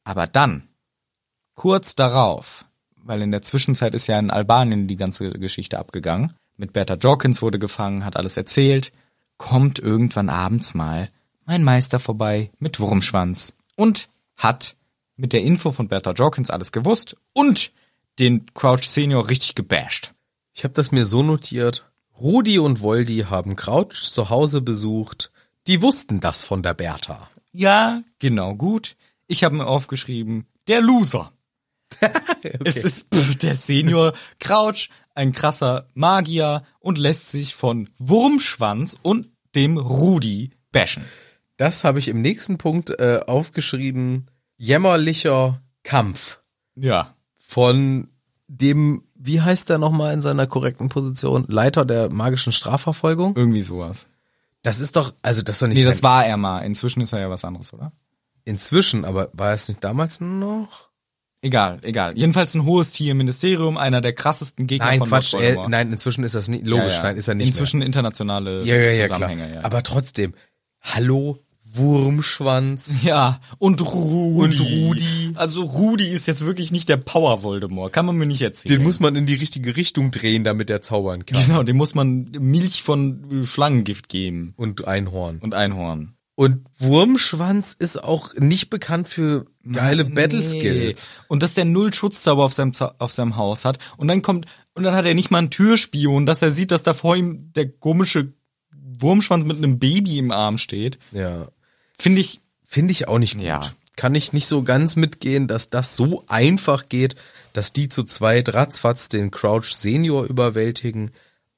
[SPEAKER 1] Aber dann, kurz darauf, weil in der Zwischenzeit ist ja in Albanien die ganze Geschichte abgegangen, mit Bertha Jorkins wurde gefangen, hat alles erzählt, kommt irgendwann abends mal mein Meister vorbei mit Wurmschwanz und hat mit der Info von Bertha Jorkins alles gewusst und den Crouch Senior richtig gebasht.
[SPEAKER 2] Ich habe das mir so notiert. Rudi und Woldi haben Crouch zu Hause besucht. Die wussten das von der Bertha.
[SPEAKER 1] Ja, genau, gut. Ich habe mir aufgeschrieben, der Loser. Es ist pff, der Senior Crouch, ein krasser Magier und lässt sich von Wurmschwanz und dem Rudi bashen.
[SPEAKER 2] Das habe ich im nächsten Punkt äh, aufgeschrieben. Jämmerlicher Kampf
[SPEAKER 1] Ja.
[SPEAKER 2] von dem, wie heißt er nochmal in seiner korrekten Position? Leiter der magischen Strafverfolgung?
[SPEAKER 1] Irgendwie sowas.
[SPEAKER 2] Das ist doch, also das ist doch nicht
[SPEAKER 1] Nee,
[SPEAKER 2] sein-
[SPEAKER 1] das war er mal. Inzwischen ist er ja was anderes, oder?
[SPEAKER 2] inzwischen, aber war es nicht damals noch?
[SPEAKER 1] Egal, egal. Jedenfalls ein hohes Tier im Ministerium, einer der krassesten Gegner
[SPEAKER 2] Nein,
[SPEAKER 1] von
[SPEAKER 2] Quatsch,
[SPEAKER 1] Lord
[SPEAKER 2] äh,
[SPEAKER 1] Voldemort.
[SPEAKER 2] nein, inzwischen ist das nicht, logisch,
[SPEAKER 1] Ja, ja.
[SPEAKER 2] nein, ist er nicht mehr.
[SPEAKER 1] Inzwischen internationale
[SPEAKER 2] Ja, ja, ja, klar.
[SPEAKER 1] Zusammenhänge. Ja, ja.
[SPEAKER 2] Aber trotzdem, hallo Wurmschwanz.
[SPEAKER 1] Ja, und Rudi.
[SPEAKER 2] Und Rudi.
[SPEAKER 1] Also Rudi ist jetzt wirklich nicht der Power Voldemort, kann man mir nicht erzählen.
[SPEAKER 2] Den muss man in die richtige Richtung drehen, damit er zaubern kann.
[SPEAKER 1] genau, dem muss man Milch von äh, Schlangengift geben
[SPEAKER 2] Und Einhorn.
[SPEAKER 1] und Einhorn.
[SPEAKER 2] Und Wurmschwanz ist auch nicht bekannt für geile Battle Skills.
[SPEAKER 1] Nee. Und dass der null Schutzzauber auf seinem, Za- auf seinem Haus hat und dann kommt und dann hat er nicht mal einen Türspion, dass er sieht, dass da vor ihm der komische Wurmschwanz mit einem Baby im Arm steht.
[SPEAKER 2] Ja.
[SPEAKER 1] Finde ich
[SPEAKER 2] Finde ich auch nicht gut.
[SPEAKER 1] Ja.
[SPEAKER 2] Kann ich nicht so ganz mitgehen, dass das so einfach geht, dass die zu zweit ratzfatz den Crouch Senior überwältigen.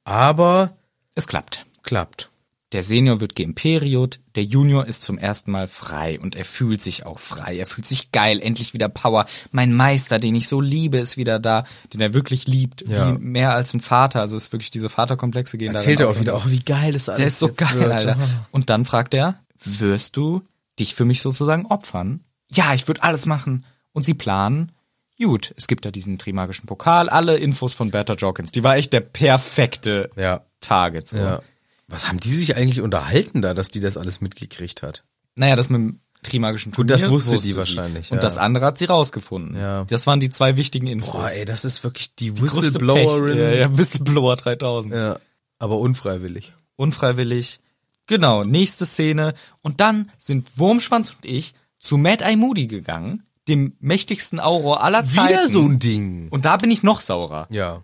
[SPEAKER 2] Aber
[SPEAKER 1] es klappt.
[SPEAKER 2] klappt.
[SPEAKER 1] Der Senior wird geimperiot, der Junior ist zum ersten Mal frei und er fühlt sich auch frei. Er fühlt sich geil, endlich wieder Power. Mein Meister, den ich so liebe, ist wieder da, den er wirklich liebt,
[SPEAKER 2] Ja.
[SPEAKER 1] wie mehr als ein Vater. Also es ist wirklich diese Vaterkomplexe gehen
[SPEAKER 2] Erzählt er
[SPEAKER 1] darin
[SPEAKER 2] auch wieder, oh, wie geil das alles
[SPEAKER 1] Der ist so
[SPEAKER 2] jetzt
[SPEAKER 1] geil,
[SPEAKER 2] wird.
[SPEAKER 1] Alter. Und dann fragt er, wirst du dich für mich sozusagen opfern? Ja, ich würde alles machen. Und sie planen, gut, es gibt da diesen trimagischen Pokal, alle Infos von Bertha Jorkins. Die war echt der perfekte
[SPEAKER 2] Ja.
[SPEAKER 1] Target. So.
[SPEAKER 2] Ja. Was haben die sich eigentlich unterhalten da, dass die das alles mitgekriegt hat?
[SPEAKER 1] Naja, das mit dem trimagischen Turnier.
[SPEAKER 2] das wusste die wahrscheinlich,
[SPEAKER 1] Und
[SPEAKER 2] ja.
[SPEAKER 1] das andere hat sie rausgefunden.
[SPEAKER 2] Ja.
[SPEAKER 1] Das waren die zwei wichtigen Infos.
[SPEAKER 2] Boah, ey, das ist wirklich die,
[SPEAKER 1] Größte
[SPEAKER 2] Whistleblowerin.
[SPEAKER 1] Pech. Ja, ja, Whistleblower 3000.
[SPEAKER 2] Ja, aber unfreiwillig.
[SPEAKER 1] Unfreiwillig. Genau, nächste Szene. Und dann sind Wurmschwanz und ich zu Mad Eye Moody gegangen, dem mächtigsten Auror aller Zeiten.
[SPEAKER 2] Wieder so ein Ding.
[SPEAKER 1] Und da bin ich noch saurer.
[SPEAKER 2] Ja.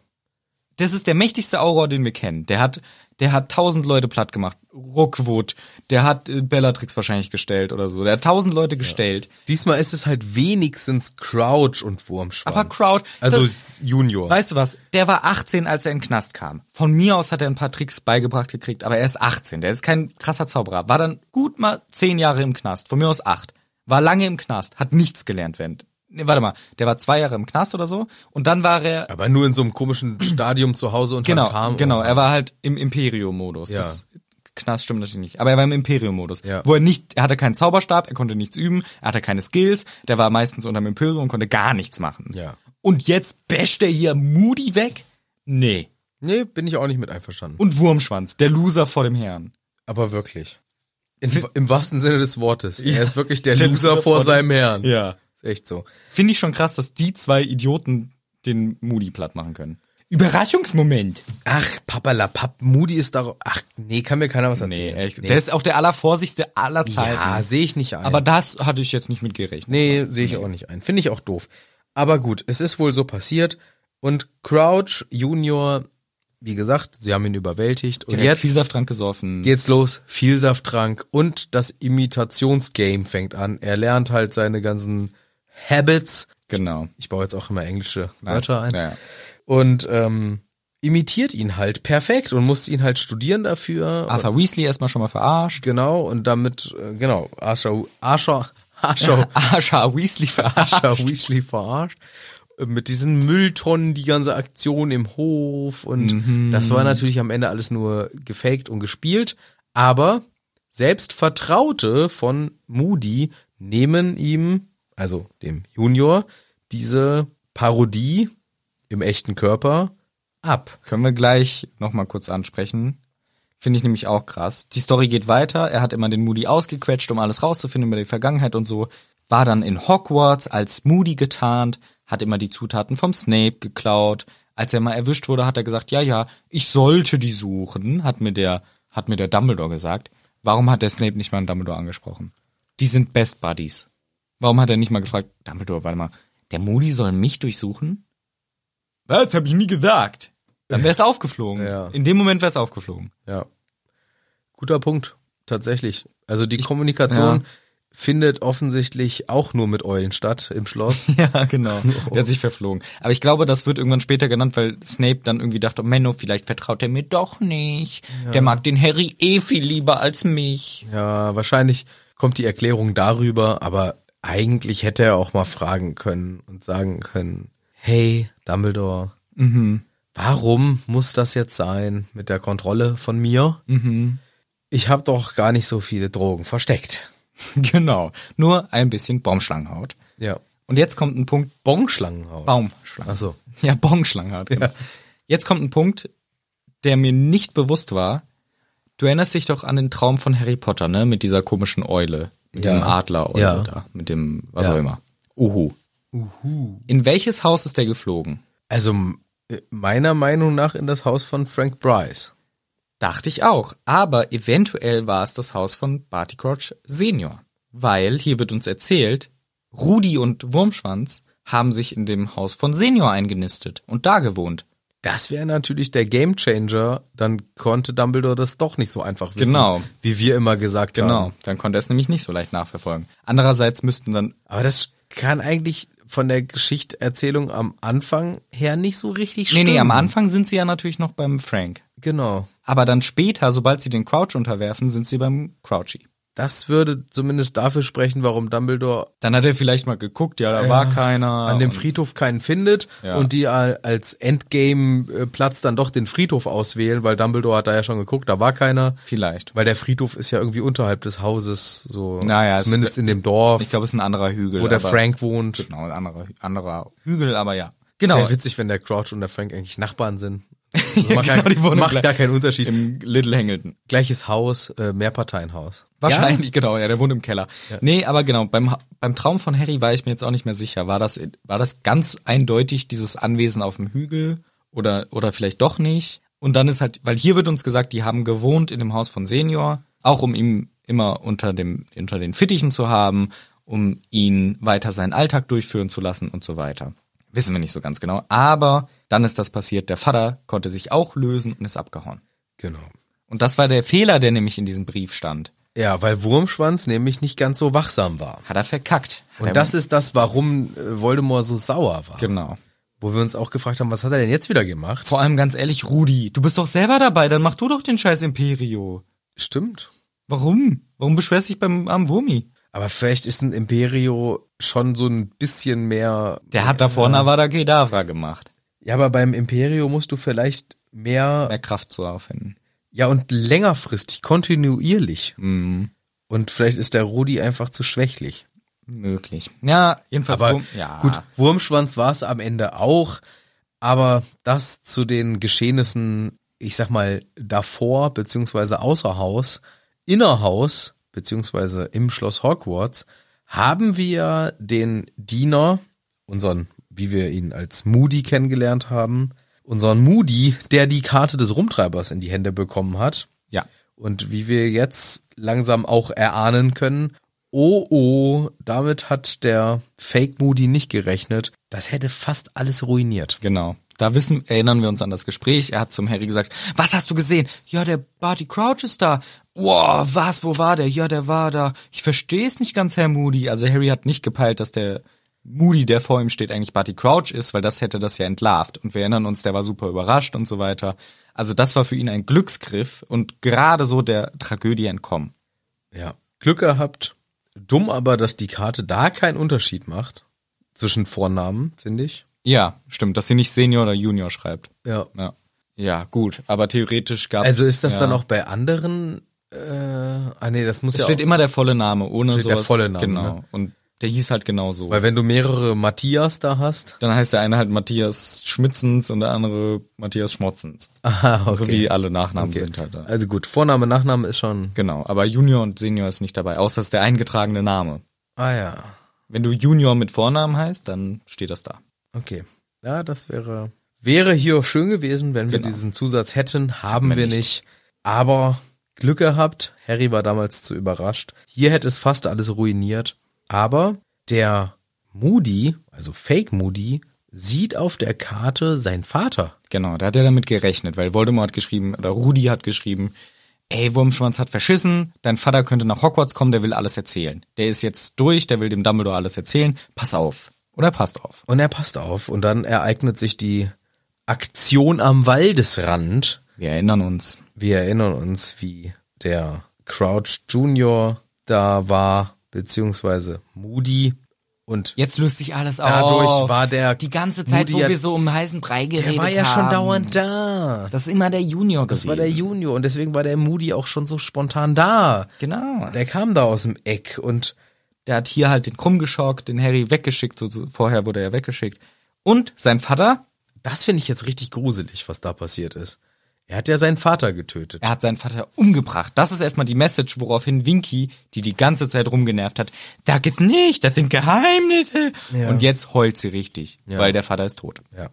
[SPEAKER 1] Das ist der mächtigste Auror, den wir kennen. Der hat, der hat tausend Leute platt gemacht. Ruckwood, der hat äh, Bellatrix wahrscheinlich gestellt oder so. Der hat tausend Leute gestellt.
[SPEAKER 2] Diesmal ist es halt wenigstens Crouch und Wurmschwanz.
[SPEAKER 1] Aber Crouch-
[SPEAKER 2] Also
[SPEAKER 1] das-
[SPEAKER 2] Junior.
[SPEAKER 1] Weißt du was? Der war 18, als er in den Knast kam. Von mir aus hat er ein paar Tricks beigebracht gekriegt, aber er ist 18. Der ist kein krasser Zauberer. War dann gut mal 10 Jahre im Knast. Von mir aus 8. War lange im Knast. Hat nichts gelernt während, nee, warte mal, der war zwei Jahre im Knast oder so und dann war er
[SPEAKER 2] Aber nur in so einem komischen Stadium zu Hause und
[SPEAKER 1] Genau,
[SPEAKER 2] Tamtam.
[SPEAKER 1] genau. Er war halt im Imperium-Modus.
[SPEAKER 2] Ja.
[SPEAKER 1] Das Knast stimmt natürlich nicht. Aber er war im Imperium-Modus.
[SPEAKER 2] Ja.
[SPEAKER 1] Wo er nicht, er hatte keinen Zauberstab, er konnte nichts üben, er hatte keine Skills, der war meistens unterm Imperium und konnte gar nichts machen.
[SPEAKER 2] Ja.
[SPEAKER 1] Und jetzt basht er hier Moody weg? Nee.
[SPEAKER 2] Nee, bin ich auch nicht mit einverstanden.
[SPEAKER 1] Und Wurmschwanz, der Loser vor dem Herrn.
[SPEAKER 2] Aber wirklich. In, Im wahrsten Sinne des Wortes. Er ist wirklich der,
[SPEAKER 1] Der
[SPEAKER 2] Loser,
[SPEAKER 1] Loser
[SPEAKER 2] vor
[SPEAKER 1] vor dem-
[SPEAKER 2] seinem Herrn.
[SPEAKER 1] Ja.
[SPEAKER 2] Ist echt so.
[SPEAKER 1] Finde ich schon krass, dass die zwei Idioten den Moody platt machen können. Überraschungsmoment.
[SPEAKER 2] Ach, Papalapap, Moody ist da. Ach, nee, kann mir keiner was
[SPEAKER 1] Nee,
[SPEAKER 2] erzählen.
[SPEAKER 1] echt. Der ist auch der allervorsichtigste aller Zeiten.
[SPEAKER 2] ja, sehe ich nicht ein.
[SPEAKER 1] Aber das hatte ich jetzt nicht mit gerechnet.
[SPEAKER 2] Nee, sehe ich auch nicht ein. Finde ich auch doof. Aber gut, es ist wohl so passiert. Und Crouch Junior, wie gesagt, sie haben ihn überwältigt. Und
[SPEAKER 1] Direkt
[SPEAKER 2] jetzt
[SPEAKER 1] Vielsafttrank gesoffen.
[SPEAKER 2] geht's los. Vielsafttrank und das Imitationsgame fängt an. Er lernt halt seine ganzen Habits.
[SPEAKER 1] Genau.
[SPEAKER 2] Ich baue jetzt auch immer englische
[SPEAKER 1] Nice.
[SPEAKER 2] Wörter ein.
[SPEAKER 1] Ja, ja.
[SPEAKER 2] Und ähm, imitiert ihn halt perfekt und musste ihn halt studieren dafür.
[SPEAKER 1] Arthur Weasley erstmal schon mal verarscht.
[SPEAKER 2] Genau, und damit, äh, genau, Arthur, Arthur, Arthur,
[SPEAKER 1] Asha Weasley verarscht.
[SPEAKER 2] Arthur Weasley verarscht. Äh, Mit diesen Mülltonnen, die ganze Aktion im Hof und das war natürlich am Ende alles nur gefaked und gespielt. Aber selbst Vertraute von Moody nehmen ihm, also dem Junior, diese Parodie im echten Körper ab.
[SPEAKER 1] Können wir gleich nochmal kurz ansprechen. Finde ich nämlich auch krass. Die Story geht weiter. Er hat immer den Moody ausgequetscht, um alles rauszufinden über die Vergangenheit und so. War dann in Hogwarts als Moody getarnt, hat immer die Zutaten vom Snape geklaut. Als er mal erwischt wurde, hat er gesagt, ja, ja, ich sollte die suchen, hat mir der, hat mir der Dumbledore gesagt. Warum hat der Snape nicht mal einen Dumbledore angesprochen? Die sind Best Buddies. Warum hat er nicht mal gefragt, Dumbledore, warte mal, der Moody soll mich durchsuchen? Was? Hab ich nie gesagt. Dann wär's aufgeflogen.
[SPEAKER 2] Ja.
[SPEAKER 1] In dem Moment wär's aufgeflogen.
[SPEAKER 2] Ja. Guter Punkt, tatsächlich. Also die Kommunikation
[SPEAKER 1] ja.
[SPEAKER 2] findet offensichtlich auch nur mit Eulen statt im Schloss.
[SPEAKER 1] Ja, genau. Der hat sich verflogen. Aber ich glaube, das wird irgendwann später genannt, weil Snape dann irgendwie dachte, oh, Menno, vielleicht vertraut er mir doch nicht. Der mag den Harry eh viel lieber als mich.
[SPEAKER 2] ja, wahrscheinlich kommt die Erklärung darüber, aber eigentlich hätte er auch mal fragen können und sagen können, hey, Dumbledore,
[SPEAKER 1] Mhm.
[SPEAKER 2] warum muss das jetzt sein mit der Kontrolle von mir?
[SPEAKER 1] Mhm.
[SPEAKER 2] Ich habe doch gar nicht so viele Drogen versteckt.
[SPEAKER 1] genau. Nur ein bisschen Baumschlangenhaut.
[SPEAKER 2] Ja.
[SPEAKER 1] Und jetzt kommt ein Punkt
[SPEAKER 2] Bongschlangenhaut.
[SPEAKER 1] Baumschlangenhaut.
[SPEAKER 2] Ach so.
[SPEAKER 1] Ja, Bongschlangenhaut. Genau. Jetzt kommt ein Punkt, der mir nicht bewusst war. Du erinnerst dich doch an den Traum von Harry Potter, ne? Mit dieser komischen Eule. Mit
[SPEAKER 2] Ja.
[SPEAKER 1] diesem Adler-Eule
[SPEAKER 2] Ja.
[SPEAKER 1] da. Mit dem, was
[SPEAKER 2] Ja.
[SPEAKER 1] auch immer. Uhu. Uhu. In welches Haus ist der geflogen?
[SPEAKER 2] Also m- äh, meiner Meinung nach in das Haus von Frank Bryce.
[SPEAKER 1] Dachte ich auch. Aber eventuell war es das Haus von Barty Crouch Senior. Weil hier wird uns erzählt, Rudi und Wurmschwanz haben sich in dem Haus von Senior eingenistet und da gewohnt.
[SPEAKER 2] Das wäre natürlich der Gamechanger. Dann konnte Dumbledore das doch nicht so einfach wissen.
[SPEAKER 1] Genau.
[SPEAKER 2] Wie wir immer gesagt
[SPEAKER 1] Genau,
[SPEAKER 2] haben.
[SPEAKER 1] dann konnte er es nämlich nicht so leicht nachverfolgen. Andererseits müssten dann,
[SPEAKER 2] Aber das kann eigentlich von der Geschichterzählung am Anfang her nicht so richtig
[SPEAKER 1] nee,
[SPEAKER 2] stimmen.
[SPEAKER 1] nee, am Anfang sind sie ja natürlich noch beim Frank.
[SPEAKER 2] Genau.
[SPEAKER 1] Aber dann später, sobald sie den Crouch unterwerfen, sind sie beim Crouchy.
[SPEAKER 2] Das würde zumindest dafür sprechen, warum Dumbledore
[SPEAKER 1] Dann hat er vielleicht mal geguckt, ja, da war keiner.
[SPEAKER 2] an dem
[SPEAKER 1] Ah, und-
[SPEAKER 2] Friedhof keinen findet
[SPEAKER 1] Ja.
[SPEAKER 2] und die al- als Endgame-Platz dann doch den Friedhof auswählen, weil Dumbledore hat da ja schon geguckt, da war keiner.
[SPEAKER 1] Vielleicht.
[SPEAKER 2] Weil der Friedhof ist ja irgendwie unterhalb des Hauses, so
[SPEAKER 1] Naja, es-
[SPEAKER 2] zumindest in dem Dorf,
[SPEAKER 1] Ich glaube, es ist ein anderer Hügel.
[SPEAKER 2] wo der
[SPEAKER 1] aber-
[SPEAKER 2] Frank wohnt.
[SPEAKER 1] Genau, ein anderer, anderer Hügel, aber ja. Genau.
[SPEAKER 2] Genau. Wäre witzig, wenn der Crouch und der Frank eigentlich Nachbarn sind. Also
[SPEAKER 1] Ja,
[SPEAKER 2] macht
[SPEAKER 1] genau,
[SPEAKER 2] gar-
[SPEAKER 1] die wohnen
[SPEAKER 2] macht
[SPEAKER 1] gleich-
[SPEAKER 2] gar keinen Unterschied.
[SPEAKER 1] Im Little Hangleton.
[SPEAKER 2] Gleiches Haus, äh, Mehrparteienhaus.
[SPEAKER 1] Wahrscheinlich, genau, ja, der wohnt im Keller. Nee, aber genau, beim, Ha- beim Traum von Harry war ich mir jetzt auch nicht mehr sicher. War das, war das ganz eindeutig dieses Anwesen auf dem Hügel oder, oder vielleicht doch nicht? Und dann ist halt, weil hier wird uns gesagt, die haben gewohnt in dem Haus von Senior, auch um ihn immer unter dem, unter den Fittichen zu haben, um ihn weiter seinen Alltag durchführen zu lassen und so weiter. Wissen wir nicht so ganz genau. Aber dann ist das passiert. Der Vater konnte sich auch lösen und ist abgehauen.
[SPEAKER 2] Genau.
[SPEAKER 1] Und das war der Fehler, der nämlich in diesem Brief stand.
[SPEAKER 2] Ja, weil Wurmschwanz nämlich nicht ganz so wachsam war.
[SPEAKER 1] Hat er verkackt. Hat er
[SPEAKER 2] Und das ist das, warum äh, Voldemort so sauer war.
[SPEAKER 1] Genau.
[SPEAKER 2] Wo wir uns auch gefragt haben, was hat er denn jetzt wieder gemacht?
[SPEAKER 1] Vor allem ganz ehrlich, Rudi, du bist doch selber dabei, dann mach du doch den scheiß Imperio.
[SPEAKER 2] Stimmt.
[SPEAKER 1] Warum? Warum beschwerst dich beim armen Wurmi?
[SPEAKER 2] Aber vielleicht ist ein Imperio schon so ein bisschen mehr.
[SPEAKER 1] Der hat da vorne Avada Kedavra gemacht.
[SPEAKER 2] Ja, aber beim Imperio musst du vielleicht mehr,
[SPEAKER 1] Mehr Kraft zu aufwenden.
[SPEAKER 2] ja und längerfristig, kontinuierlich.
[SPEAKER 1] Mhm.
[SPEAKER 2] Und vielleicht ist der Rudi einfach zu schwächlich.
[SPEAKER 1] Möglich. Ja, jedenfalls.
[SPEAKER 2] Aber
[SPEAKER 1] Wurm- ja.
[SPEAKER 2] gut, Wurmschwanz war es am Ende auch. Aber das zu den Geschehnissen, ich sag mal, davor, beziehungsweise außer Haus, inner Haus, beziehungsweise im Schloss Hogwarts, haben wir den Diener, unseren, wie wir ihn als Moody kennengelernt haben, unseren Moody, der die Karte des Rumtreibers in die Hände bekommen hat.
[SPEAKER 1] Ja.
[SPEAKER 2] Und wie wir jetzt langsam auch erahnen können, oh oh, damit hat der Fake Moody nicht gerechnet. Das hätte fast alles ruiniert.
[SPEAKER 1] Genau. Da wissen, erinnern wir uns an das Gespräch. Er hat zum Harry gesagt, was hast du gesehen? Ja, der Barty Crouch ist da. Wow, was, wo war der? Ja, der war da. Ich verstehe es nicht ganz, Herr Moody. Also Harry hat nicht gepeilt, dass der Moody, der vor ihm steht, eigentlich Barty Crouch ist, weil das hätte das ja entlarvt. Und wir erinnern uns, der war super überrascht und so weiter. Also das war für ihn ein Glücksgriff und gerade so der Tragödie entkommen.
[SPEAKER 2] Ja. Glück gehabt. Dumm aber, dass die Karte da keinen Unterschied macht. Zwischen Vornamen, finde ich.
[SPEAKER 1] Ja, stimmt, dass sie nicht Senior oder Junior schreibt.
[SPEAKER 2] Ja.
[SPEAKER 1] Ja, ja gut, aber theoretisch gab
[SPEAKER 2] Also ist das
[SPEAKER 1] ja.
[SPEAKER 2] dann auch bei anderen, äh, ah nee, das muss
[SPEAKER 1] Es
[SPEAKER 2] ja
[SPEAKER 1] steht
[SPEAKER 2] auch,
[SPEAKER 1] immer der volle Name, ohne
[SPEAKER 2] Steht der
[SPEAKER 1] sowas.
[SPEAKER 2] volle Name,
[SPEAKER 1] Genau.
[SPEAKER 2] ne?
[SPEAKER 1] Und der hieß halt genau so.
[SPEAKER 2] weil wenn du mehrere Matthias da hast.
[SPEAKER 1] dann heißt der eine halt Matthias Schmitzens und der andere Matthias Schmotzens.
[SPEAKER 2] Aha, okay.
[SPEAKER 1] So wie alle Nachnamen
[SPEAKER 2] okay.
[SPEAKER 1] sind halt da.
[SPEAKER 2] Also gut, Vorname, Nachname ist schon,
[SPEAKER 1] Genau, aber Junior und Senior ist nicht dabei, außer es ist der eingetragene Name.
[SPEAKER 2] ah ja.
[SPEAKER 1] Wenn du Junior mit Vornamen heißt, dann steht das da.
[SPEAKER 2] Okay. Ja, das wäre, wäre hier schön gewesen, wenn wir
[SPEAKER 1] Genau.
[SPEAKER 2] diesen Zusatz hätten. Haben wir
[SPEAKER 1] nicht.
[SPEAKER 2] nicht. Aber Glück gehabt. Harry war damals zu überrascht. Hier hätte es fast alles ruiniert. Aber der Moody, also Fake Moody, sieht auf der Karte seinen Vater.
[SPEAKER 1] Genau, da hat er damit gerechnet, weil Voldemort hat geschrieben, oder Rudi hat geschrieben, ey, Wurmschwanz hat verschissen, dein Vater könnte nach Hogwarts kommen, der will alles erzählen. Der ist jetzt durch, der will dem Dumbledore alles erzählen, pass auf. Oder passt auf.
[SPEAKER 2] Und er passt auf. Und dann ereignet sich die Aktion am Waldesrand.
[SPEAKER 1] Wir erinnern uns.
[SPEAKER 2] Wir erinnern uns, wie der Crouch Junior da war, beziehungsweise Moody. Und
[SPEAKER 1] Jetzt löst sich alles
[SPEAKER 2] Dadurch
[SPEAKER 1] auf.
[SPEAKER 2] war der
[SPEAKER 1] die ganze Zeit,
[SPEAKER 2] Moody
[SPEAKER 1] wo
[SPEAKER 2] ja-
[SPEAKER 1] wir so um heißen Brei geredet haben.
[SPEAKER 2] der war ja schon dauernd da.
[SPEAKER 1] Das ist immer der Junior
[SPEAKER 2] Das
[SPEAKER 1] gewesen.
[SPEAKER 2] war der Junior und deswegen war der Moody auch schon so spontan da.
[SPEAKER 1] Genau.
[SPEAKER 2] Der kam da aus dem Eck und
[SPEAKER 1] Der hat hier halt den Krumm geschockt, den Harry weggeschickt. So, so, vorher wurde er weggeschickt. Und sein Vater,
[SPEAKER 2] das finde ich jetzt richtig gruselig, was da passiert ist. Er hat ja seinen Vater getötet.
[SPEAKER 1] er hat seinen Vater umgebracht. Das ist erstmal die Message, woraufhin Winky, die die ganze Zeit rumgenervt hat, da geht nicht, das sind Geheimnisse.
[SPEAKER 2] Ja.
[SPEAKER 1] Und jetzt heult sie richtig, weil der Vater ist tot.
[SPEAKER 2] Ja.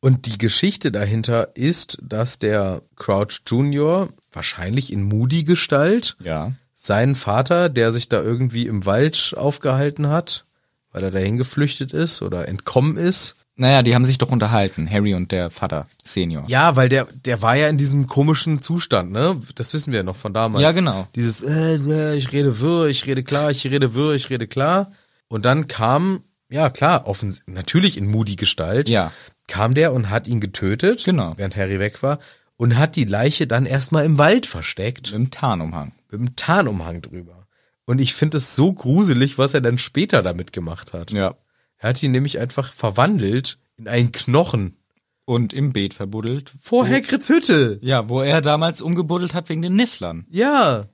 [SPEAKER 2] Und die Geschichte dahinter ist, dass der Crouch Junior wahrscheinlich in Moody Gestalt
[SPEAKER 1] Ja.
[SPEAKER 2] seinen Vater, der sich da irgendwie im Wald aufgehalten hat, weil er dahin geflüchtet ist oder entkommen ist,
[SPEAKER 1] Naja, die haben sich doch unterhalten, Harry und der Vater, Senior.
[SPEAKER 2] Ja, weil der, der war ja in diesem komischen Zustand, ne? Das wissen wir ja noch von damals.
[SPEAKER 1] Ja, genau.
[SPEAKER 2] Dieses, äh, äh, ich rede wirr, ich rede klar, ich rede wirr, ich rede klar. Und dann kam, ja klar, offens natürlich in Moody Gestalt,
[SPEAKER 1] Ja.
[SPEAKER 2] kam der und hat ihn getötet,
[SPEAKER 1] Genau.
[SPEAKER 2] während Harry weg war, und hat die Leiche dann erstmal im Wald versteckt,
[SPEAKER 1] Im Tarnumhang.
[SPEAKER 2] mit einem Tarnumhang drüber. Und ich finde es so gruselig, was er dann später damit gemacht hat.
[SPEAKER 1] Ja.
[SPEAKER 2] Er hat ihn nämlich einfach verwandelt in einen Knochen
[SPEAKER 1] Und im Beet verbuddelt.
[SPEAKER 2] vor Hagrids Hütte.
[SPEAKER 1] Ja, wo er damals umgebuddelt hat wegen den Nifflern.
[SPEAKER 2] Ja.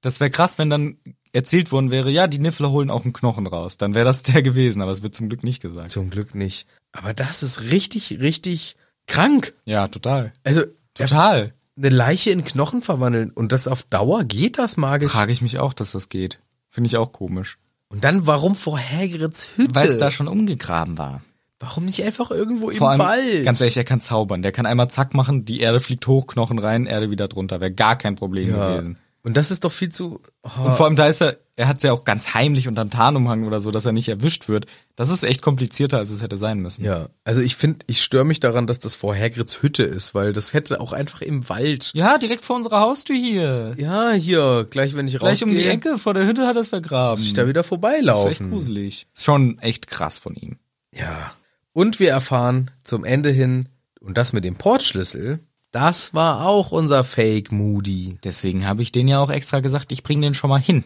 [SPEAKER 1] Das wäre krass, wenn dann erzählt worden wäre, ja, die Niffler holen auch einen Knochen raus. Dann wäre das der gewesen, aber es wird zum Glück nicht gesagt.
[SPEAKER 2] Zum Glück nicht. Aber das ist richtig, richtig krank.
[SPEAKER 1] Ja, total.
[SPEAKER 2] Also
[SPEAKER 1] Total.
[SPEAKER 2] eine Leiche in Knochen verwandeln und das auf Dauer geht das magisch.
[SPEAKER 1] Frage ich mich auch, dass das geht. Finde ich auch komisch.
[SPEAKER 2] Und dann warum vor Hagrids Hütte?
[SPEAKER 1] Weil es da schon umgegraben war.
[SPEAKER 2] warum nicht einfach irgendwo
[SPEAKER 1] Vor
[SPEAKER 2] im
[SPEAKER 1] allem,
[SPEAKER 2] Wald?
[SPEAKER 1] ganz ehrlich, er kann zaubern. Der kann einmal zack machen, die Erde fliegt hoch, Knochen rein, Erde wieder drunter. Wäre gar kein Problem
[SPEAKER 2] ja.
[SPEAKER 1] gewesen.
[SPEAKER 2] Und das ist doch viel zu. Oh,
[SPEAKER 1] Und vor allem da ist er, er hat ja auch ganz heimlich unterm Tarnumhang oder so, dass er nicht erwischt wird. Das ist echt komplizierter, als es hätte sein müssen.
[SPEAKER 2] ja, also ich finde, ich störe mich daran, dass das vor Hagrids Hütte ist, weil das hätte auch einfach im Wald.
[SPEAKER 1] Ja, direkt vor unserer Haustür hier.
[SPEAKER 2] Ja, hier, gleich wenn ich
[SPEAKER 1] Gleich um die
[SPEAKER 2] rausgehe,
[SPEAKER 1] Ecke vor der Hütte hat er es vergraben.
[SPEAKER 2] muss ich da wieder
[SPEAKER 1] das
[SPEAKER 2] vorbeilaufen.
[SPEAKER 1] ist echt gruselig. Ist Schon echt krass von ihm.
[SPEAKER 2] Ja. Und wir erfahren zum Ende hin, und das mit dem Portschlüssel, das war auch unser Fake Moody.
[SPEAKER 1] Deswegen habe ich den ja auch extra gesagt, ich bringe den schon mal hin.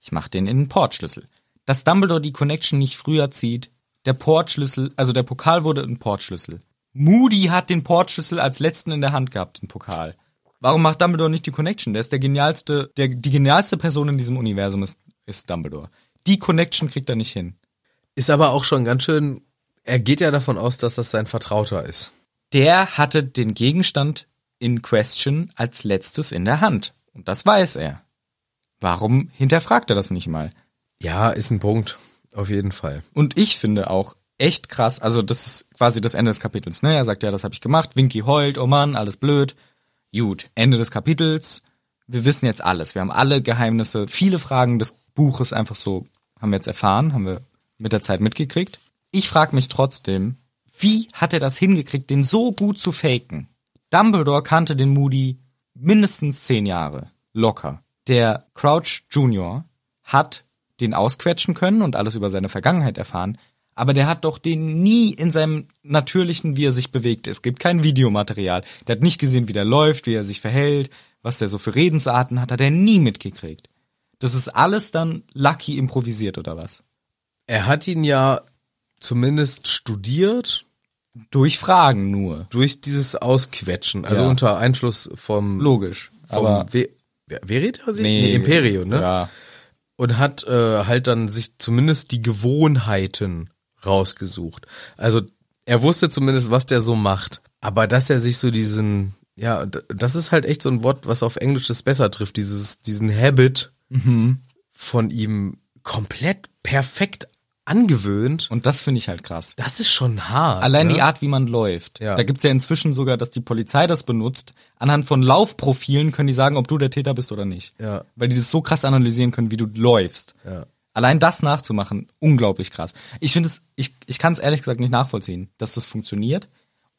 [SPEAKER 1] Ich mache den in den Portschlüssel. Dass Dumbledore die Connection nicht früher zieht, der Portschlüssel, also der Pokal wurde ein Portschlüssel. Moody hat den Portschlüssel als letzten in der Hand gehabt, den Pokal. Warum macht Dumbledore nicht die Connection? Der ist der genialste, der, die genialste Person in diesem Universum ist, ist Dumbledore. Die Connection kriegt er nicht hin.
[SPEAKER 2] Ist aber auch schon ganz schön, er geht ja davon aus, dass das sein Vertrauter ist.
[SPEAKER 1] Der hatte den Gegenstand in Question als letztes in der Hand. Und das weiß er. Warum hinterfragt er das nicht mal?
[SPEAKER 2] Ja, ist ein Punkt. Auf jeden Fall.
[SPEAKER 1] Und ich finde auch echt krass, also das ist quasi das Ende des Kapitels. Ne? Er sagt, ja, das habe ich gemacht. Winky heult, oh Mann, alles blöd. Gut, Ende des Kapitels. Wir wissen jetzt alles. Wir haben alle Geheimnisse, viele Fragen des Buches einfach so, haben wir jetzt erfahren, haben wir mit der Zeit mitgekriegt. Ich frage mich trotzdem, wie hat er das hingekriegt, den so gut zu faken? Dumbledore kannte den Moody mindestens zehn Jahre. Locker. Der Crouch Junior hat den ausquetschen können und alles über seine Vergangenheit erfahren, aber der hat doch den nie in seinem natürlichen, wie er sich bewegt. Es gibt kein Videomaterial. Der hat nicht gesehen, wie der läuft, wie er sich verhält, was der so für Redensarten hat, hat er nie mitgekriegt. Das ist alles dann lucky improvisiert oder was?
[SPEAKER 2] Er hat ihn ja zumindest studiert
[SPEAKER 1] Durch Fragen nur.
[SPEAKER 2] durch dieses Ausquetschen, also
[SPEAKER 1] Ja.
[SPEAKER 2] unter Einfluss vom,
[SPEAKER 1] Logisch.
[SPEAKER 2] vom
[SPEAKER 1] aber
[SPEAKER 2] We Verita? nee, Imperio, ne?
[SPEAKER 1] Ja.
[SPEAKER 2] und hat äh, halt dann sich zumindest die Gewohnheiten rausgesucht. Also er wusste zumindest, was der so macht. Aber dass er sich so diesen, ja, d- das ist halt echt so ein Wort, was auf Englisch das besser trifft, dieses, diesen Habit
[SPEAKER 1] Mhm.
[SPEAKER 2] von ihm komplett perfekt angewöhnt.
[SPEAKER 1] Und das finde ich halt krass.
[SPEAKER 2] Das ist schon hart.
[SPEAKER 1] Allein
[SPEAKER 2] ne?
[SPEAKER 1] die Art, wie man läuft.
[SPEAKER 2] Ja.
[SPEAKER 1] Da gibt's ja inzwischen sogar, dass die Polizei das benutzt. Anhand von Laufprofilen können die sagen, ob du der Täter bist oder nicht.
[SPEAKER 2] Ja.
[SPEAKER 1] Weil die das so krass analysieren können, wie du läufst.
[SPEAKER 2] Ja.
[SPEAKER 1] Allein das nachzumachen, unglaublich krass. Ich finde es, ich, ich kann es ehrlich gesagt nicht nachvollziehen, dass das funktioniert.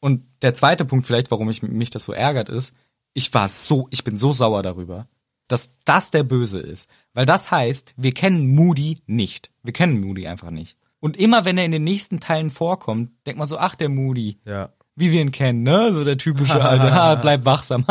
[SPEAKER 1] Und der zweite Punkt vielleicht, warum ich mich das so ärgert, ist, ich war so, ich bin so sauer darüber, dass das der Böse ist. Weil das heißt, wir kennen Moody nicht. Wir kennen Moody einfach nicht. Und immer wenn er in den nächsten Teilen vorkommt, denkt man so, ach der Moody,
[SPEAKER 2] Ja.
[SPEAKER 1] wie wir ihn kennen, ne? So der typische alte, ha, bleib wachsam.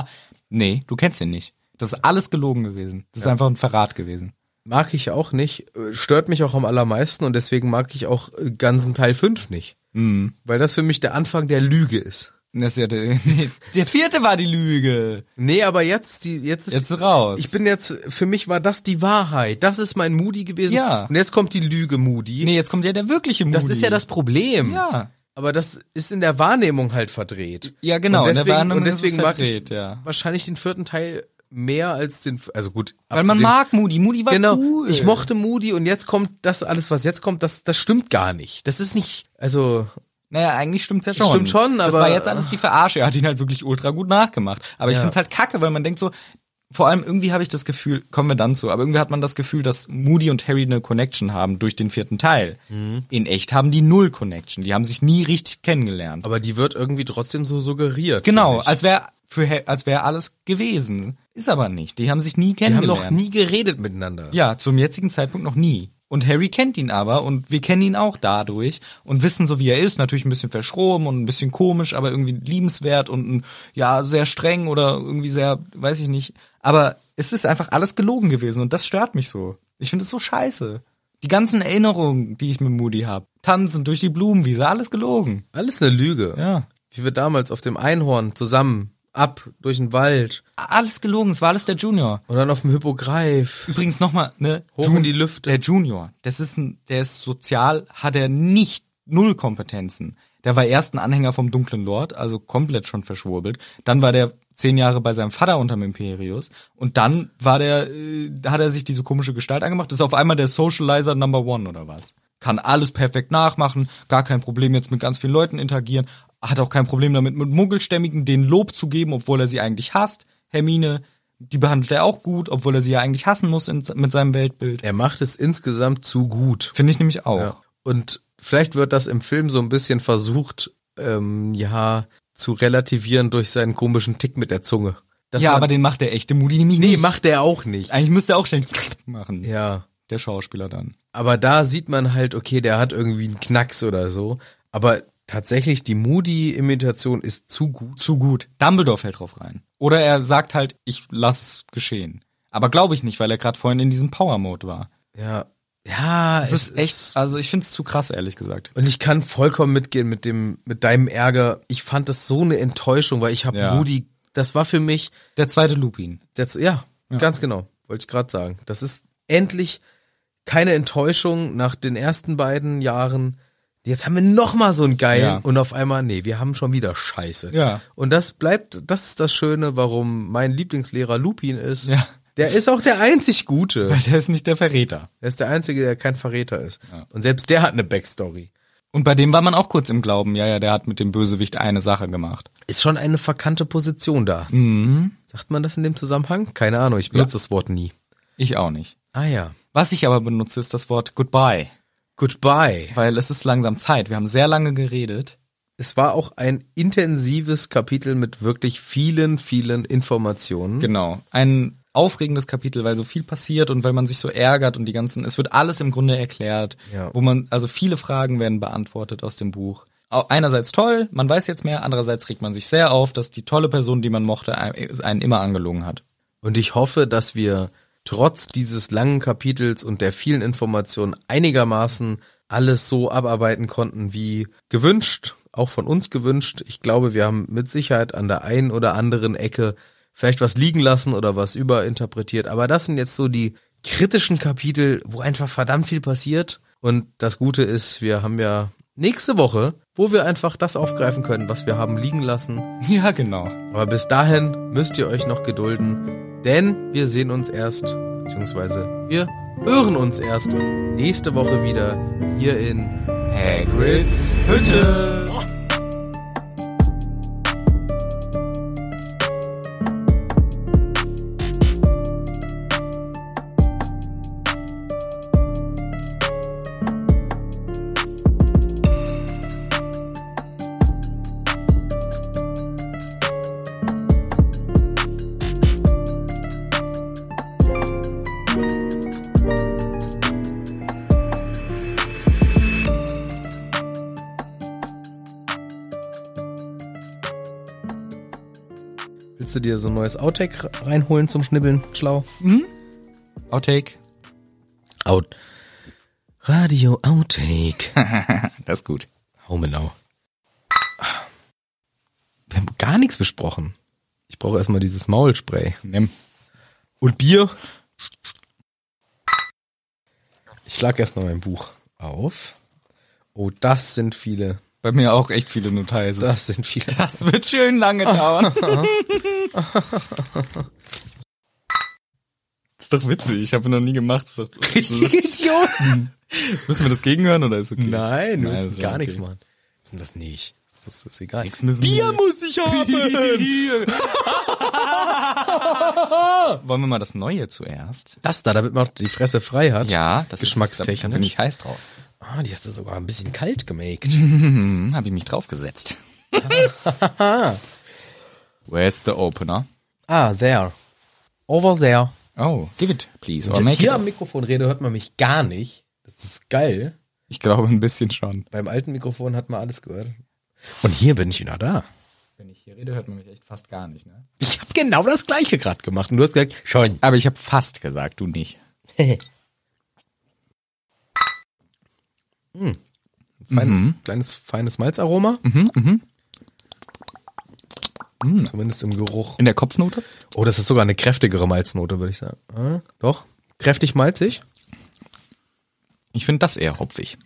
[SPEAKER 1] nee, du kennst ihn nicht. Das ist alles gelogen gewesen. Das ist einfach ein Verrat gewesen.
[SPEAKER 2] Mag ich auch nicht, äh, stört mich auch am allermeisten und deswegen mag ich auch äh, ganzen Teil 5 nicht.
[SPEAKER 1] Mhm.
[SPEAKER 2] Weil das für mich der Anfang der Lüge ist.
[SPEAKER 1] Das ist ja der, nee, der vierte war die Lüge.
[SPEAKER 2] Nee, aber jetzt ist die jetzt ist
[SPEAKER 1] Jetzt ist raus.
[SPEAKER 2] Ich bin jetzt für mich war das die Wahrheit. Das ist mein Moody gewesen.
[SPEAKER 1] Ja.
[SPEAKER 2] Und jetzt kommt die Lüge Moody.
[SPEAKER 1] nee, jetzt kommt ja der wirkliche Moody.
[SPEAKER 2] das ist ja das Problem.
[SPEAKER 1] Ja.
[SPEAKER 2] Aber das ist in der Wahrnehmung halt verdreht.
[SPEAKER 1] Ja, genau,
[SPEAKER 2] Und
[SPEAKER 1] in der
[SPEAKER 2] deswegen,
[SPEAKER 1] Wahrnehmung
[SPEAKER 2] und
[SPEAKER 1] ist es
[SPEAKER 2] deswegen
[SPEAKER 1] verdreht,
[SPEAKER 2] mag ich
[SPEAKER 1] ja.
[SPEAKER 2] wahrscheinlich den vierten Teil mehr als den also gut,
[SPEAKER 1] Weil man
[SPEAKER 2] abgesehen-
[SPEAKER 1] mag Moody. Moody war
[SPEAKER 2] Genau.
[SPEAKER 1] cool.
[SPEAKER 2] Ich mochte Moody und jetzt kommt das alles was jetzt kommt, das das stimmt gar nicht. Das ist nicht also
[SPEAKER 1] Naja, eigentlich stimmt's ja schon.
[SPEAKER 2] Stimmt schon,
[SPEAKER 1] Das
[SPEAKER 2] aber-
[SPEAKER 1] war jetzt alles die Verarsche. Er hat ihn halt wirklich ultra gut nachgemacht. Aber ich
[SPEAKER 2] Ja.
[SPEAKER 1] find's halt kacke, weil man denkt so, vor allem irgendwie habe ich das Gefühl, kommen wir dann zu, aber irgendwie hat man das Gefühl, dass Moody und Harry eine Connection haben durch den vierten Teil.
[SPEAKER 2] Mhm.
[SPEAKER 1] In echt haben die null Connection. Die haben sich nie richtig kennengelernt.
[SPEAKER 2] aber die wird irgendwie trotzdem so suggeriert.
[SPEAKER 1] genau,
[SPEAKER 2] finde ich.
[SPEAKER 1] als wäre für Har- als wäre alles gewesen. Ist aber nicht. Die haben sich nie
[SPEAKER 2] die haben
[SPEAKER 1] kennengelernt.
[SPEAKER 2] noch nie geredet miteinander.
[SPEAKER 1] Ja, zum jetzigen Zeitpunkt noch nie. Und Harry kennt ihn aber und wir kennen ihn auch dadurch und wissen so, wie er ist. Natürlich ein bisschen verschroben und ein bisschen komisch, aber irgendwie liebenswert und ein, ja, sehr streng oder irgendwie sehr, weiß ich nicht. Aber es ist einfach alles gelogen gewesen und das stört mich so. Ich finde es so scheiße. Die ganzen Erinnerungen, die ich mit Moody habe, tanzen durch die Blumenwiese, alles gelogen.
[SPEAKER 2] Alles eine Lüge.
[SPEAKER 1] Ja.
[SPEAKER 2] Wie wir damals auf dem Einhorn zusammen ab durch den Wald
[SPEAKER 1] Alles gelogen, es war alles der Junior.
[SPEAKER 2] und dann auf dem Hippogreif.
[SPEAKER 1] Übrigens nochmal, ne?
[SPEAKER 2] Hoch in die Lüfte.
[SPEAKER 1] Der Junior, das ist ein, der ist sozial, hat er nicht null Kompetenzen. Der war erst ein Anhänger vom Dunklen Lord, also komplett schon verschwurbelt. Dann war der zehn Jahre bei seinem Vater unterm Imperius und dann war der, äh, hat er sich diese komische Gestalt angemacht. Ist auf einmal der Socializer Number One oder was? Kann alles perfekt nachmachen, gar kein Problem jetzt mit ganz vielen Leuten interagieren, hat auch kein Problem damit, mit Muggelstämmigen den Lob zu geben, obwohl er sie eigentlich hasst. Hermine, die behandelt er auch gut, obwohl er sie ja eigentlich hassen muss in, mit seinem Weltbild.
[SPEAKER 2] Er macht es insgesamt zu gut.
[SPEAKER 1] Finde ich nämlich auch.
[SPEAKER 2] Ja. Und vielleicht wird das im Film so ein bisschen versucht, ähm, ja, zu relativieren durch seinen komischen Tick mit der Zunge. Dass
[SPEAKER 1] ja,
[SPEAKER 2] man-
[SPEAKER 1] aber den macht der echte Moody nämlich
[SPEAKER 2] nee,
[SPEAKER 1] nicht.
[SPEAKER 2] macht er auch nicht.
[SPEAKER 1] Eigentlich müsste er auch schnell machen,
[SPEAKER 2] Ja,
[SPEAKER 1] der Schauspieler dann.
[SPEAKER 2] aber da sieht man halt, okay, der hat irgendwie einen Knacks oder so. Aber tatsächlich die Moody-Imitation ist zu gut.
[SPEAKER 1] Zu gut. Dumbledore fällt drauf rein. Oder er sagt halt, ich lass es geschehen. Aber glaube ich nicht, weil er gerade vorhin in diesem Power-Mode war.
[SPEAKER 2] Ja. Ja,
[SPEAKER 1] Es ist echt, also ich finde es zu krass, ehrlich gesagt.
[SPEAKER 2] Und ich kann vollkommen mitgehen mit dem, mit deinem Ärger. Ich fand das so eine Enttäuschung, weil ich habe
[SPEAKER 1] Ja.
[SPEAKER 2] Moody, das war für mich,
[SPEAKER 1] Der zweite Lupin.
[SPEAKER 2] das, ja, ganz genau, wollte ich gerade sagen. Das ist endlich keine Enttäuschung nach den ersten beiden Jahren. Jetzt haben wir noch mal so einen geilen
[SPEAKER 1] Ja.
[SPEAKER 2] und auf einmal, nee, wir haben schon wieder Scheiße.
[SPEAKER 1] Ja.
[SPEAKER 2] Und das bleibt, das ist das Schöne, warum mein Lieblingslehrer Lupin ist.
[SPEAKER 1] Ja.
[SPEAKER 2] Der ist auch der einzig Gute.
[SPEAKER 1] Weil der ist nicht der Verräter.
[SPEAKER 2] Er ist der Einzige, der kein Verräter ist.
[SPEAKER 1] Ja.
[SPEAKER 2] Und selbst der hat eine Backstory.
[SPEAKER 1] Und bei dem war man auch kurz im Glauben, ja, ja, der hat mit dem Bösewicht eine Sache gemacht.
[SPEAKER 2] Ist schon eine verkannte Position da.
[SPEAKER 1] Mhm.
[SPEAKER 2] Sagt man das in dem Zusammenhang? Keine Ahnung, ich benutze das Wort nie.
[SPEAKER 1] Ich auch nicht.
[SPEAKER 2] Ah ja.
[SPEAKER 1] Was ich aber benutze, ist das Wort Goodbye.
[SPEAKER 2] Goodbye.
[SPEAKER 1] Weil es ist langsam Zeit. Wir haben sehr lange geredet.
[SPEAKER 2] Es war auch ein intensives Kapitel mit wirklich vielen, vielen Informationen.
[SPEAKER 1] Genau. Ein aufregendes Kapitel, weil so viel passiert und weil man sich so ärgert und die ganzen, es wird alles im Grunde erklärt,
[SPEAKER 2] Ja.
[SPEAKER 1] wo man, also viele Fragen werden beantwortet aus dem Buch. Au- Einerseits toll, man weiß jetzt mehr, andererseits regt man sich sehr auf, dass die tolle Person, die man mochte, ein- einen immer angelogen hat.
[SPEAKER 2] Und ich hoffe, dass wir trotz dieses langen Kapitels und der vielen Informationen einigermaßen alles so abarbeiten konnten, wie gewünscht, auch von uns gewünscht. Ich glaube, wir haben mit Sicherheit an der einen oder anderen Ecke vielleicht was liegen lassen oder was überinterpretiert. Aber das sind jetzt so die kritischen Kapitel, wo einfach verdammt viel passiert. Und das Gute ist, wir haben ja nächste Woche, wo wir einfach das aufgreifen können, was wir haben liegen lassen.
[SPEAKER 1] Ja, genau.
[SPEAKER 2] Aber bis dahin müsst ihr euch noch gedulden, denn wir sehen uns erst, beziehungsweise wir hören uns erst nächste Woche wieder hier in Hagrids Hütte. Willst du dir so ein neues Outtake reinholen zum Schnibbeln, schlau?
[SPEAKER 1] Outtake.
[SPEAKER 2] Out. Radio Outtake.
[SPEAKER 1] Das ist gut.
[SPEAKER 2] Haumenau. Wir haben gar nichts besprochen. Ich brauche erstmal dieses Maulspray.
[SPEAKER 1] Nimm.
[SPEAKER 2] Und Bier? Ich schlag erst mal mein Buch auf. Oh, das sind viele.
[SPEAKER 1] Bei mir auch echt viele Notizen.
[SPEAKER 2] Das sind viele.
[SPEAKER 1] das wird schön lange dauern. ist doch witzig, ich habe noch nie gemacht. Ist doch Hm.
[SPEAKER 2] Idioten.
[SPEAKER 1] Müssen wir das gegenhören oder ist okay?
[SPEAKER 2] Nein,
[SPEAKER 1] Nein,
[SPEAKER 2] wir
[SPEAKER 1] das
[SPEAKER 2] müssen
[SPEAKER 1] ist
[SPEAKER 2] gar
[SPEAKER 1] okay.
[SPEAKER 2] nichts machen. Wir müssen das nicht. Das ist, das ist egal.
[SPEAKER 1] Nix müssen wir-
[SPEAKER 2] muss ich
[SPEAKER 1] Wollen wir mal das Neue zuerst?
[SPEAKER 2] Das da, damit man auch die Fresse frei
[SPEAKER 1] das
[SPEAKER 2] hat.
[SPEAKER 1] Geschmackstechnisch.
[SPEAKER 2] Geschmackstechnisch.
[SPEAKER 1] Da bin ich heiß drauf.
[SPEAKER 2] Ah, die hast du sogar ein bisschen kalt gemaakt.
[SPEAKER 1] Hm, habe ich mich draufgesetzt. Where's the opener?
[SPEAKER 2] Ah, there. Over there.
[SPEAKER 1] Oh, give it, please. Or
[SPEAKER 2] Wenn ich
[SPEAKER 1] make
[SPEAKER 2] hier
[SPEAKER 1] it.
[SPEAKER 2] am Mikrofon rede, hört man mich gar nicht. Das ist geil.
[SPEAKER 1] Ich glaube ein bisschen schon.
[SPEAKER 2] Beim alten Mikrofon hat man alles gehört. Und hier bin ich wieder da.
[SPEAKER 1] Wenn ich hier rede, hört man mich echt fast gar nicht, ne?
[SPEAKER 2] Ich habe genau das gleiche gerade gemacht und du hast gesagt, schon.
[SPEAKER 1] Aber ich habe fast gesagt, du nicht.
[SPEAKER 2] Fein,
[SPEAKER 1] Mhm.
[SPEAKER 2] Kleines feines Malzaroma.
[SPEAKER 1] Mhm.
[SPEAKER 2] Zumindest im Geruch.
[SPEAKER 1] In der Kopfnote?
[SPEAKER 2] Oh, das ist sogar eine kräftigere Malznote, würde ich sagen. Ah, doch. Kräftig malzig.
[SPEAKER 1] Ich finde das eher hopfig.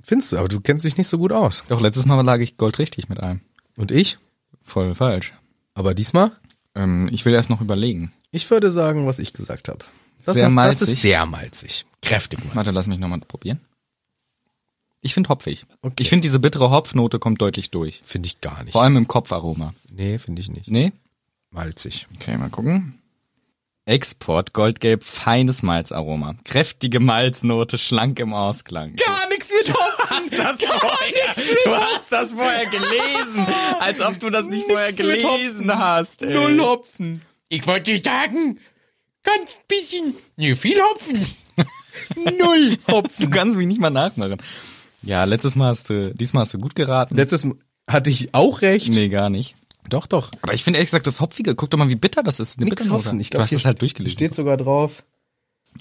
[SPEAKER 2] Findest du, aber du kennst dich nicht so gut aus.
[SPEAKER 1] Doch, letztes Mal lag ich goldrichtig mit einem.
[SPEAKER 2] Und ich?
[SPEAKER 1] Voll falsch.
[SPEAKER 2] Aber diesmal?
[SPEAKER 1] Ähm, ich will erst noch überlegen.
[SPEAKER 2] Ich würde sagen, was ich gesagt habe. Das,
[SPEAKER 1] Sehr
[SPEAKER 2] hat- das
[SPEAKER 1] malzig.
[SPEAKER 2] ist sehr malzig. Kräftig malzig.
[SPEAKER 1] Warte, lass mich nochmal probieren. Ich finde hopfig. Ich finde, diese bittere Hopfnote kommt deutlich durch.
[SPEAKER 2] Finde ich gar nicht.
[SPEAKER 1] Vor allem im Kopfaroma.
[SPEAKER 2] Nee, finde ich nicht.
[SPEAKER 1] Nee?
[SPEAKER 2] Malzig.
[SPEAKER 1] Okay, mal gucken. Export, goldgelb, feines Malzaroma. Kräftige Malznote, schlank im Ausklang.
[SPEAKER 4] Gar nichts mit Hopfen!
[SPEAKER 1] Das vorher, du hast das vorher gelesen, als ob du das nicht vorher
[SPEAKER 4] Nix mit
[SPEAKER 1] gelesen hast. Ey.
[SPEAKER 4] Null Hopfen! Ich wollte sagen, ganz bisschen, ne, viel Hopfen!
[SPEAKER 1] Null Hopfen. Du kannst mich nicht mal nachmachen. Ja, letztes Mal hast du, diesmal hast du gut geraten.
[SPEAKER 2] Letztes Mal hatte ich auch recht.
[SPEAKER 1] nee, gar nicht.
[SPEAKER 2] Doch, doch.
[SPEAKER 1] Aber ich finde ehrlich gesagt, das Hopfige, guck doch mal, wie bitter das ist. Eine
[SPEAKER 2] Nix
[SPEAKER 1] Bitternote.
[SPEAKER 2] hoffen. Ich
[SPEAKER 1] du
[SPEAKER 2] glaube,
[SPEAKER 1] hast es halt durchgelesen.
[SPEAKER 2] Steht sogar drauf.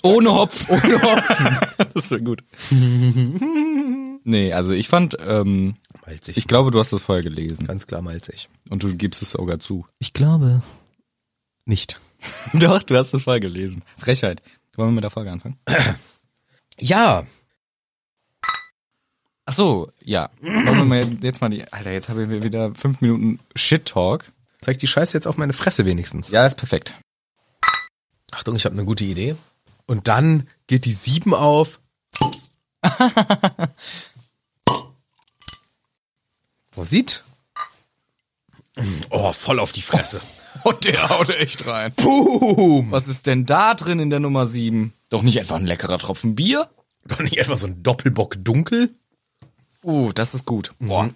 [SPEAKER 1] Ohne Hopf. Ohne Hopfen. das ist so gut. nee, also ich fand, ähm,
[SPEAKER 2] Malzig.
[SPEAKER 1] ich glaube, du hast das vorher gelesen.
[SPEAKER 2] Ganz klar malzig.
[SPEAKER 1] Und du gibst es sogar zu.
[SPEAKER 2] Ich glaube nicht.
[SPEAKER 1] Doch, du hast das vorher gelesen. Frechheit. Wollen wir mit der Folge anfangen?
[SPEAKER 2] Ja,
[SPEAKER 1] Ach so, ja. Wollen wir mal jetzt mal die, Alter, jetzt haben wir wieder fünf Minuten Shit-Talk.
[SPEAKER 2] zeig die Scheiße jetzt auf meine Fresse wenigstens.
[SPEAKER 1] Ja, ist perfekt.
[SPEAKER 2] Achtung, ich habe eine gute Idee. Und dann geht die 7 auf. Prosit. Oh, voll auf die Fresse.
[SPEAKER 1] Und der haut echt rein.
[SPEAKER 2] Boom.
[SPEAKER 1] Was ist denn da drin in der Nummer sieben? Doch nicht etwa ein leckerer Tropfen Bier?
[SPEAKER 2] Doch nicht etwa so ein Doppelbock dunkel?
[SPEAKER 1] Oh, das ist gut. Mhm. Boah.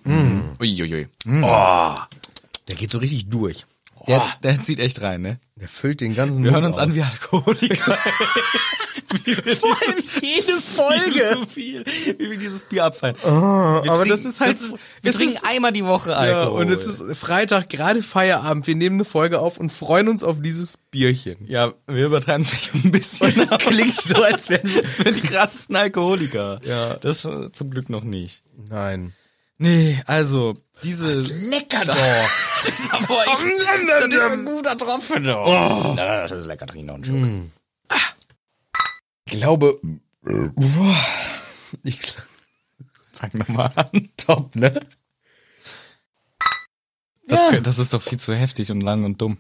[SPEAKER 1] Uiuiui.
[SPEAKER 2] Oh, der geht so richtig durch.
[SPEAKER 1] Der, der zieht echt rein, ne?
[SPEAKER 2] Der füllt den ganzen
[SPEAKER 1] Wir
[SPEAKER 2] Mund
[SPEAKER 1] hören uns
[SPEAKER 2] aus.
[SPEAKER 1] an wie Alkoholiker. Vor allem jede Folge. Ah, So viel, wie wir dieses Bier abfallen.
[SPEAKER 2] aber das ist halt...
[SPEAKER 1] wir
[SPEAKER 2] es
[SPEAKER 1] trinken
[SPEAKER 2] ist-
[SPEAKER 1] einmal die Woche
[SPEAKER 2] ja,
[SPEAKER 1] Alkohol.
[SPEAKER 2] und es ist Freitag, gerade Feierabend. Wir nehmen eine Folge auf und freuen uns auf dieses Bierchen.
[SPEAKER 1] ja, wir übertreiben es vielleicht ein bisschen. Das klingt so, als wären wir die krassesten Alkoholiker.
[SPEAKER 2] Ja.
[SPEAKER 1] Das äh, zum Glück noch nicht.
[SPEAKER 2] Nein.
[SPEAKER 1] Nee, also, diese...
[SPEAKER 2] Lecker doch.
[SPEAKER 1] Das ist aber echt... das ist ein guter Tropfen, doch.
[SPEAKER 4] Das ist lecker, Trino und Schluck.
[SPEAKER 1] Mm.
[SPEAKER 2] Ich glaube. Boah. Ich gl-
[SPEAKER 1] Fang nochmal an.
[SPEAKER 2] top, ne?
[SPEAKER 1] Das,
[SPEAKER 2] Ja.
[SPEAKER 1] kö- das ist doch viel zu heftig und lang und dumm.